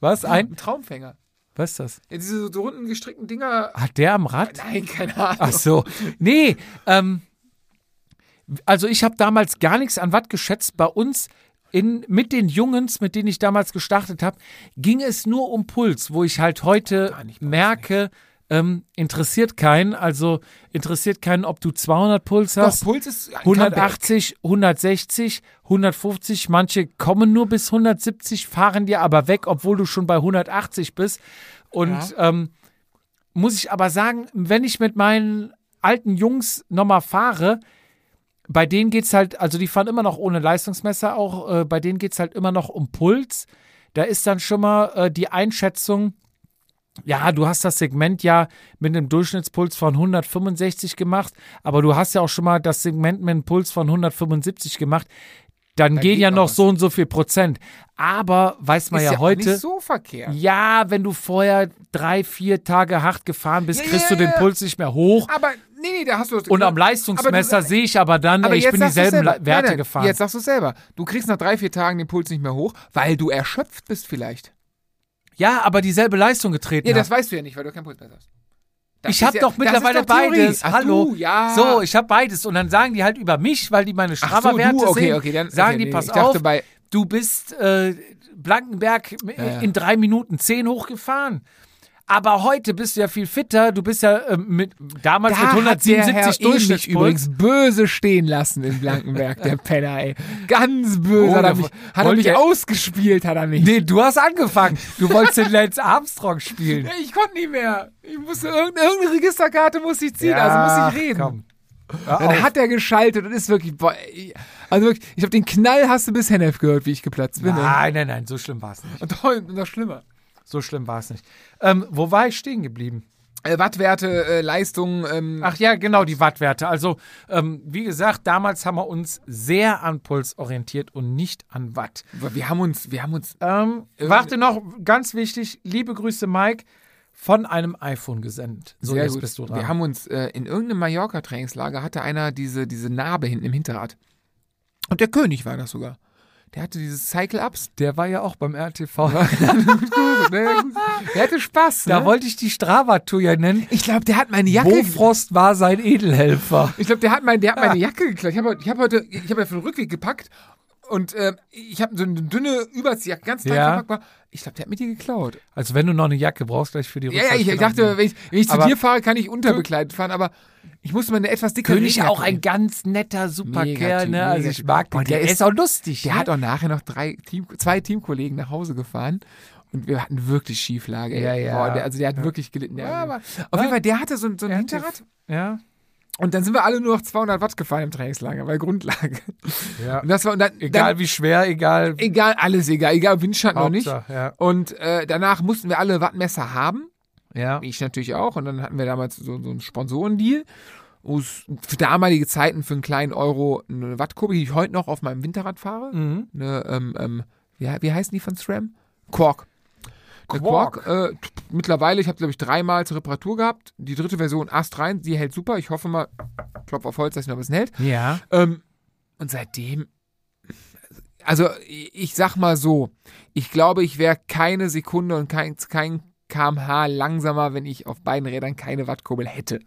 S1: Was? Ein?
S2: Ein Traumfänger.
S1: Was ist das?
S2: Ja, diese so runden gestrickten Dinger.
S1: Hat der am Rad?
S2: Nein, keine Ahnung.
S1: Ach so. Nee, ähm, also ich habe damals gar nichts an Watt geschätzt. Bei uns in, mit den Jungens, mit denen ich damals gestartet habe, ging es nur um Puls, wo ich halt heute merke, ähm, interessiert keinen. Also interessiert keinen, ob du 200 Puls hast.
S2: Doch, Puls ist ein
S1: 180, 160, 150, manche kommen nur bis 170, fahren dir aber weg, obwohl du schon bei 180 bist. Und ähm, muss ich aber sagen, wenn ich mit meinen alten Jungs nochmal fahre, bei denen geht's halt, also die fahren immer noch ohne Leistungsmesser auch, äh, bei denen geht's halt immer noch um Puls. Da ist dann schon mal äh, die Einschätzung, ja, du hast das Segment ja mit einem Durchschnittspuls von 165 gemacht, aber du hast ja auch schon mal das Segment mit einem Puls von 175 gemacht. Dann gehen
S2: geht
S1: ja
S2: noch
S1: noch
S2: was.
S1: so und so viel Prozent. Aber weiß man
S2: Ist
S1: ja,
S2: ja auch
S1: heute.
S2: nicht so verkehrt.
S1: Ja, wenn du vorher drei, vier Tage hart gefahren bist,
S2: Ja,
S1: kriegst
S2: ja,
S1: du den
S2: ja.
S1: Puls nicht mehr hoch.
S2: Aber nee, nee, da hast du das
S1: Und am
S2: Aber
S1: Leistungsmesser
S2: du-
S1: sehe ich aber dann,
S2: Aber
S1: ey, ich
S2: jetzt
S1: bin
S2: sagst du's
S1: dieselben
S2: selber.
S1: Le- Werte
S2: nein, nein,
S1: gefahren.
S2: Jetzt sagst du selber. Du kriegst nach drei, vier Tagen den Puls nicht mehr hoch, weil du erschöpft bist vielleicht.
S1: ja, aber dieselbe Leistung getreten.
S2: Ja,
S1: hat.
S2: das weißt du ja nicht, weil du keinen Puls mehr hast. Das
S1: ich
S2: ist
S1: habe
S2: ja-
S1: doch
S2: das ist
S1: mittlerweile
S2: doch Theorie.
S1: beides.
S2: Ach,
S1: Hallo.
S2: Du, ja.
S1: So, ich habe beides. Und dann sagen die halt über mich, weil die meine
S2: Ach so,
S1: Strava-Werte
S2: du, okay,
S1: sehen.
S2: okay, dann
S1: sagen
S2: okay,
S1: die,
S2: nee,
S1: pass
S2: ich dachte
S1: auf,
S2: bei
S1: du bist äh, Blankenberg
S2: ja.
S1: in drei Minuten zehn hochgefahren. Aber heute bist du ja viel fitter. Du bist ja äh, mit, damals mit
S2: hat der Herr
S1: 177
S2: Ehlich
S1: Durchschnittspuls.
S2: übrigens böse stehen lassen in Blankenberg, der Penner, ey. Ganz böse.
S1: Oh,
S2: hat
S1: der
S2: er mich,
S1: woll-
S2: hat er
S1: wollte
S2: mich
S1: ja-
S2: ausgespielt, hat er mich.
S1: Nee, du hast angefangen. Du wolltest den Lance Armstrong spielen.
S2: Ich konnte nicht mehr. Ich musste irgendeine, irgendeine Registerkarte musste ich ziehen, also muss ich reden.
S1: Komm.
S2: Dann hat er geschaltet und ist wirklich. Boah, ey. also wirklich, ich habe den Knall hast du bis Hennef gehört, wie ich geplatzt bin. ey.
S1: Nein, nein, nein, so schlimm war es nicht.
S2: Und toll, noch schlimmer.
S1: So schlimm war es nicht. Ähm, wo war ich stehen geblieben?
S2: Äh, Wattwerte, äh, Leistung, ähm,
S1: Ach ja, genau, die Wattwerte. Also, ähm, wie gesagt, damals haben wir uns sehr an Puls orientiert und nicht an Watt.
S2: wir haben uns, wir haben uns.
S1: Ähm, warte noch, ganz wichtig, liebe Grüße, Mike, von einem iPhone gesendet. So,
S2: sehr
S1: jetzt
S2: gut.
S1: bist du dran.
S2: wir haben uns äh, in irgendeinem Mallorca-Trainingslager hatte einer diese, diese Narbe hinten im Hinterrad. Und der König war das sogar. Der hatte dieses
S1: (laughs)
S2: Cycle-Ups.
S1: der war (laughs) ja auch beim RTV.
S2: der hatte Spaß. Ne?
S1: da wollte ich die Strava-Tour ja nennen.
S2: ich glaube, der hat meine Jacke.
S1: Bofrost war sein Edelhelfer.
S2: Ich glaube, der hat, mein, der hat meine Jacke geklaut. Ich habe ich hab heute, ich habe ja für den Rückweg gepackt und äh, ich habe so eine dünne Überziehjacke, ganz klein
S1: Ja.
S2: verpackt war. Ich glaube, der hat mir die geklaut.
S1: Also, wenn du noch eine Jacke brauchst, gleich für die
S2: Ja, ja, ich,
S1: Rückfahrt-
S2: dachte, wenn ich, wenn ich zu
S1: ne? Aber-
S2: dir fahre, kann ich unterbekleidet fahren, aber ich musste meine etwas dickere
S1: König
S2: Regenjacke
S1: auch ein
S2: nehmen.
S1: ganz netter, super
S2: Mega
S1: Kerl,
S2: Typ,
S1: ne?
S2: mega
S1: Also ich
S2: Typ.
S1: mag den.
S2: Boah, der
S1: Der ist
S2: ist-
S1: auch lustig.
S2: Der
S1: ne?
S2: hat auch nachher noch drei Team, zwei Teamkollegen nach Hause gefahren und wir hatten wirklich Schieflage. ey.
S1: Ja, ja.
S2: Boah, der, also der hat wirklich gelitten. Der
S1: Ja, aber-
S2: Auf jeden Fall, der hatte so, ein- so ein
S1: Ja, der-
S2: Hinterrad
S1: ja.
S2: und dann sind wir alle nur noch 200 Watt gefahren im Trainingslager, bei Grundlage.
S1: ja.
S2: Und das war, und dann,
S1: Egal
S2: dann,
S1: wie schwer, egal wie
S2: egal, alles egal, egal, ob Windschatten noch nicht.
S1: Hauptsache, Ja.
S2: Und äh, danach mussten wir alle Wattmesser haben.
S1: Ja.
S2: Ich natürlich auch. Und dann hatten wir damals so, so einen Sponsorendeal, wo es für damalige Zeiten für einen kleinen Euro eine Wattkurbel, die ich heute noch auf meinem Winterrad fahre.
S1: Mhm.
S2: Eine, ähm, ähm, wie, wie heißen die von SRAM? Quark. Eine
S1: Quark.
S2: Quark. äh, t- mittlerweile, ich habe glaube ich dreimal zur Reparatur gehabt. Die dritte Version Ast rein, die hält super. Ich hoffe mal, klopf auf Holz, dass sie noch ein bisschen hält.
S1: ja.
S2: Ähm, und seitdem, also ich ich sag mal so, ich glaube, ich wäre keine Sekunde und kein, kein kmh langsamer, wenn ich auf beiden Rädern keine Wattkurbel hätte.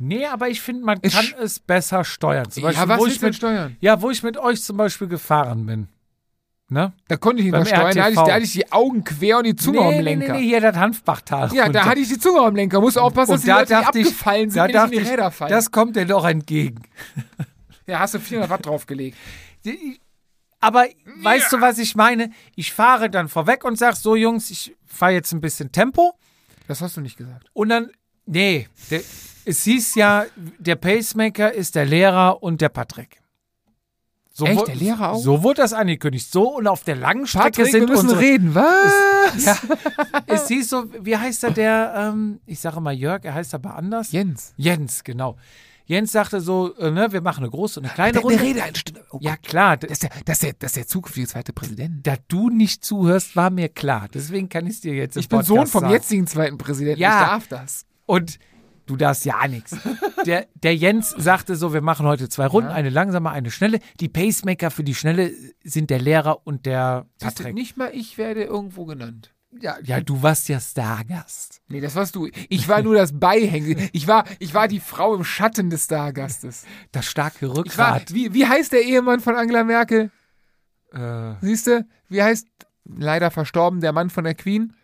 S1: Nee, aber ich finde, man
S2: Ich-
S1: kann es besser steuern. Zum Beispiel, wo ich
S2: willst du denn
S1: mit,
S2: steuern?
S1: ja, wo ich mit euch zum Beispiel gefahren bin. Ne?
S2: Da konnte ich nicht
S1: Beim
S2: mehr steuern, da hatte, ich,
S1: RTV.
S2: da hatte ich die Augen quer und die Zunge
S1: nee,
S2: am Lenker.
S1: Nee, nee, hier das Hanfbachtal.
S2: Ja, da hatte ich die Zunge am Lenker. Muss aufpassen, dass
S1: und
S2: die
S1: da
S2: Leute nicht
S1: dachte ich,
S2: abgefallen sind,
S1: da
S2: wenn ich in
S1: dachte
S2: die
S1: ich,
S2: Räder fallen.
S1: das kommt dir doch entgegen.
S2: ja, hast du 400 Watt draufgelegt.
S1: Aber weißt du, was ich meine? Ich fahre dann vorweg und sag so, Jungs, ich fahre jetzt ein bisschen Tempo.
S2: Das hast du nicht gesagt.
S1: Und dann, nee, der, es hieß ja, der Pacemaker ist der Lehrer und der Patrick. So
S2: Echt,
S1: wu-
S2: der Lehrer auch?
S1: So wurde das angekündigt. So und auf der langen Strecke
S2: Patrick, wir
S1: sind
S2: müssen
S1: unsere.
S2: reden. Was?
S1: Es hieß so, wie heißt er der? Ähm, ich sage mal Jörg, er heißt aber anders.
S2: Jens.
S1: Jens, genau. Jens sagte so, äh, ne, wir machen eine große und eine kleine
S2: Der,
S1: Runde.
S2: der Redeanstalt. Oh,
S1: Ja klar, d-
S2: Das ist, der, das, ist der, das ist der zukünftige zweite Präsident.
S1: da du nicht zuhörst, war mir klar. Deswegen kann ich es dir jetzt im
S2: Ich bin
S1: Podcast
S2: Sohn vom
S1: sagen.
S2: jetzigen zweiten Präsidenten.
S1: Ja.
S2: Ich darf das.
S1: Und du darfst ja nichts. Der, der Jens sagte so, wir machen heute zwei Runden, eine langsame, eine schnelle. Die Pacemaker für die schnelle sind der Lehrer und der
S2: Siehst du,
S1: Patrick.
S2: Nicht mal ich werde irgendwo genannt. Ja,
S1: Ja, du warst ja Stargast.
S2: Nee, das warst du. Ich war nur das Beihängen. Ich war, ich war die Frau im Schatten des Stargastes.
S1: Das starke
S2: Ich war,
S1: Rückgrat.
S2: wie, wie heißt der Ehemann von Angela Merkel?
S1: Äh,
S2: Siehst du? Wie heißt leider verstorben der Mann von der Queen?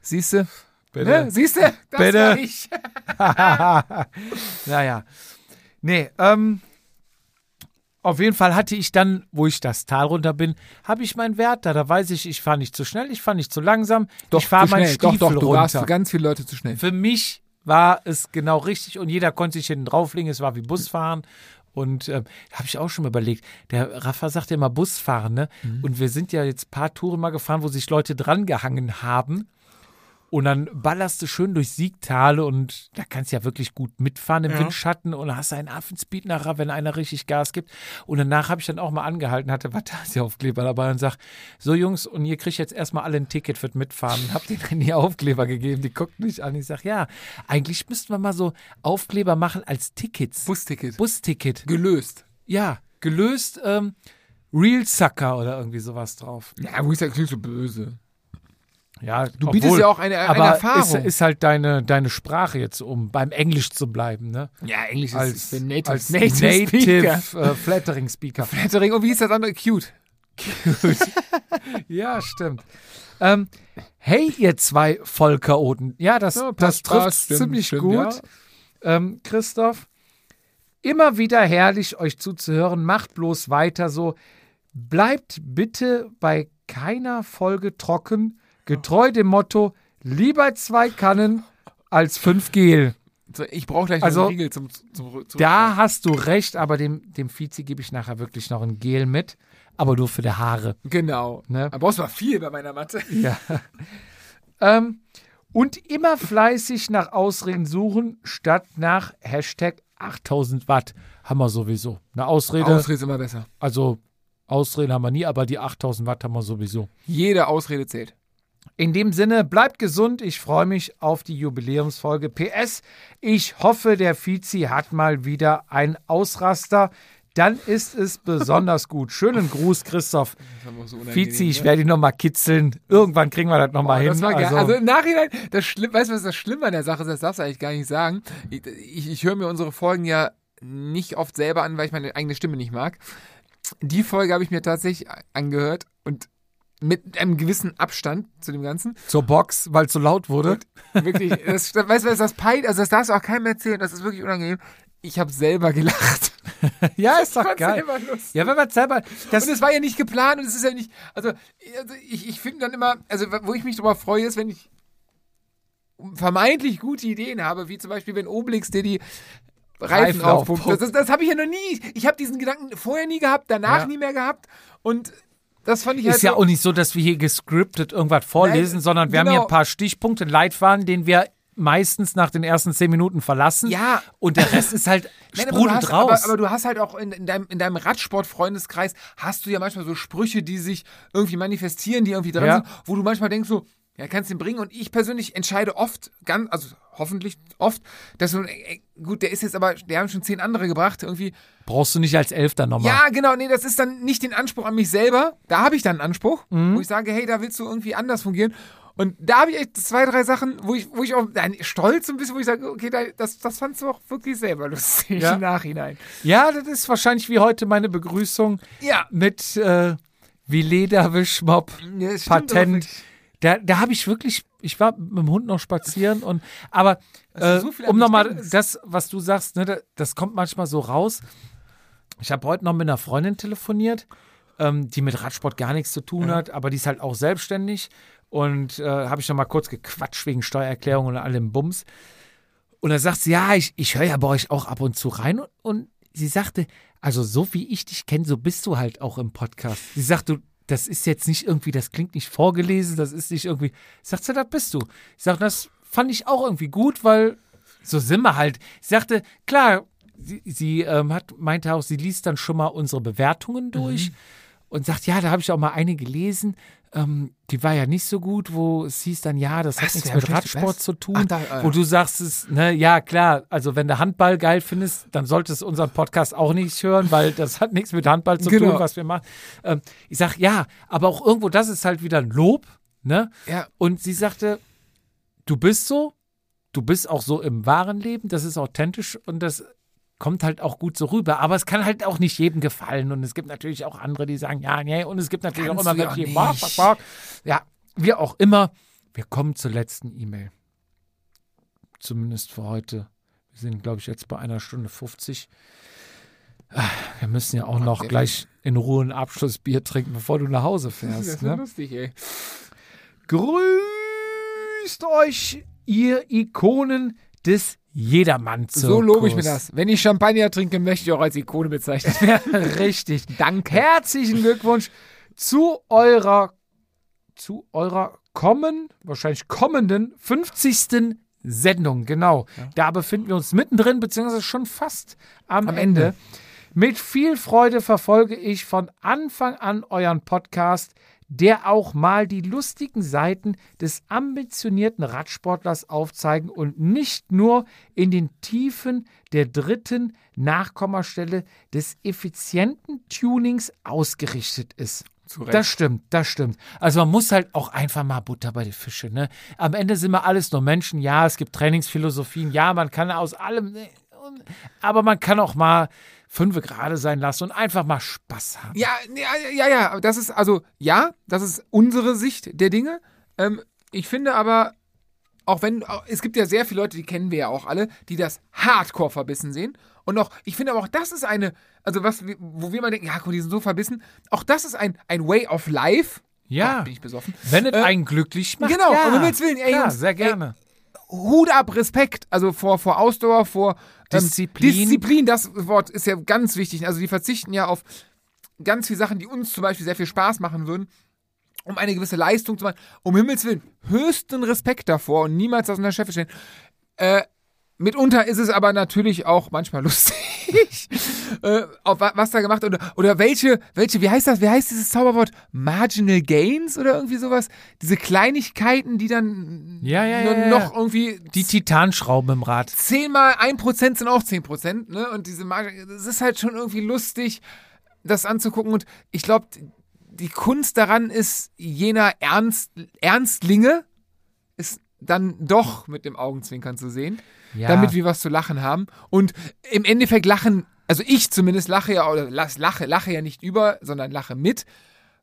S2: Siehst du? Ne? Siehst du? Das
S1: Bitte.
S2: war ich.
S1: naja. Nee, ähm, auf jeden Fall hatte ich dann, wo ich das Tal runter bin, habe ich meinen Wert da. Da weiß ich, ich fahre nicht zu schnell, ich fahre nicht zu langsam. ich fahre
S2: zu
S1: meinen
S2: schnell.
S1: Stiefel
S2: doch, doch, du warst
S1: runter.
S2: für ganz viele Leute zu schnell.
S1: Für mich war es genau richtig und jeder konnte sich hinten drauflegen. Es war wie Busfahren. Und ähm, da habe ich auch schon mal überlegt. Der Rafa sagt ja immer Busfahren, ne?
S2: Mhm.
S1: Und wir sind ja jetzt ein paar Touren mal gefahren, wo sich Leute drangehangen haben. Und dann ballerst du schön durch Siegtale und da kannst du ja wirklich gut mitfahren im Windschatten und hast einen Affenspeed nachher, wenn einer richtig Gas gibt. Und danach habe ich dann auch mal angehalten, hatte Vatasia-Aufkleber dabei und sag, so Jungs, und ihr kriegt jetzt erstmal alle ein Ticket für Mitfahren. Und hab denen dann die Aufkleber gegeben, die guckten mich an. Ich sag, ja, eigentlich müssten wir mal so Aufkleber machen als Tickets.
S2: Busticket.
S1: Busticket.
S2: Gelöst.
S1: Ja, gelöst ähm, Real Sucker oder irgendwie sowas drauf.
S2: Ja, wo ist der klingt so böse?
S1: Ja,
S2: Du bietest ja auch eine, eine
S1: aber
S2: Erfahrung.
S1: Ist, ist halt deine, deine Sprache jetzt, um beim Englisch zu bleiben, ne?
S2: ja, Englisch ist, ich bin Native,
S1: als
S2: Native,
S1: Native,
S2: Speaker.
S1: äh, Flattering
S2: (laughs)
S1: Speaker.
S2: Flattering. Und wie hieß das andere? Cute.
S1: ja, stimmt. Ähm, hey, ihr zwei Vollchaoten. Ja, das,
S2: Ja,
S1: das
S2: passt,
S1: trifft
S2: passt, stimmt,
S1: ziemlich
S2: stimmt,
S1: gut.
S2: ja.
S1: Ähm, Christoph, immer wieder herrlich, euch zuzuhören. Macht bloß weiter so. Bleibt bitte bei keiner Folge trocken, getreu dem Motto, lieber zwei Kannen als fünf Gel.
S2: So, Ich brauche gleich
S1: Also,
S2: noch einen Riegel zum, zum, zum
S1: Da hast du recht, aber dem, dem Vizi gebe ich nachher wirklich noch ein Gel mit, aber nur für die Haare.
S2: Genau.
S1: Ne?
S2: Da brauchst du mal viel bei meiner Mathe.
S1: Ja. ähm, und immer fleißig nach Ausreden suchen, statt nach Hashtag 8000 Watt. Haben wir sowieso. Eine Ausrede,
S2: Ausrede ist immer besser.
S1: also Ausreden haben wir nie, aber die 8000 Watt haben wir sowieso.
S2: Jede Ausrede zählt.
S1: In dem Sinne, bleibt gesund. Ich freue mich auf die Jubiläumsfolge. PS, ich hoffe, der Vizi hat mal wieder einen Ausraster. Dann ist es
S2: (laughs)
S1: besonders gut. Schönen Gruß, Christoph. Vizi, ich werde ihn nochmal kitzeln. Irgendwann kriegen wir das nochmal hin.
S2: ne? Das war also,
S1: also,
S2: also im Nachhinein, das Schlimm, weißt du, was das Schlimme an der Sache ist? Das darfst du eigentlich gar nicht sagen. Ich, ich, ich höre mir unsere Folgen ja nicht oft selber an, weil ich meine eigene Stimme nicht mag. Die Folge habe ich mir tatsächlich angehört und mit einem gewissen Abstand zu dem Ganzen.
S1: zur Box, weil es so laut wurde.
S2: Wirklich, (laughs) das, das, weißt du, was das peint? Also das darfst du auch keinem erzählen, das ist wirklich unangenehm. Ich habe selber gelacht.
S1: ja, ist doch
S2: fand's
S1: geil.
S2: selber lustig.
S1: Ja, wenn man selber. Das,
S2: Und es war ja nicht geplant und es ist ja nicht. Also, also ich, ich finde dann immer, also wo ich mich darüber freue, ist, wenn ich vermeintlich gute Ideen habe, wie zum Beispiel, wenn Obelix dir die Reifen
S1: Reifen
S2: aufpumpt.
S1: aufpumpt.
S2: Das, ist- das habe ich ja noch nie. Ich habe diesen Gedanken vorher nie gehabt, danach
S1: Ja.
S2: nie mehr gehabt. Und das fand ich halt.
S1: ist ja
S2: so,
S1: auch nicht so, dass wir hier gescriptet irgendwas vorlesen,
S2: Nein,
S1: sondern wir haben hier
S2: genau.
S1: ein paar Stichpunkte, Leitfaden, den wir meistens nach den ersten zehn Minuten verlassen.
S2: Ja.
S1: Und der Rest ist halt
S2: (laughs) Nein, aber, du
S1: sprudelt
S2: hast,
S1: raus.
S2: aber, aber du hast halt auch in, in deinem, in deinem Radsport-Freundeskreis hast du ja manchmal so Sprüche, die sich irgendwie manifestieren, die irgendwie dran
S1: Ja.
S2: sind, wo du manchmal denkst so, ja, kannst du den bringen. Und ich persönlich entscheide oft, ganz, also hoffentlich oft, dass so, ein- äh, gut, der ist jetzt aber, der haben schon zehn andere gebracht, irgendwie.
S1: Brauchst du nicht als Elfter nochmal.
S2: Ja, genau, nee, das ist dann nicht den Anspruch an mich selber. Da habe ich dann einen Anspruch,
S1: Mhm.
S2: wo ich sage, hey, da willst du irgendwie anders fungieren. Und da habe ich echt zwei, drei Sachen, wo ich, wo ich auch nein, stolz ein bisschen, wo ich sage, okay, da, das, das fandst du auch wirklich selber lustig
S1: Ja.
S2: im Nachhinein.
S1: Ja, das ist wahrscheinlich wie heute meine Begrüßung
S2: Ja.
S1: mit äh, wie Lederwischmopp,
S2: Ja, es stimmt
S1: Patent.
S2: aber wirklich.
S1: Da, da habe ich wirklich, ich war mit dem Hund noch spazieren und aber äh,
S2: so viel an
S1: um
S2: mich
S1: nochmal
S2: denkst.
S1: das, was du sagst, ne, da- das kommt manchmal so raus. Ich habe heute noch mit einer Freundin telefoniert, ähm, die mit Radsport gar nichts zu tun hat, aber die ist halt auch selbstständig und äh, habe ich noch mal kurz gequatscht wegen Steuererklärung und allem Bums. Und dann sagt sie, ja, ich, ich höre ja bei euch auch ab und zu rein und, und sie sagte, also so wie ich dich kenne, so bist du halt auch im Podcast. Sie sagte, das ist jetzt nicht irgendwie, das klingt nicht vorgelesen, das ist nicht irgendwie. Sagt sie, das bist du. Ich sagte, das fand ich auch irgendwie gut, weil so sind wir halt. Sie sagte, klar, sie, sie ähm, hat, meinte auch, sie liest dann schon mal unsere Bewertungen
S2: Mhm.
S1: durch und sagt, ja, da habe ich auch mal eine gelesen. Ähm, die war ja nicht so gut, wo es hieß dann, ja, das
S2: Was?
S1: hat nichts
S2: Ja,
S1: mit
S2: schlechte
S1: Radsport
S2: Best-
S1: zu tun.
S2: Ach, da, ah,
S1: wo
S2: ja.
S1: du sagst es, ne, ja, klar, also wenn du Handball geil findest, dann solltest du unseren Podcast auch nicht hören, weil das hat nichts mit Handball zu
S2: Genau.
S1: tun, was wir machen. Ähm, ich sag, ja, aber auch irgendwo, das ist halt wieder ein Lob, ne?
S2: Ja,
S1: Und sie sagte, du bist so, du bist auch so im wahren Leben, das ist authentisch und das kommt halt auch gut so rüber. Aber es kann halt auch nicht jedem gefallen. Und es gibt natürlich auch andere, die sagen, ja, nee, und es gibt natürlich
S2: Kannst
S1: auch
S2: du
S1: immer
S2: ja
S1: welche, die
S2: nicht.
S1: bock, bock, bock. ja, wie auch immer, wir kommen zur letzten E-Mail. Zumindest für heute. Wir sind, glaube ich, jetzt bei einer Stunde 50. Ah, Wir müssen ja auch noch
S2: der-
S1: gleich in Ruhe ein Abschlussbier trinken, bevor du nach Hause
S2: das (laughs)
S1: fährst.
S2: ist
S1: Ne?
S2: lustig, ey.
S1: Grüßt euch, ihr Ikonen des Jedermann.
S2: So lobe ich mir das. Wenn ich Champagner trinke, möchte ich auch als Ikone bezeichnet
S1: (laughs)
S2: werden.
S1: Richtig.
S2: Danke.
S1: Herzlichen Glückwunsch zu eurer, zu eurer kommen, wahrscheinlich kommenden 50. Sendung. Genau. Da befinden wir uns mittendrin, beziehungsweise schon fast am,
S2: Am
S1: Ende.
S2: Ende.
S1: Mit viel Freude verfolge ich von Anfang an euren Podcast, der auch mal die lustigen Seiten des ambitionierten Radsportlers aufzeigen und nicht nur in den Tiefen der dritten Nachkommastelle des effizienten Tunings ausgerichtet ist.
S2: Zu Recht.
S1: Das stimmt, das stimmt. Also man muss halt auch einfach mal Butter bei den Fische. Ne? Am Ende sind wir alles nur Menschen. Ja, es gibt Trainingsphilosophien. Ja, man kann aus allem, ne, und- aber man kann auch mal fünfe gerade sein lassen und einfach mal Spaß haben.
S2: (laughs) Ja, ne, ja, ja, ja, aber das ist, also, ja, das ist unsere Sicht der Dinge. Ähm, ich finde aber, auch wenn, au- es gibt ja sehr viele Leute, die kennen wir ja auch alle, die das hardcore verbissen sehen. Und auch, ich finde aber auch, das ist eine, also was, wir- wo wir mal denken, ja, guck, mal, die sind so verbissen. Auch das ist ein, ein Way of Life.
S1: Ja.
S2: Ach, bin ich besoffen.
S1: Wenn es
S2: Äh,
S1: einen glücklich macht.
S2: genau,
S1: ja.
S2: um Himmels Willen, ey,
S1: Klar,
S2: Jungs,
S1: sehr
S2: ey,
S1: gerne.
S2: Hut ab, Respekt. Also vor, vor Ausdauer, vor ähm,
S1: Disziplin.
S2: Disziplin, das Wort ist ja ganz wichtig. Also die verzichten ja auf ganz viele Sachen, die uns zum Beispiel sehr viel Spaß machen würden, um eine gewisse Leistung zu machen. Um Himmels Willen, höchsten Respekt davor und niemals das unter Chef stellen. Äh, mitunter ist es aber natürlich auch manchmal (laughs) lustig, äh, auf wa- was da gemacht oder oder welche welche wie heißt das wie heißt dieses Zauberwort marginal gains oder irgendwie sowas diese Kleinigkeiten die dann
S1: Ja, ja,
S2: nur
S1: ja, ja.
S2: noch irgendwie
S1: Die Titanschrauben im Rad.
S2: zehnmal 1% sind auch 10%, ne? Und diese Marge, das ist halt schon irgendwie lustig, das anzugucken. Und ich glaube, die Kunst daran ist, jener Ernst, Ernstlinge ist dann doch mit dem Augenzwinkern zu sehen,
S1: Ja.
S2: damit wir was zu lachen haben. Und im Endeffekt lachen, also ich zumindest lache ja, oder las- lache, lache ja nicht über, sondern lache mit,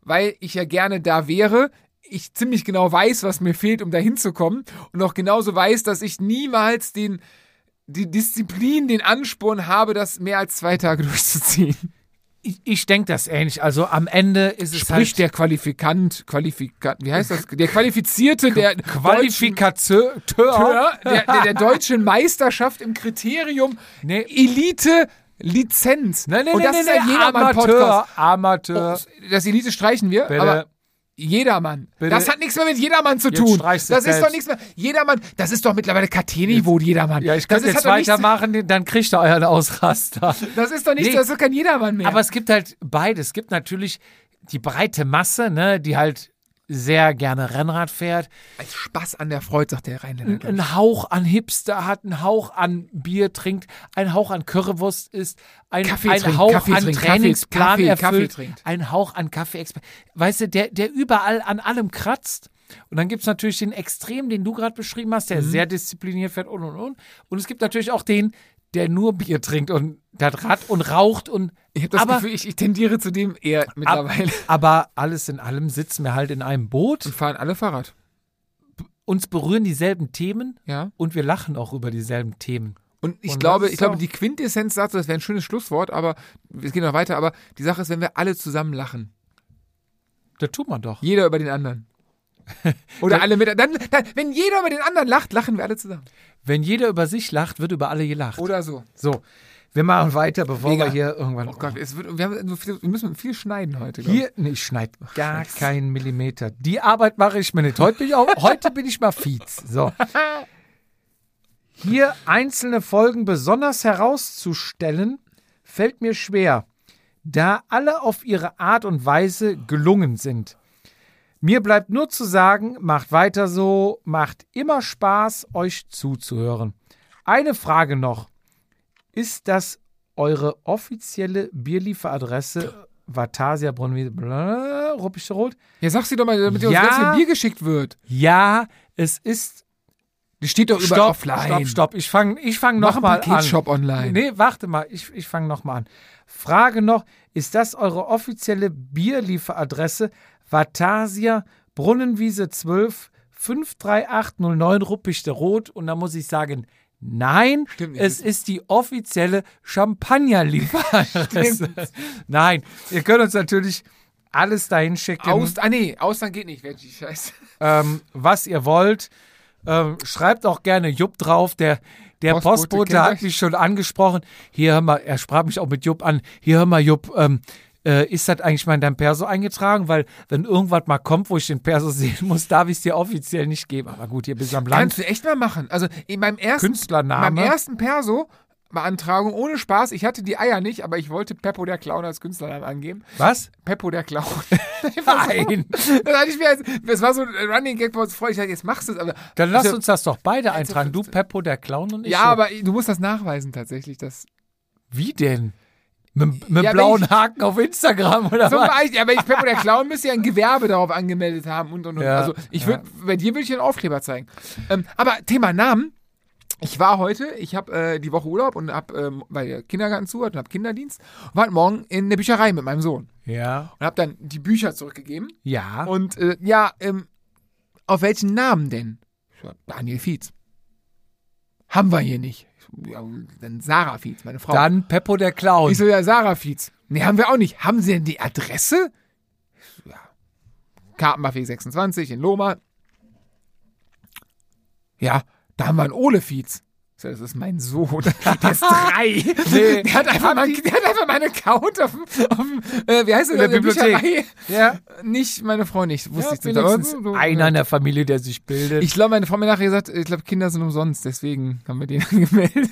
S2: weil ich ja gerne da wäre, ich ziemlich genau weiß, was mir fehlt, um da hinzukommen und auch genauso weiß, dass ich niemals den, die Disziplin, den Ansporn habe, das mehr als zwei Tage (laughs) durchzuziehen.
S1: Ich, ich denke das ähnlich. Also am Ende ist es
S2: Sprich
S1: halt
S2: der Qualifikant, Qualifikant, wie heißt das? Der Qualifizierte, der
S1: Qualifikateur.
S2: Deutschen, der, der, der deutschen Meisterschaft im Kriterium
S1: Nee.
S2: Elite Lizenz. Ne,
S1: Nein, nein,
S2: und
S1: nein, nein,
S2: das ist ja
S1: nein,
S2: jedermann
S1: Amateur,
S2: Podcast. Oh,
S1: Amateur.
S2: Das Elite streichen wir,
S1: Bitte.
S2: aber Jedermann.
S1: Bitte.
S2: Das hat nichts mehr mit Jedermann zu
S1: Jetzt
S2: tun. Das
S1: streichst du
S2: ist
S1: es
S2: doch
S1: selbst.
S2: nichts mehr. Jedermann, das ist doch mittlerweile KT-Niveau, Jedermann.
S1: ja, ich
S2: das
S1: könnte
S2: ist,
S1: jetzt
S2: hat doch nichts-
S1: weitermachen, dann kriegt ihr euren Ausraster.
S2: Das ist doch nichts,
S1: Nee.
S2: das ist doch kein Jedermann mehr.
S1: Aber es gibt halt beides. Es gibt natürlich die breite Masse, ne, die halt sehr gerne Rennrad fährt,
S2: als Spaß an der Freude, sagt der Rheinländer.
S1: einen Hauch an Hipster hat, einen Hauch an Bier trinkt, einen Hauch an Currywurst isst, ein,
S2: Kaffee
S1: einen
S2: trinkt,
S1: Hauch
S2: Kaffee
S1: an
S2: trinkt, Kaffee-
S1: Trainingsplan
S2: Kaffee- Kaffee
S1: erfüllt,
S2: trinkt.
S1: einen Hauch an Kaffee. Weißt du, der, der überall an allem kratzt. Und dann gibt es natürlich den Extrem, den du gerade beschrieben hast, der
S2: Mhm.
S1: sehr diszipliniert fährt und und und. Und es gibt natürlich auch den, der nur Bier trinkt und das Rad und raucht und.
S2: Ich habe das
S1: aber,
S2: Gefühl, ich, ich tendiere zu dem eher mittlerweile. (laughs)
S1: (laughs) aber alles in allem sitzen wir halt in einem Boot,
S2: fahren alle Fahrrad.
S1: uns berühren dieselben Themen
S2: Ja.
S1: und wir lachen auch über dieselben Themen.
S2: Und ich
S1: Und
S2: glaube,
S1: das ist
S2: ich glaube,
S1: auch-
S2: die Quintessenz dazu, das wäre ein schönes Schlusswort, aber es geht noch weiter, aber die Sache ist, wenn wir alle zusammen lachen,
S1: Das tut man doch.
S2: jeder über
S1: (laughs)
S2: den anderen. Oder alle mit, dann, dann, wenn jeder über den anderen lacht, lachen wir alle zusammen.
S1: Wenn jeder über sich lacht, wird über alle gelacht.
S2: Oder so.
S1: So. Wir machen weiter, bevor
S2: Mega.
S1: wir hier irgendwann.
S2: Oh Gott, es wird, wir, haben, so viel- wir müssen viel schneiden heute. glaub ich.
S1: Hier, nee, ich schneide gar keinen Millimeter. Die Arbeit mache ich mir nicht. Heute bin ich, auch, heute bin ich mal fies.
S2: (laughs)
S1: So. Hier einzelne Folgen besonders herauszustellen, fällt mir schwer, da alle auf ihre Art und Weise gelungen sind. Mir bleibt nur zu sagen, macht weiter so, macht immer Spaß, euch zuzuhören. Eine Frage noch. Ist das eure offizielle Bierlieferadresse Vatasia Brunnwiese, bla, Ruppichte Rot?
S2: Ja, sag sie doch mal, damit dir
S1: Ja.
S2: uns ganz viel Bier geschickt wird.
S1: Ja, es ist.
S2: Die steht doch überall
S1: Stopp,
S2: offline.
S1: stopp, stopp. Ich fange ich fang
S2: Mach einen
S1: nochmal an.
S2: Paketshop online.
S1: Nee, warte mal. Ich, ich fange nochmal an. Frage noch: Ist das eure offizielle Bierlieferadresse Vatasia Brunnenwiese 12 53809 Ruppichte Rot? Und da muss ich sagen, nein,
S2: Stimmt nicht.
S1: es ist die offizielle Champagnerlieferadresse. nein, ihr könnt uns natürlich alles dahin schicken.
S2: Aus, ah nee, Ausland geht nicht, Veggie, scheiße.
S1: ähm, was ihr wollt. Ähm, schreibt auch gerne Jupp drauf. Der, der
S2: Postbote
S1: Postbote,
S2: kennt
S1: hat
S2: euch.
S1: mich schon angesprochen. Hier, hör mal, er sprach mich auch mit Jupp an. Hier, hör mal, Jupp, ähm, äh, ist das eigentlich mal in deinem Perso eingetragen? Weil, wenn irgendwas mal kommt, wo ich den Perso (laughs) sehen muss, darf ich es dir offiziell nicht geben. Aber gut, ihr bist am Land.
S2: Kannst du echt mal machen. Also in meinem ersten,
S1: Künstlername.
S2: meinem ersten Perso, Beantragung ohne Spaß, ich hatte die Eier nicht, aber ich wollte Peppo der Clown als Künstlernamen angeben. (laughs)
S1: Was?
S2: Peppo
S1: (laughs)
S2: der Clown. Also-
S1: Nein.
S2: Das hatte ich mir als, das war so ein Running Gag bei uns vorher. Ich dachte, jetzt machst du es. Aber,
S1: Dann lass
S2: Also,
S1: uns das doch beide eintragen. Du, Peppo, der Clown und ich.
S2: ja,
S1: so.
S2: aber du musst das nachweisen tatsächlich. Dass,
S1: Wie denn? Mit, mit
S2: Ja, wenn
S1: blauen
S2: ich-
S1: Haken auf Instagram oder
S2: so,
S1: was?
S2: ich, aber ich, Peppo der Clown müsste ja ein Gewerbe darauf angemeldet haben und und und.
S1: Ja,
S2: also ich würd, bei dir würde ich dir einen Aufkleber zeigen. Ähm, aber Thema Namen. Ich war heute, ich habe äh, die Woche Urlaub und habe, ähm, weil der Kindergarten zu hat und habe Kinderdienst, und war heute morgen in der Bücherei mit meinem Sohn
S1: Ja.
S2: und habe dann die Bücher zurückgegeben.
S1: Ja.
S2: Und äh, ja, ähm, auf welchen Namen denn? Ich so, Daniel Fietz. Haben wir hier nicht. Ich so, Ja, dann Sarah Fietz, meine Frau.
S1: Dann Peppo, der Clown.
S2: Ich so, ja, Sarah Fietz. Nee, haben wir auch nicht. Haben Sie denn die Adresse? Ich so, Ja. Kartenbuffet 26 in Loma. Ja, da haben wir einen Ole Fietz. Ich so, Das ist mein Sohn.
S1: (laughs)
S2: Der ist drei.
S1: Nee.
S2: Der, hat einfach mal, der hat einfach meine Count auf dem, auf dem äh, wie heißt das,
S1: In der
S2: auf
S1: Bibliothek.
S2: Bücherei.
S1: ja.
S2: Nicht, meine Frau nicht. Wusste
S1: Ja,
S2: ich nicht.
S1: wenigstens
S2: Aber-
S1: einer in der Familie, der sich bildet.
S2: Ich glaube, meine Frau hat mir nachher gesagt, ich glaube, Kinder sind umsonst, deswegen haben wir den (laughs) angemeldet.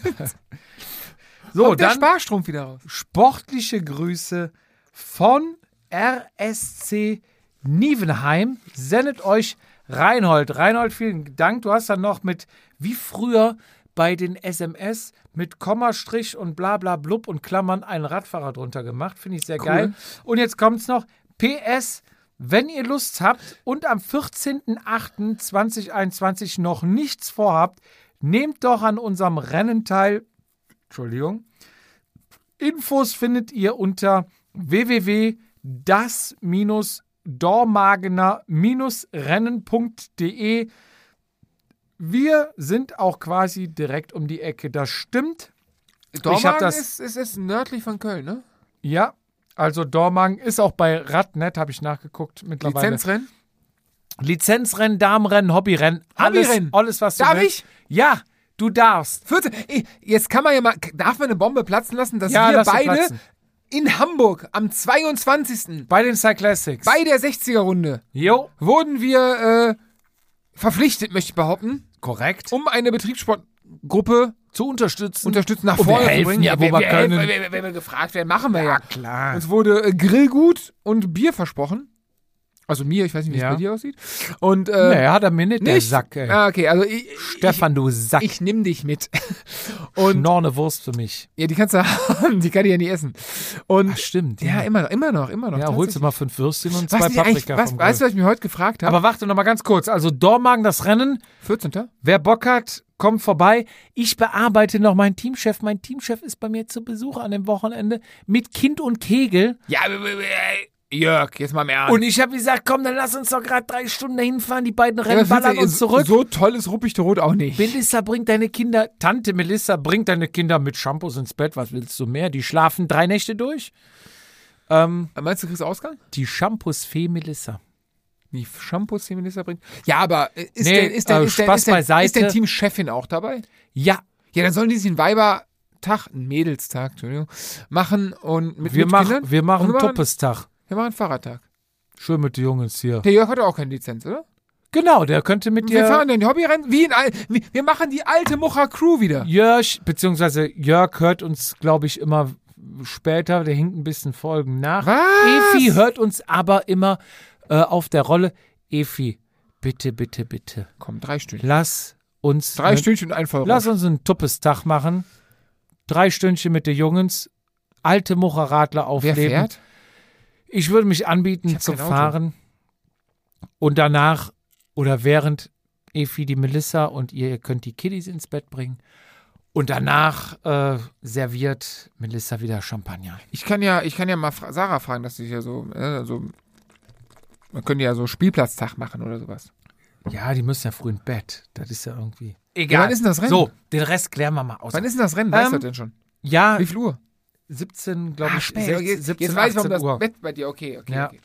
S1: so,
S2: Und der
S1: dann
S2: Sparstrom wieder raus.
S1: sportliche Grüße von RSC Nievenheim. Sendet euch Reinhold. Reinhold, vielen Dank. Du hast dann noch mit, wie früher bei den SMS, mit Komma, Strich und bla bla blub und Klammern einen Radfahrer drunter gemacht. Finde ich sehr geil. Und jetzt kommt's noch. PS, wenn ihr Lust habt und am 14.08.2021 noch nichts vorhabt, nehmt doch an unserem Rennen teil. Entschuldigung. Infos findet ihr unter www.das-dormagener-rennen.de. Wir sind auch quasi direkt um die Ecke. Das stimmt.
S2: Dormagen
S1: das-
S2: ist, ist, ist nördlich von Köln, ne?
S1: Ja, also Dormagen ist auch bei Radnet, habe ich nachgeguckt mittlerweile.
S2: Lizenzrennen.
S1: Lizenzrennen, Damenrennen, Hobbyrennen. Alles,
S2: Hobbyrennen?
S1: alles was du
S2: Darf
S1: willst.
S2: ich?
S1: Ja, du darfst.
S2: 14. Ey, jetzt kann man ja mal, darf man eine Bombe platzen lassen, dass
S1: Ja,
S2: wir
S1: lass sie
S2: beide
S1: platzen.
S2: in Hamburg am 22.
S1: Bei den Cyclassics.
S2: bei der 60er-Runde
S1: Jo,
S2: wurden wir äh, verpflichtet, möchte ich behaupten,
S1: korrekt.
S2: um eine Betriebssportgruppe
S1: zu unterstützen.
S2: unterstützen, nach
S1: Und wir
S2: vorne zu
S1: helfen
S2: bringen.
S1: ja, wo wir
S2: helfen,
S1: können.
S2: Wenn, wenn wir gefragt werden, machen wir ja.
S1: Klar.
S2: Uns wurde äh, Grillgut und Bier versprochen. Also mir, ich weiß nicht, wie
S1: Ja.
S2: es bei dir aussieht. Und äh,
S1: Naja, hat er mir nicht, der
S2: nicht.
S1: Sack, ey.
S2: Ah, okay, also ich,
S1: Stefan, du Sack.
S2: ich, ich nimm dich mit. (laughs) Und
S1: Schnorne Wurst für mich.
S2: ja, die kannst du (laughs) haben, die kann ich ja nie essen. Und
S1: Ach, stimmt.
S2: ja, immer noch, immer noch, immer noch.
S1: Ah, Ja, holst du mal fünf Würstchen und
S2: tatsächlich.
S1: zwei
S2: was ich eigentlich-
S1: Paprika
S2: was,
S1: vom
S2: Weißt du,
S1: Grill.
S2: was ich mir heute gefragt habe?
S1: Aber warte noch mal ganz kurz. Also Dormagen das Rennen.
S2: 14.
S1: Wer Bock hat, kommt vorbei. Ich bearbeite noch meinen Teamchef. Mein Teamchef ist bei mir zu Besuch an dem Wochenende mit Kind und Kegel.
S2: Ja, äh, äh, Jörg, jetzt mal im Ernst.
S1: Und ich habe gesagt, komm, dann lass uns doch gerade drei Stunden dahin fahren. Die beiden
S2: ja,
S1: Rennen
S2: was willst du,
S1: ballern uns
S2: so-
S1: zurück.
S2: So toll ist Ruppig Rot auch nicht.
S1: Melissa bringt deine Kinder, Tante Melissa bringt deine Kinder mit Shampoos ins Bett. Was willst du mehr? Die schlafen drei Nächte durch.
S2: Meinst du, kriegst du Ausgang?
S1: Die Shampoos-Fee Melissa.
S2: Die Shampoos, die Minister bringt. Ja, aber äh, ist,
S1: Nee,
S2: denn, ist, denn,
S1: äh,
S2: ist, denn,
S1: Spaß
S2: ist, denn, ist
S1: beiseite.
S2: denn Teamchefin auch dabei?
S1: Ja,
S2: Ja, dann sollen die sich ein Weiber Tag, einen Mädelstag, Entschuldigung, machen und mit,
S1: wir,
S2: mit
S1: mach,
S2: Kindern.
S1: wir machen
S2: Und wir machen-
S1: Tuppestag.
S2: Wir machen einen Fahrradtag.
S1: Schön mit den Jungs hier.
S2: Der Jörg hat auch keine Lizenz, oder?
S1: Genau, der könnte mit
S2: Wir
S1: dir.
S2: fahren den Hobbyrennen wie in al wie, Wir machen die alte Mucha Crew wieder.
S1: Jörg, beziehungsweise Jörg hört uns, glaube ich, immer später. Der hinkt ein bisschen Folgen nach.
S2: Was?
S1: Efi hört uns aber immer äh, auf der Rolle. Efi, bitte, bitte, bitte.
S2: Komm, drei Stündchen.
S1: Lass uns.
S2: Drei
S1: mit-
S2: Stündchen und ein Vollrausch.
S1: Lass uns einen Tuppestag machen. Drei Stündchen mit den Jungs. Alte Mucheradler
S2: Wer
S1: aufleben.
S2: fährt?
S1: Ich würde mich
S2: Ich
S1: anbieten
S2: hab
S1: zum
S2: kein Auto.
S1: Fahren. Und danach oder während Efi die Melissa und ihr könnt die Kiddies ins Bett bringen. Und danach äh, serviert Melissa wieder Champagner.
S2: Ich kann ja, ich kann ja mal fra Sarah fragen, dass ich ja so, äh, so, man könnte ja so Spielplatztag machen oder sowas.
S1: Ja, die müssen ja früh ins Bett. Das ist ja irgendwie.
S2: Ja, wann ist denn das Rennen?
S1: So, den Rest klären wir mal aus.
S2: Wann ist denn das Rennen? Weißt
S1: Ähm,
S2: du das denn schon?
S1: ja,
S2: Wie viel Uhr?
S1: 17, glaube ich.
S2: Ah, spät.
S1: 16,
S2: jetzt,
S1: 17,
S2: jetzt weiß ich, warum
S1: 18
S2: das
S1: Uhr.
S2: Bett bei dir, okay, okay,
S1: Ja.
S2: okay.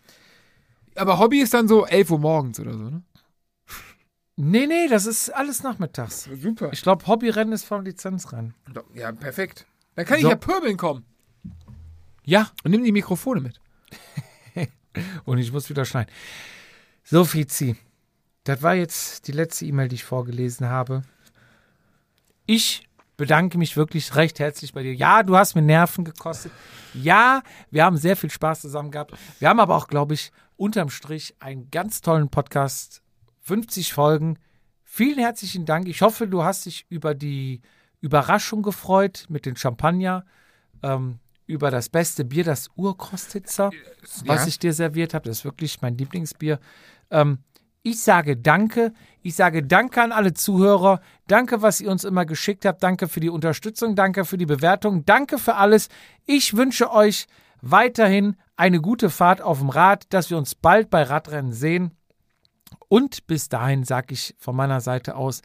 S2: Aber Hobby ist dann so 11 Uhr morgens oder so, ne?
S1: Nee, nee, das ist alles nachmittags.
S2: Super.
S1: Ich glaube, Hobbyrennen ist vom Lizenzrennen.
S2: Ja, perfekt. Da kann
S1: So.
S2: ich ja pöbeln kommen.
S1: Ja,
S2: Und nimm die Mikrofone mit.
S1: und ich muss wieder schneiden. So, Fizi, das war jetzt die letzte E-Mail, die ich vorgelesen habe. Ich bedanke mich wirklich recht herzlich bei dir. Ja, du hast mir Nerven gekostet. Ja, wir haben sehr viel Spaß zusammen gehabt. Wir haben aber auch, glaube ich, unterm Strich einen ganz tollen Podcast. 50 Folgen. Vielen herzlichen Dank. Ich hoffe, du hast dich über die Überraschung gefreut mit den Champagner, ähm, über das beste Bier, das Urkostitzer, was ich dir serviert habe. Das ist wirklich mein Lieblingsbier. Ähm, ich sage Danke. Ich sage Danke an alle Zuhörer. Danke, was ihr uns immer geschickt habt. Danke für die Unterstützung. Danke für die Bewertung. Danke für alles. Ich wünsche euch weiterhin eine gute Fahrt auf dem Rad, dass wir uns bald bei Radrennen sehen. Und bis dahin sage ich von meiner Seite aus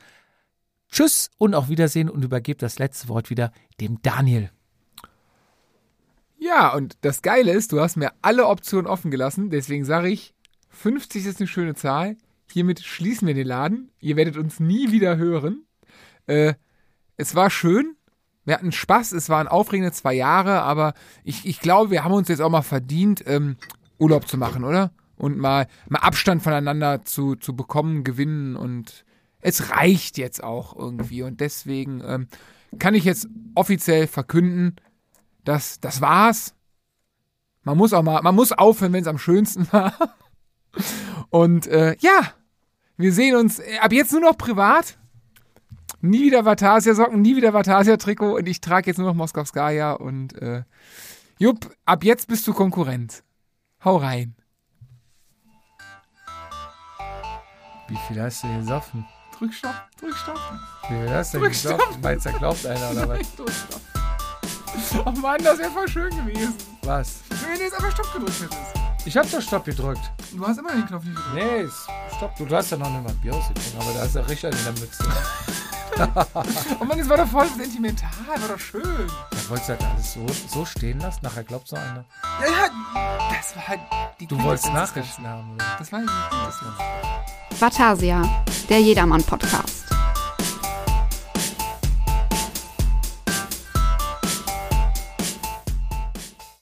S1: Tschüss und auf Wiedersehen und übergebe das letzte Wort wieder dem Daniel.
S2: Ja, und das Geile ist, du hast mir alle Optionen offen gelassen, deswegen sage ich, 50 ist eine schöne Zahl. Hiermit schließen wir den Laden. Ihr werdet uns nie wieder hören. Äh, es war schön. Wir hatten Spaß. Es waren aufregende zwei Jahre, aber ich, ich glaube, wir haben uns jetzt auch mal verdient, ähm, Urlaub zu machen, oder? Und mal, mal Abstand voneinander zu, zu bekommen, gewinnen und es reicht jetzt auch irgendwie. Und deswegen ähm, kann ich jetzt offiziell verkünden, das, das war's. Man muss auch mal, man muss aufhören, wenn es am schönsten (laughs) war. Und äh, ja, wir sehen uns äh, ab jetzt nur noch privat. Nie wieder Vatasia-Socken, nie wieder Vatasia-Trikot und ich trage jetzt nur noch Moskowskaja und äh, Jupp, ab jetzt bist du Konkurrent. Hau rein.
S1: Wie viel hast du hier gesoffen?
S2: Drückstopp, Drückstopp,
S1: Wie viel hast du
S2: hier gesoffen?
S1: Meinst du, glaubt einer oder
S2: Drückstopp. Oh Mann, das wäre voll schön gewesen.
S1: was?
S2: Wenn du jetzt einfach Stopp gedrückt hättest.
S1: Ich habe doch Stopp gedrückt.
S2: Du hast immer den Knopf nicht gedrückt.
S1: Nee, ist- Stopp. Du, du hast ja noch nicht mal Bier ausgetrunken, aber da ist der Richard in der Mütze.
S2: Oh Mann, das war doch voll sentimental, war doch schön.
S1: Dann wolltest du halt alles so, so stehen lassen. Nachher glaubst du einer.
S2: Ja, ja, das war halt die
S1: Du wolltest
S2: Quintessenz des
S1: Nachrichten haben. Oder?
S2: Ganzen. Das war die Quintessenz.
S3: Batasia, der Jedermann-Podcast.